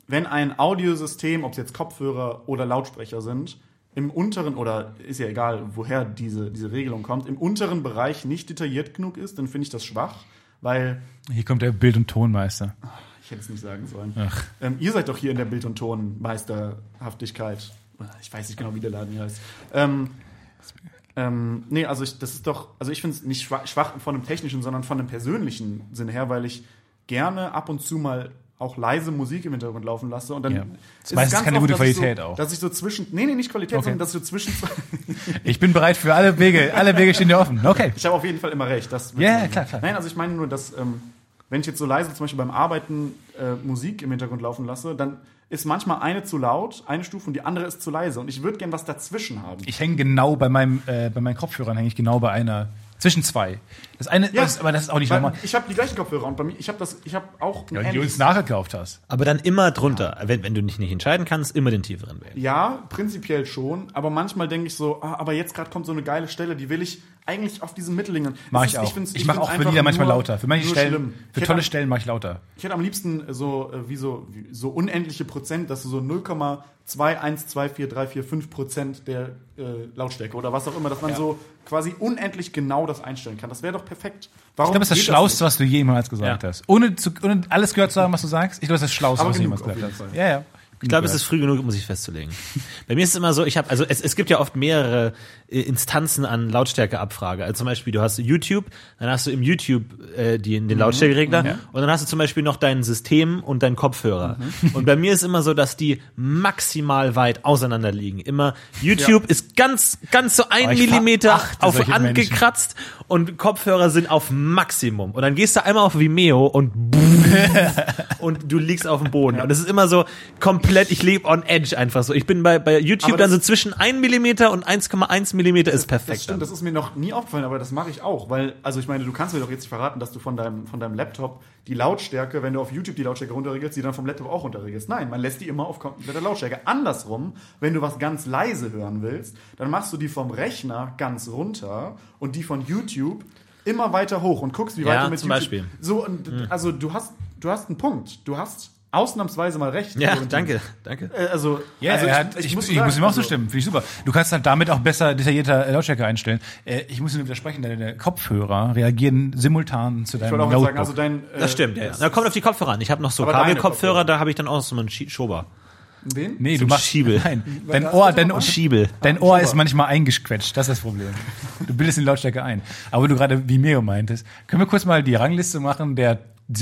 Speaker 2: wenn ein Audiosystem, ob es jetzt Kopfhörer oder Lautsprecher sind, im unteren, oder ist ja egal, woher diese, diese Regelung kommt, im unteren Bereich nicht detailliert genug ist, dann finde ich das schwach, weil,
Speaker 3: Hier kommt der Bild- und Tonmeister.
Speaker 2: ich hätte es nicht sagen sollen, ähm, ihr seid doch hier in der Bild- und Tonmeisterhaftigkeit. Ich weiß nicht genau, wie der Laden hier heißt. Ähm, ähm, nee, also ich, das ist doch, also ich finde es nicht schwach, schwach von dem technischen, sondern von dem persönlichen Sinne her, weil ich gerne ab und zu mal auch leise Musik im Hintergrund laufen lasse und dann
Speaker 3: Ja. Das
Speaker 2: es
Speaker 3: meiste
Speaker 2: ganz
Speaker 3: ist keine gute
Speaker 2: dass ich
Speaker 3: Qualität
Speaker 2: so,
Speaker 3: auch.
Speaker 2: Dass ich so zwischen, nee, nee, nicht Qualität,
Speaker 3: Okay.
Speaker 2: sondern dass ich so zwischen,
Speaker 3: Ich bin bereit für alle Wege. Alle Wege stehen dir offen. Okay.
Speaker 2: ich habe auf jeden Fall immer recht. Das
Speaker 3: Ja, ja, klar, klar.
Speaker 2: Nein, also ich meine nur, dass ähm, wenn ich jetzt so leise zum Beispiel beim Arbeiten äh, Musik im Hintergrund laufen lasse, dann ist manchmal eine zu laut, eine Stufe und die andere ist zu leise und ich würde gern was dazwischen haben.
Speaker 3: Ich hänge genau bei meinem, äh, bei meinen Kopfhörern hänge ich genau bei einer. Zwischen zwei. Das eine,
Speaker 2: Ja.
Speaker 3: das, aber das ist auch nicht
Speaker 2: Weil
Speaker 3: normal.
Speaker 2: ich habe die gleichen Kopfhörer und bei mir, ich habe das, ich habe auch ein
Speaker 3: Ja, die du
Speaker 2: ähnliches-
Speaker 3: uns nachgekauft hast.
Speaker 1: Aber dann immer drunter, wenn, wenn du dich nicht entscheiden kannst, immer den tieferen wählen.
Speaker 2: Ja, prinzipiell schon, aber manchmal denke ich so, ah, aber jetzt gerade kommt so eine geile Stelle, die will ich eigentlich auf diesem Mittelding.
Speaker 3: Mach ich auch. Ich, mache auch für Lieder manchmal lauter. Für manche Stellen, für tolle
Speaker 2: Stellen.
Speaker 3: Stellen mache ich lauter.
Speaker 2: Ich hätte am liebsten äh, so, äh, wie so, wie, so unendliche Prozent, dass du so 0,2124345 Prozent der äh, Lautstärke oder was auch immer, dass man so quasi unendlich genau das einstellen kann. Das wäre doch perfekt. Warum
Speaker 3: Ich glaube, das ist das
Speaker 2: geht
Speaker 3: Schlauste, was du jemals gesagt
Speaker 1: Ja.
Speaker 3: hast. Ohne, zu, ohne alles gehört zu haben, was du sagst. Ich glaube, das ist das Schlauste,
Speaker 2: Aber
Speaker 3: was du
Speaker 2: genug
Speaker 3: jemals
Speaker 2: auf
Speaker 3: gesagt
Speaker 2: jeden
Speaker 3: hast.
Speaker 2: Fall.
Speaker 3: Ja, ja.
Speaker 1: Ich glaube, es ist früh genug, um sich
Speaker 3: [laughs]
Speaker 1: festzulegen. Bei mir ist es immer so, ich habe, also es, es gibt ja oft mehrere äh, Instanzen an Lautstärkeabfrage. Also zum Beispiel, du hast YouTube, dann hast du im YouTube äh, die,
Speaker 3: Mhm.
Speaker 1: den Lautstärkeregler und dann hast du zum Beispiel noch dein System und deinen Kopfhörer.
Speaker 3: Mhm.
Speaker 1: Und bei mir ist immer so, dass die maximal weit auseinander liegen. Immer YouTube ist ganz, ganz so ein
Speaker 3: ich
Speaker 1: Millimeter
Speaker 3: verachte
Speaker 1: auf
Speaker 3: solche Menschen.
Speaker 1: angekratzt und Kopfhörer sind auf Maximum. Und dann gehst du einmal auf Vimeo und und du liegst auf dem Boden. Und das ist immer so komplett, ich lebe on edge einfach so. Ich bin bei, bei YouTube
Speaker 2: Aber
Speaker 1: dann
Speaker 2: das-
Speaker 1: so zwischen 1 Millimeter und 1,1 Millimeter ist perfekt.
Speaker 2: Das stimmt,
Speaker 1: dann.
Speaker 2: das ist mir noch nie aufgefallen, aber das mache ich auch, weil, also ich meine, du kannst mir doch jetzt nicht verraten, dass du von deinem, von deinem Laptop die Lautstärke, wenn du auf YouTube die Lautstärke runterregelst, die dann vom Laptop auch runterregelst. Nein, man lässt die immer auf kompletter Lautstärke. Andersrum, wenn du was ganz leise hören willst, dann machst du die vom Rechner ganz runter und die von YouTube immer weiter hoch und guckst, wie
Speaker 1: Ja,
Speaker 2: weit du mit
Speaker 1: zum Hm.
Speaker 2: YouTube...
Speaker 1: Beispiel.
Speaker 2: So, und, also du hast, du hast einen Punkt. Du hast ausnahmsweise mal recht.
Speaker 1: Ja,
Speaker 2: Und-
Speaker 1: danke, danke.
Speaker 2: Äh, Also,
Speaker 3: Ja,
Speaker 2: also
Speaker 3: er hat, ich, ich, muss, ich
Speaker 2: sagen,
Speaker 3: muss ihm auch
Speaker 2: also,
Speaker 3: zustimmen. Finde ich super. Du kannst dann damit auch besser detaillierter äh, Lautstärke einstellen. Äh, ich muss ihn widersprechen, denn deine Kopfhörer reagieren simultan zu
Speaker 2: Ich
Speaker 3: deinem
Speaker 2: wollte auch
Speaker 3: Notebook.
Speaker 2: mal sagen, also dein. äh,
Speaker 1: Das stimmt, ja. ja.
Speaker 2: das-
Speaker 1: Na, kommt auf die Kopfhörer an. Ich habe noch so
Speaker 2: Aber deine
Speaker 1: Kabelkopfhörer,
Speaker 2: Kopfhörer.
Speaker 1: da habe ich dann auch noch so einen Schie- Schober.
Speaker 2: Wen?
Speaker 3: nee,
Speaker 1: so
Speaker 3: du
Speaker 1: ein
Speaker 3: machst
Speaker 2: [laughs]
Speaker 1: Schiebel.
Speaker 3: Nein,
Speaker 2: Was
Speaker 3: dein
Speaker 2: hast
Speaker 3: Ohr,
Speaker 2: du
Speaker 3: dein,
Speaker 2: nochmal?
Speaker 1: Schiebel.
Speaker 3: dein Ohr
Speaker 2: Schuber.
Speaker 3: ist manchmal eingequetscht. Das ist das Problem. Du bildest die Lautstärke ein. Aber du gerade wie Miro meintest, können wir kurz mal die Rangliste machen der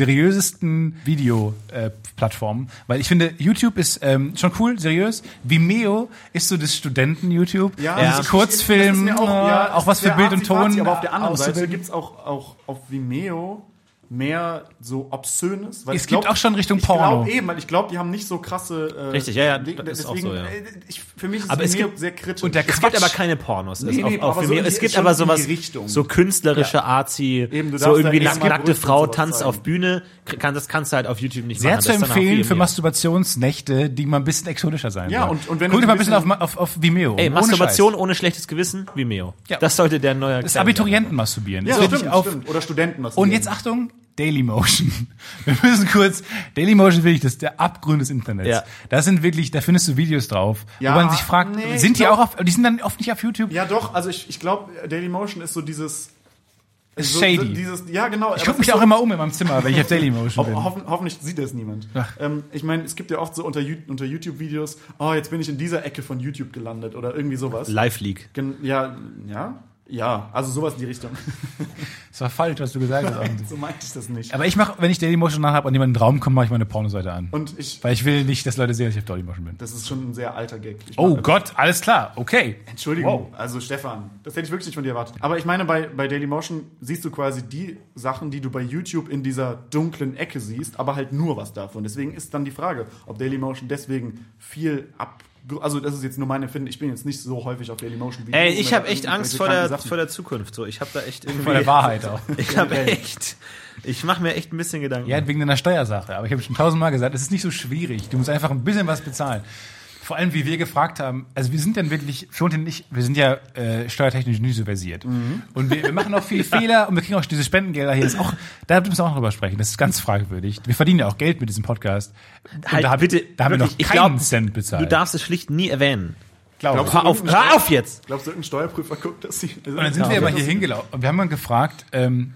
Speaker 3: seriösesten Videoplattformen, äh, Plattformen? weil ich finde, YouTube ist ähm, schon cool, seriös. Vimeo ist so das Studenten-YouTube.
Speaker 2: Ja,
Speaker 3: Dieses
Speaker 2: das ist-
Speaker 3: Kurzfilm,
Speaker 2: das ist mir
Speaker 3: auch,
Speaker 2: ja,
Speaker 3: auch was für
Speaker 2: sehr
Speaker 3: Bild und
Speaker 2: arzi-fazi,
Speaker 3: Ton.
Speaker 2: Aber auf der anderen
Speaker 3: auszubilden.
Speaker 2: Seite gibt es auch, auch auf Vimeo mehr so obszönes. Weil
Speaker 3: Es
Speaker 2: ich
Speaker 3: gibt auch schon Richtung
Speaker 2: ich glaub
Speaker 3: Porno.
Speaker 2: eben, weil ich glaube, die haben nicht so krasse. äh,
Speaker 1: Richtig, ja, ja,
Speaker 2: de-
Speaker 1: das ist auch so, ja.
Speaker 2: äh, Ich, für mich ist
Speaker 1: Aber es
Speaker 2: Vimeo
Speaker 1: gibt-
Speaker 2: sehr kritisch.
Speaker 3: und der
Speaker 1: Es gibt
Speaker 3: Quatsch.
Speaker 1: aber keine Pornos.
Speaker 2: Nee,
Speaker 1: auf,
Speaker 2: nee,
Speaker 1: auf
Speaker 2: aber so
Speaker 1: Vimeo.
Speaker 2: in die-
Speaker 1: es gibt
Speaker 2: schon
Speaker 1: aber
Speaker 2: in die
Speaker 1: sowas,
Speaker 2: Richtung.
Speaker 1: so künstlerische Arzi,
Speaker 2: Eben, du
Speaker 1: so
Speaker 2: darfst
Speaker 1: irgendwie
Speaker 2: da
Speaker 1: nack,
Speaker 2: erstmal
Speaker 1: nackte
Speaker 2: Brüste und
Speaker 1: Frau
Speaker 2: sowas
Speaker 1: tanzt
Speaker 2: zeigen.
Speaker 1: auf Bühne, k- kann, das kannst du halt auf YouTube nicht
Speaker 3: Sehr
Speaker 1: machen.
Speaker 3: zu
Speaker 1: Das ist dann auf
Speaker 3: empfehlen für
Speaker 1: Vimeo.
Speaker 3: Masturbationsnächte, die mal ein bisschen exotischer sein
Speaker 2: Ja,
Speaker 3: soll.
Speaker 2: und- und wenn
Speaker 3: Guck
Speaker 2: du
Speaker 3: dir mal ein
Speaker 2: ein
Speaker 3: bisschen auf, auf, auf Vimeo.
Speaker 1: Ey,
Speaker 3: Ohne
Speaker 1: Masturbation
Speaker 3: Scheiß.
Speaker 1: ohne, schlechtes Gewissen, Vimeo.
Speaker 3: Ja.
Speaker 1: Das sollte der neue
Speaker 3: Das
Speaker 1: Claim
Speaker 3: Abiturienten masturbieren.
Speaker 2: Ja,
Speaker 3: das finde ich
Speaker 2: stimmt,
Speaker 3: auf.
Speaker 2: stimmt. Oder Studenten was
Speaker 3: Und
Speaker 2: die-
Speaker 3: jetzt Achtung, Dailymotion. [laughs] Wir müssen kurz, Dailymotion wirklich, das ist der Abgrund des Internets.
Speaker 1: Ja.
Speaker 3: Da sind wirklich, da findest du Videos drauf,
Speaker 2: Ja,
Speaker 3: wo man sich fragt,
Speaker 2: nee, ich
Speaker 3: sind die
Speaker 2: glaub-
Speaker 3: auch auf, die sind dann oft nicht auf YouTube?
Speaker 2: Ja, doch, also ich, ich glaube, Dailymotion ist so dieses.
Speaker 3: Ist
Speaker 2: so, So
Speaker 3: shady.
Speaker 2: dieses, ja, genau.
Speaker 3: ich gucke mich auch immer um in meinem Zimmer, wenn ich auf Dailymotion bin.
Speaker 2: Ho [laughs] hoffen, hoffentlich sieht das niemand.
Speaker 3: Ach.
Speaker 2: Ähm, ich meine, es gibt ja oft so unter, Ju- unter YouTube-Videos, oh, jetzt bin ich in dieser Ecke von YouTube gelandet oder irgendwie sowas.
Speaker 1: Live League.
Speaker 2: Gen ja, ja, ja, also sowas in die Richtung. [laughs]
Speaker 3: Das war falsch, was du gesagt hast. offensichtlich.
Speaker 2: so meinte ich das nicht.
Speaker 3: Aber ich mache, wenn ich Dailymotion anhabe und jemand in den Raum kommt, mache ich meine Pornoseite an.
Speaker 2: Und ich,
Speaker 3: Weil ich will nicht, dass Leute sehen, dass ich auf Dailymotion bin.
Speaker 2: das ist schon ein sehr alter Gag. Ich
Speaker 3: Oh
Speaker 2: mach-
Speaker 3: Gott, alles klar, okay.
Speaker 2: Entschuldigung, also Stefan, das hätte ich wirklich nicht von dir erwartet. Aber ich meine, bei, bei Dailymotion siehst du quasi die Sachen, die du bei YouTube in dieser dunklen Ecke siehst, aber halt nur was davon. Deswegen ist dann die Frage, ob Dailymotion deswegen viel ab... Also das ist jetzt nur mein Empfinden, ich bin jetzt nicht so häufig auf Dailymotion. wie
Speaker 1: Ey,
Speaker 2: du
Speaker 1: ich
Speaker 2: mit
Speaker 1: habe echt
Speaker 2: irgendwelchen
Speaker 3: Also
Speaker 1: Angst vor
Speaker 2: kranken
Speaker 1: der,
Speaker 2: Sachen.
Speaker 1: vor der Zukunft. So, ich habe da echt irgendwie.
Speaker 3: Von der Wahrheit auch.
Speaker 1: [laughs] Ich habe echt. Ich mache mir echt ein bisschen Gedanken.
Speaker 3: Ja, wegen deiner Steuersache. Aber ich habe schon tausendmal gesagt, es ist nicht so schwierig. Du musst einfach ein bisschen was bezahlen. Vor allem, wie wir gefragt haben, also wir sind dann wirklich, Florentin und ich, wir sind ja äh, steuertechnisch nicht so versiert.
Speaker 1: Mhm.
Speaker 3: Und wir, wir machen
Speaker 1: [laughs]
Speaker 3: auch viele Fehler und wir kriegen auch diese Spendengelder hier. Das ist auch, da müssen wir auch noch drüber sprechen. Das ist ganz fragwürdig. Wir verdienen ja auch Geld mit diesem Podcast. Und
Speaker 1: Halt,
Speaker 3: da hab-
Speaker 1: bitte,
Speaker 3: da haben wir
Speaker 1: wirklich,
Speaker 3: noch
Speaker 1: ich
Speaker 3: keinen
Speaker 1: glaub,
Speaker 3: Cent bezahlt.
Speaker 1: Du darfst es schlicht nie erwähnen.
Speaker 3: Glaub ich.
Speaker 1: Hör auf, hör auf jetzt!
Speaker 2: Glaubst du, irgendein Steuerprüfer guckt das hier?
Speaker 3: Und dann sind wir aber hier hingelaufen und wir haben dann gefragt, ähm,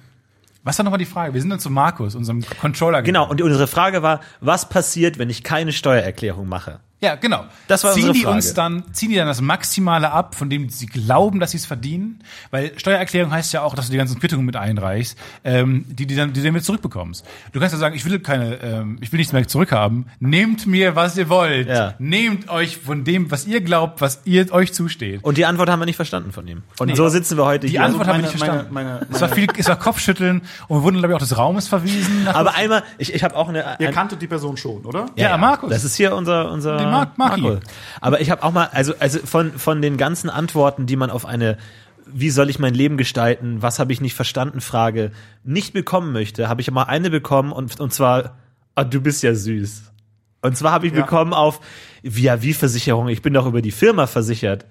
Speaker 3: was war nochmal die Frage? Wir sind dann zu Markus, unserem Controller
Speaker 1: Genau, und unsere Frage war, was passiert, wenn ich keine Steuererklärung mache?
Speaker 3: Ja, genau.
Speaker 1: Das war
Speaker 3: ziehen
Speaker 1: unsere
Speaker 3: die
Speaker 1: Frage.
Speaker 3: uns dann ziehen die dann das Maximale ab, von dem sie glauben, dass sie es verdienen, weil Steuererklärung heißt ja auch, dass du die ganzen Quittungen mit einreichst, ähm, die die dann die du dann wieder zurückbekommst. Du kannst ja sagen, ich will keine, ähm, ich will nichts mehr zurückhaben. Nehmt mir was ihr wollt,
Speaker 1: Ja.
Speaker 3: nehmt euch von dem, was ihr glaubt, was ihr euch zusteht.
Speaker 1: Und die Antwort haben wir nicht verstanden von ihm. Und so sitzen wir heute
Speaker 3: Die
Speaker 1: hier.
Speaker 3: Antwort haben wir
Speaker 2: Also meine-
Speaker 3: nicht verstanden.
Speaker 2: meine- meine-
Speaker 3: es war viel, es war Kopfschütteln und wir wurden glaube ich auch des Raumes verwiesen.
Speaker 1: aber einmal, ich, ich habe auch eine.
Speaker 2: Ihr
Speaker 1: ein-
Speaker 2: kanntet die Person schon, oder?
Speaker 3: Ja, Markus.
Speaker 1: Das ist hier unser unser
Speaker 3: Den Mark- Marki.
Speaker 1: Aber ich habe auch mal, also also von von den ganzen Antworten, die man auf eine wie soll ich mein Leben gestalten? Was habe ich nicht verstanden? Frage nicht bekommen möchte, habe ich mal eine bekommen und und zwar ah, du bist ja süß. Und zwar habe ich
Speaker 2: Ja.
Speaker 1: bekommen auf via wie Versicherung. Ich bin doch über die Firma versichert.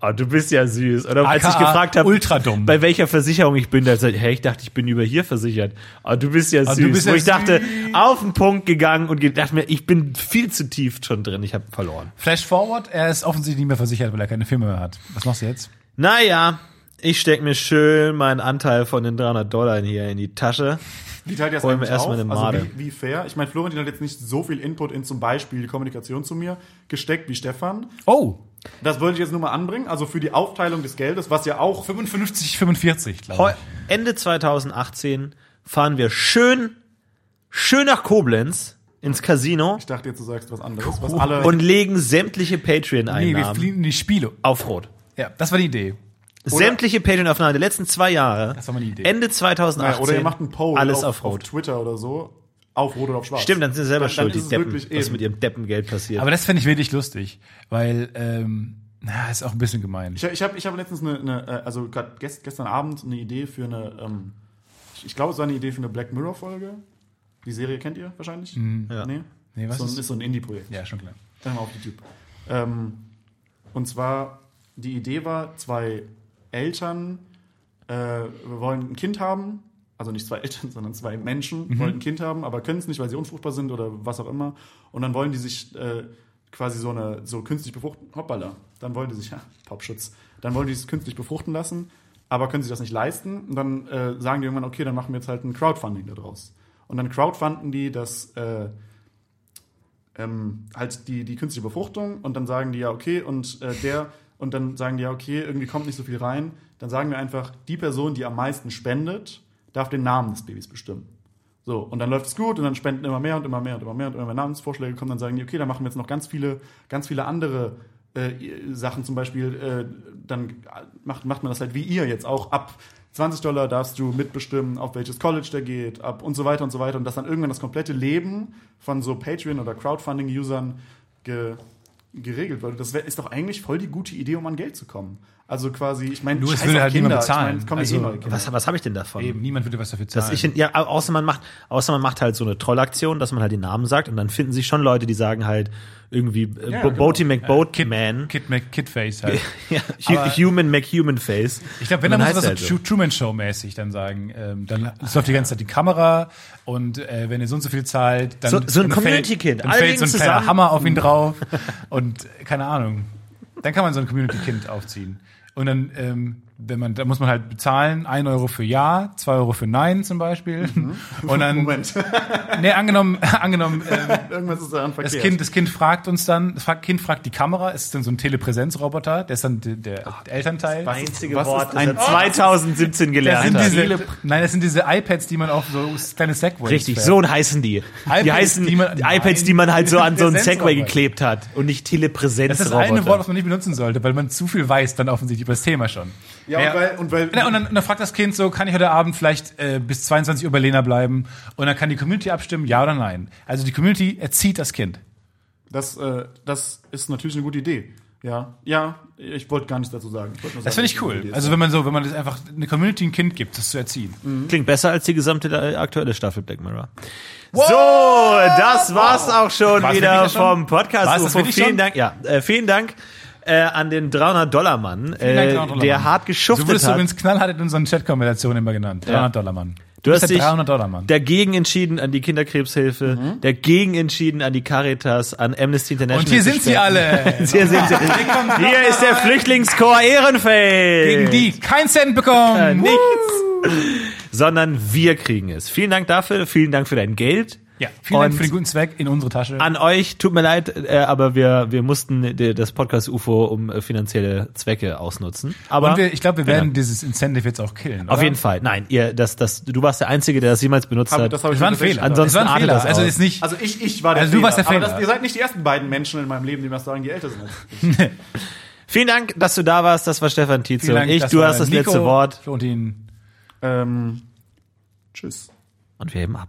Speaker 1: Ah, du bist ja süß. Oder [laughs] als
Speaker 3: AKA
Speaker 1: ich gefragt habe,
Speaker 3: ultra dumm.
Speaker 1: bei welcher Versicherung ich bin, da hat er gesagt, hey, ich dachte, ich bin über hier versichert. Ah, du bist ja süß.
Speaker 3: du bist
Speaker 1: Wo
Speaker 3: ja
Speaker 1: ich dachte,
Speaker 3: süß.
Speaker 1: auf den Punkt gegangen und gedacht mir, ich bin viel zu tief schon drin, ich habe verloren.
Speaker 3: Flash forward, er ist offensichtlich nicht mehr versichert, weil er keine Firma mehr hat. Was machst du jetzt?
Speaker 1: Naja, ich steck mir schön meinen Anteil von den 300 Dollar hier in die Tasche.
Speaker 2: Wie teilt ihr das
Speaker 1: Holen wir
Speaker 2: eigentlich
Speaker 1: erstmal
Speaker 2: auf?
Speaker 1: eine
Speaker 2: also
Speaker 1: Made.
Speaker 2: wie, wie fair? Ich meine, Florentin hat jetzt nicht so viel Input in zum Beispiel die Kommunikation zu mir gesteckt wie Stefan.
Speaker 3: Oh,
Speaker 2: Das wollte ich jetzt nur mal anbringen. Also für die Aufteilung des Geldes, was ja auch
Speaker 3: 55, 45, glaube
Speaker 1: Heu
Speaker 3: ich.
Speaker 1: Ende 2018 fahren wir schön, schön nach Koblenz ins Casino
Speaker 2: Ich dachte, jetzt du sagst was anderes, was alle.
Speaker 1: und legen sämtliche
Speaker 3: Nee, wir
Speaker 1: Patreon-Einnahmen
Speaker 3: fliehen in die Spiele.
Speaker 1: auf Rot.
Speaker 3: Ja, das war die Idee.
Speaker 1: Sämtliche Patreon-Aufnahmen der letzten zwei Jahre,
Speaker 3: Das war meine Idee.
Speaker 1: Ende 2018,
Speaker 2: naja, oder ihr macht einen Poll
Speaker 1: alles auf, Rot.
Speaker 2: Twitter oder so, auf Rot oder auf Schwarz.
Speaker 1: Stimmt, dann sind sie selber
Speaker 2: Dann- dann
Speaker 1: schuld,
Speaker 2: ist
Speaker 1: die
Speaker 2: es
Speaker 1: Deppen,
Speaker 2: wirklich
Speaker 1: was
Speaker 2: eben.
Speaker 1: mit ihrem Deppengeld passiert.
Speaker 3: Aber das fände ich wirklich lustig, weil, ähm, na, ist auch ein bisschen gemein.
Speaker 2: Ich, ich habe ich hab letztens eine, eine äh, also grad gest, gestern Abend eine Idee für eine, ähm, ich, ich glaube, es war eine Idee für eine Black Mirror Folge. Die Serie kennt ihr wahrscheinlich?
Speaker 1: Ja.
Speaker 2: Nee.
Speaker 3: Mhm. Nee, was
Speaker 2: so, ein-
Speaker 3: ist-
Speaker 2: ist so ein Indie-Projekt.
Speaker 3: Ja, schon klar.
Speaker 2: Dann mal auf YouTube. Ähm, und zwar, die Idee war, zwei Eltern äh, wollen ein Kind haben also nicht zwei [laughs] Eltern, sondern zwei Menschen, wollen ein Kind haben, aber können es nicht, weil sie unfruchtbar sind oder was auch immer. Und dann wollen die sich äh, quasi so eine so künstlich befruchten, hoppala, dann wollen die sich, [laughs] ja, Popschutz, dann wollen die es künstlich befruchten lassen, aber können sich das nicht leisten. Und dann äh, sagen die irgendwann, okay, dann machen wir jetzt halt ein Crowdfunding daraus. Und dann crowdfunden die das äh, ähm, halt die, die künstliche Befruchtung und dann sagen die ja, okay, und äh, der, und dann sagen die ja, okay, irgendwie kommt nicht so viel rein. Dann sagen wir einfach, die Person, die am meisten spendet, darf den Namen des Babys bestimmen. So, und dann läuft es gut und dann spenden immer mehr und immer mehr und immer mehr und immer mehr Namensvorschläge kommen, dann sagen die, okay, dann machen wir jetzt noch ganz viele, ganz viele andere äh, Sachen, zum Beispiel, äh, dann macht, macht man das halt wie ihr jetzt auch ab 20 Dollar darfst du mitbestimmen, auf welches College der geht, ab und so weiter und so weiter und dass dann irgendwann das komplette Leben von so Patreon oder Crowdfunding-Usern ge geregelt wird. Das wär, ist doch eigentlich voll die gute Idee, um an Geld zu kommen. Also quasi, ich meine,
Speaker 3: Nur es
Speaker 2: scheiß
Speaker 3: würde
Speaker 2: auf
Speaker 3: halt niemand
Speaker 2: Ich
Speaker 3: bezahlen.
Speaker 2: es kommen ja
Speaker 3: Also,
Speaker 2: eh neue Kinder.
Speaker 1: Was, was habe ich denn davon?
Speaker 3: Eben, niemand würde was dafür zahlen.
Speaker 1: Dass ich, in- ja, au- außer man macht, außer man macht halt so eine Trollaktion, dass man halt den Namen sagt und dann finden sich schon Leute, die sagen halt irgendwie äh,
Speaker 2: Ja,
Speaker 1: Bo-
Speaker 2: genau.
Speaker 1: Boaty McBoat
Speaker 3: Kid,
Speaker 1: Man,
Speaker 3: Kid, Mac, Kidface halt.
Speaker 1: [laughs] ja, Hu- Human McHuman Face.
Speaker 3: Ich glaube, wenn, dann
Speaker 1: Man
Speaker 3: muss
Speaker 1: heißt
Speaker 3: man das
Speaker 1: halt
Speaker 3: so
Speaker 1: so.
Speaker 3: Tru- Truman Show mäßig dann sagen. Ähm, dann ist läuft die ganze Zeit die Kamera und äh, wenn ihr so und so viel zahlt, dann
Speaker 1: So- so ein
Speaker 3: dann fällt-
Speaker 1: Community-Kind,
Speaker 3: dann
Speaker 1: alle
Speaker 3: fällt so ein
Speaker 1: liegen
Speaker 3: kleiner
Speaker 1: zusammen.
Speaker 3: Hammer auf ihn drauf und äh, keine Ahnung. Dann kann man so ein Community-Kind aufziehen. Und dann, ähm, wenn man, da muss man halt bezahlen, 1 Euro für Ja, 2 Euro für Nein zum Beispiel.
Speaker 1: Mhm.
Speaker 3: Und
Speaker 1: [laughs]
Speaker 3: dann,
Speaker 2: Moment, [laughs]
Speaker 3: nee, angenommen, [laughs] angenommen, ähm,
Speaker 2: irgendwas ist daran verkehrt.
Speaker 3: das kind, das kind fragt uns dann, das frag- Kind fragt die Kamera, ist dann so ein Telepräsenzroboter, der ist dann der, der Elternteil.
Speaker 1: einzige
Speaker 2: was ist
Speaker 1: Wort, Oh, das
Speaker 2: ein-
Speaker 1: er 2017
Speaker 3: Das
Speaker 1: gelernt
Speaker 3: sind
Speaker 1: hat.
Speaker 3: diese, nein, das sind diese iPads, die man auf so kleine Segways
Speaker 1: Richtig,
Speaker 3: fährt.
Speaker 1: so heißen die. die
Speaker 3: iPads,
Speaker 1: heißen
Speaker 3: die man-
Speaker 1: iPads, die
Speaker 3: Nein.
Speaker 1: man halt so an so einen Segway
Speaker 3: Präsenzroboter.
Speaker 1: geklebt hat und nicht
Speaker 3: Das ist das eine
Speaker 1: Telepräsenzroboter.
Speaker 3: Wort, was man nicht benutzen sollte, weil man zu viel weiß dann offensichtlich über das Thema schon.
Speaker 2: Ja, und weil, und weil
Speaker 3: Na, und, dann, und dann fragt das Kind so, kann ich heute Abend vielleicht äh, bis 22 Uhr bei Lena bleiben? Und dann kann die Community abstimmen, ja oder nein. Also die Community erzieht das Kind.
Speaker 2: Das, äh, das ist natürlich eine gute Idee. Ja, ja, ich wollte gar nichts dazu sagen. Ich wollte nur
Speaker 3: Das
Speaker 2: sagen,
Speaker 3: finde ich
Speaker 2: dass es eine
Speaker 3: cool.
Speaker 2: gute
Speaker 3: Also wenn man so, wenn man das einfach eine Community ein Kind gibt, das zu erziehen.
Speaker 1: Klingt besser als die gesamte äh, aktuelle Staffel Black Mirror. So, das war's auch schon
Speaker 3: War's
Speaker 1: wieder
Speaker 3: wirklich schon?
Speaker 1: vom Podcast.
Speaker 3: War's das
Speaker 1: UFO.
Speaker 3: wirklich
Speaker 1: Vielen
Speaker 3: schon?
Speaker 1: Dank, ja, äh, vielen Dank äh, an den 300-Dollar-Mann, äh,
Speaker 3: Dank, 300
Speaker 1: der
Speaker 3: Mann.
Speaker 1: hart
Speaker 3: So
Speaker 1: geschuftet
Speaker 3: wurdest du
Speaker 1: hat.
Speaker 3: übrigens knallhart in unseren Chat-Kombinationen immer genannt. 300 Dollar Mann.
Speaker 1: Du
Speaker 3: bist
Speaker 1: hast
Speaker 3: der
Speaker 1: dich
Speaker 3: 300 Dollar Mann.
Speaker 1: dagegen entschieden an die Kinderkrebshilfe, dagegen entschieden an die Caritas, an Amnesty International.
Speaker 3: Mhm. Und hier sind
Speaker 1: [laughs]
Speaker 3: sie alle.
Speaker 1: Hier sind sie. Hier ist der Flüchtlingschor Ehrenfeld.
Speaker 3: Gegen die keinen Cent bekommen.
Speaker 1: Äh, nichts, sondern wir kriegen es. Vielen Dank dafür, vielen Dank für dein Geld.
Speaker 3: Ja, vielen Dank
Speaker 1: Und
Speaker 3: für den guten Zweck in unsere Tasche.
Speaker 1: An euch, tut mir leid, äh, aber wir, wir mussten äh, das Podcast UFO um äh, finanzielle Zwecke ausnutzen. Aber
Speaker 3: Und wir, ich glaube, wir werden
Speaker 1: Genau.
Speaker 3: dieses Incentive jetzt auch killen.
Speaker 1: auf jeden Fall, nein, ihr, das, das, du warst der Einzige, der das jemals benutzt
Speaker 2: Idee. Hab-
Speaker 1: hat.
Speaker 2: Das habe ich
Speaker 3: Es war ein
Speaker 2: tatsächlich
Speaker 3: Fehler.
Speaker 2: gesagt.
Speaker 1: Ansonsten
Speaker 3: es war ein
Speaker 1: artet
Speaker 3: Fehler.
Speaker 1: das
Speaker 3: Also
Speaker 1: aus.
Speaker 3: ist nicht.
Speaker 2: Also ich, ich war der
Speaker 3: Also du warst der
Speaker 2: Aber
Speaker 3: Fehler.
Speaker 2: das, ihr seid nicht die ersten beiden Menschen in meinem Leben, die mir das sagen, die älter sind. als ich.
Speaker 1: Vielen Dank, dass du da warst. Das war Stefan Tietze
Speaker 3: Vielen
Speaker 1: und
Speaker 3: Dank,
Speaker 1: ich.
Speaker 3: das
Speaker 1: Du
Speaker 3: war
Speaker 1: hast das
Speaker 3: Nico,
Speaker 1: letzte Wort.
Speaker 3: Flo Und ihn,
Speaker 2: ähm, tschüss.
Speaker 1: Und wir heben ab.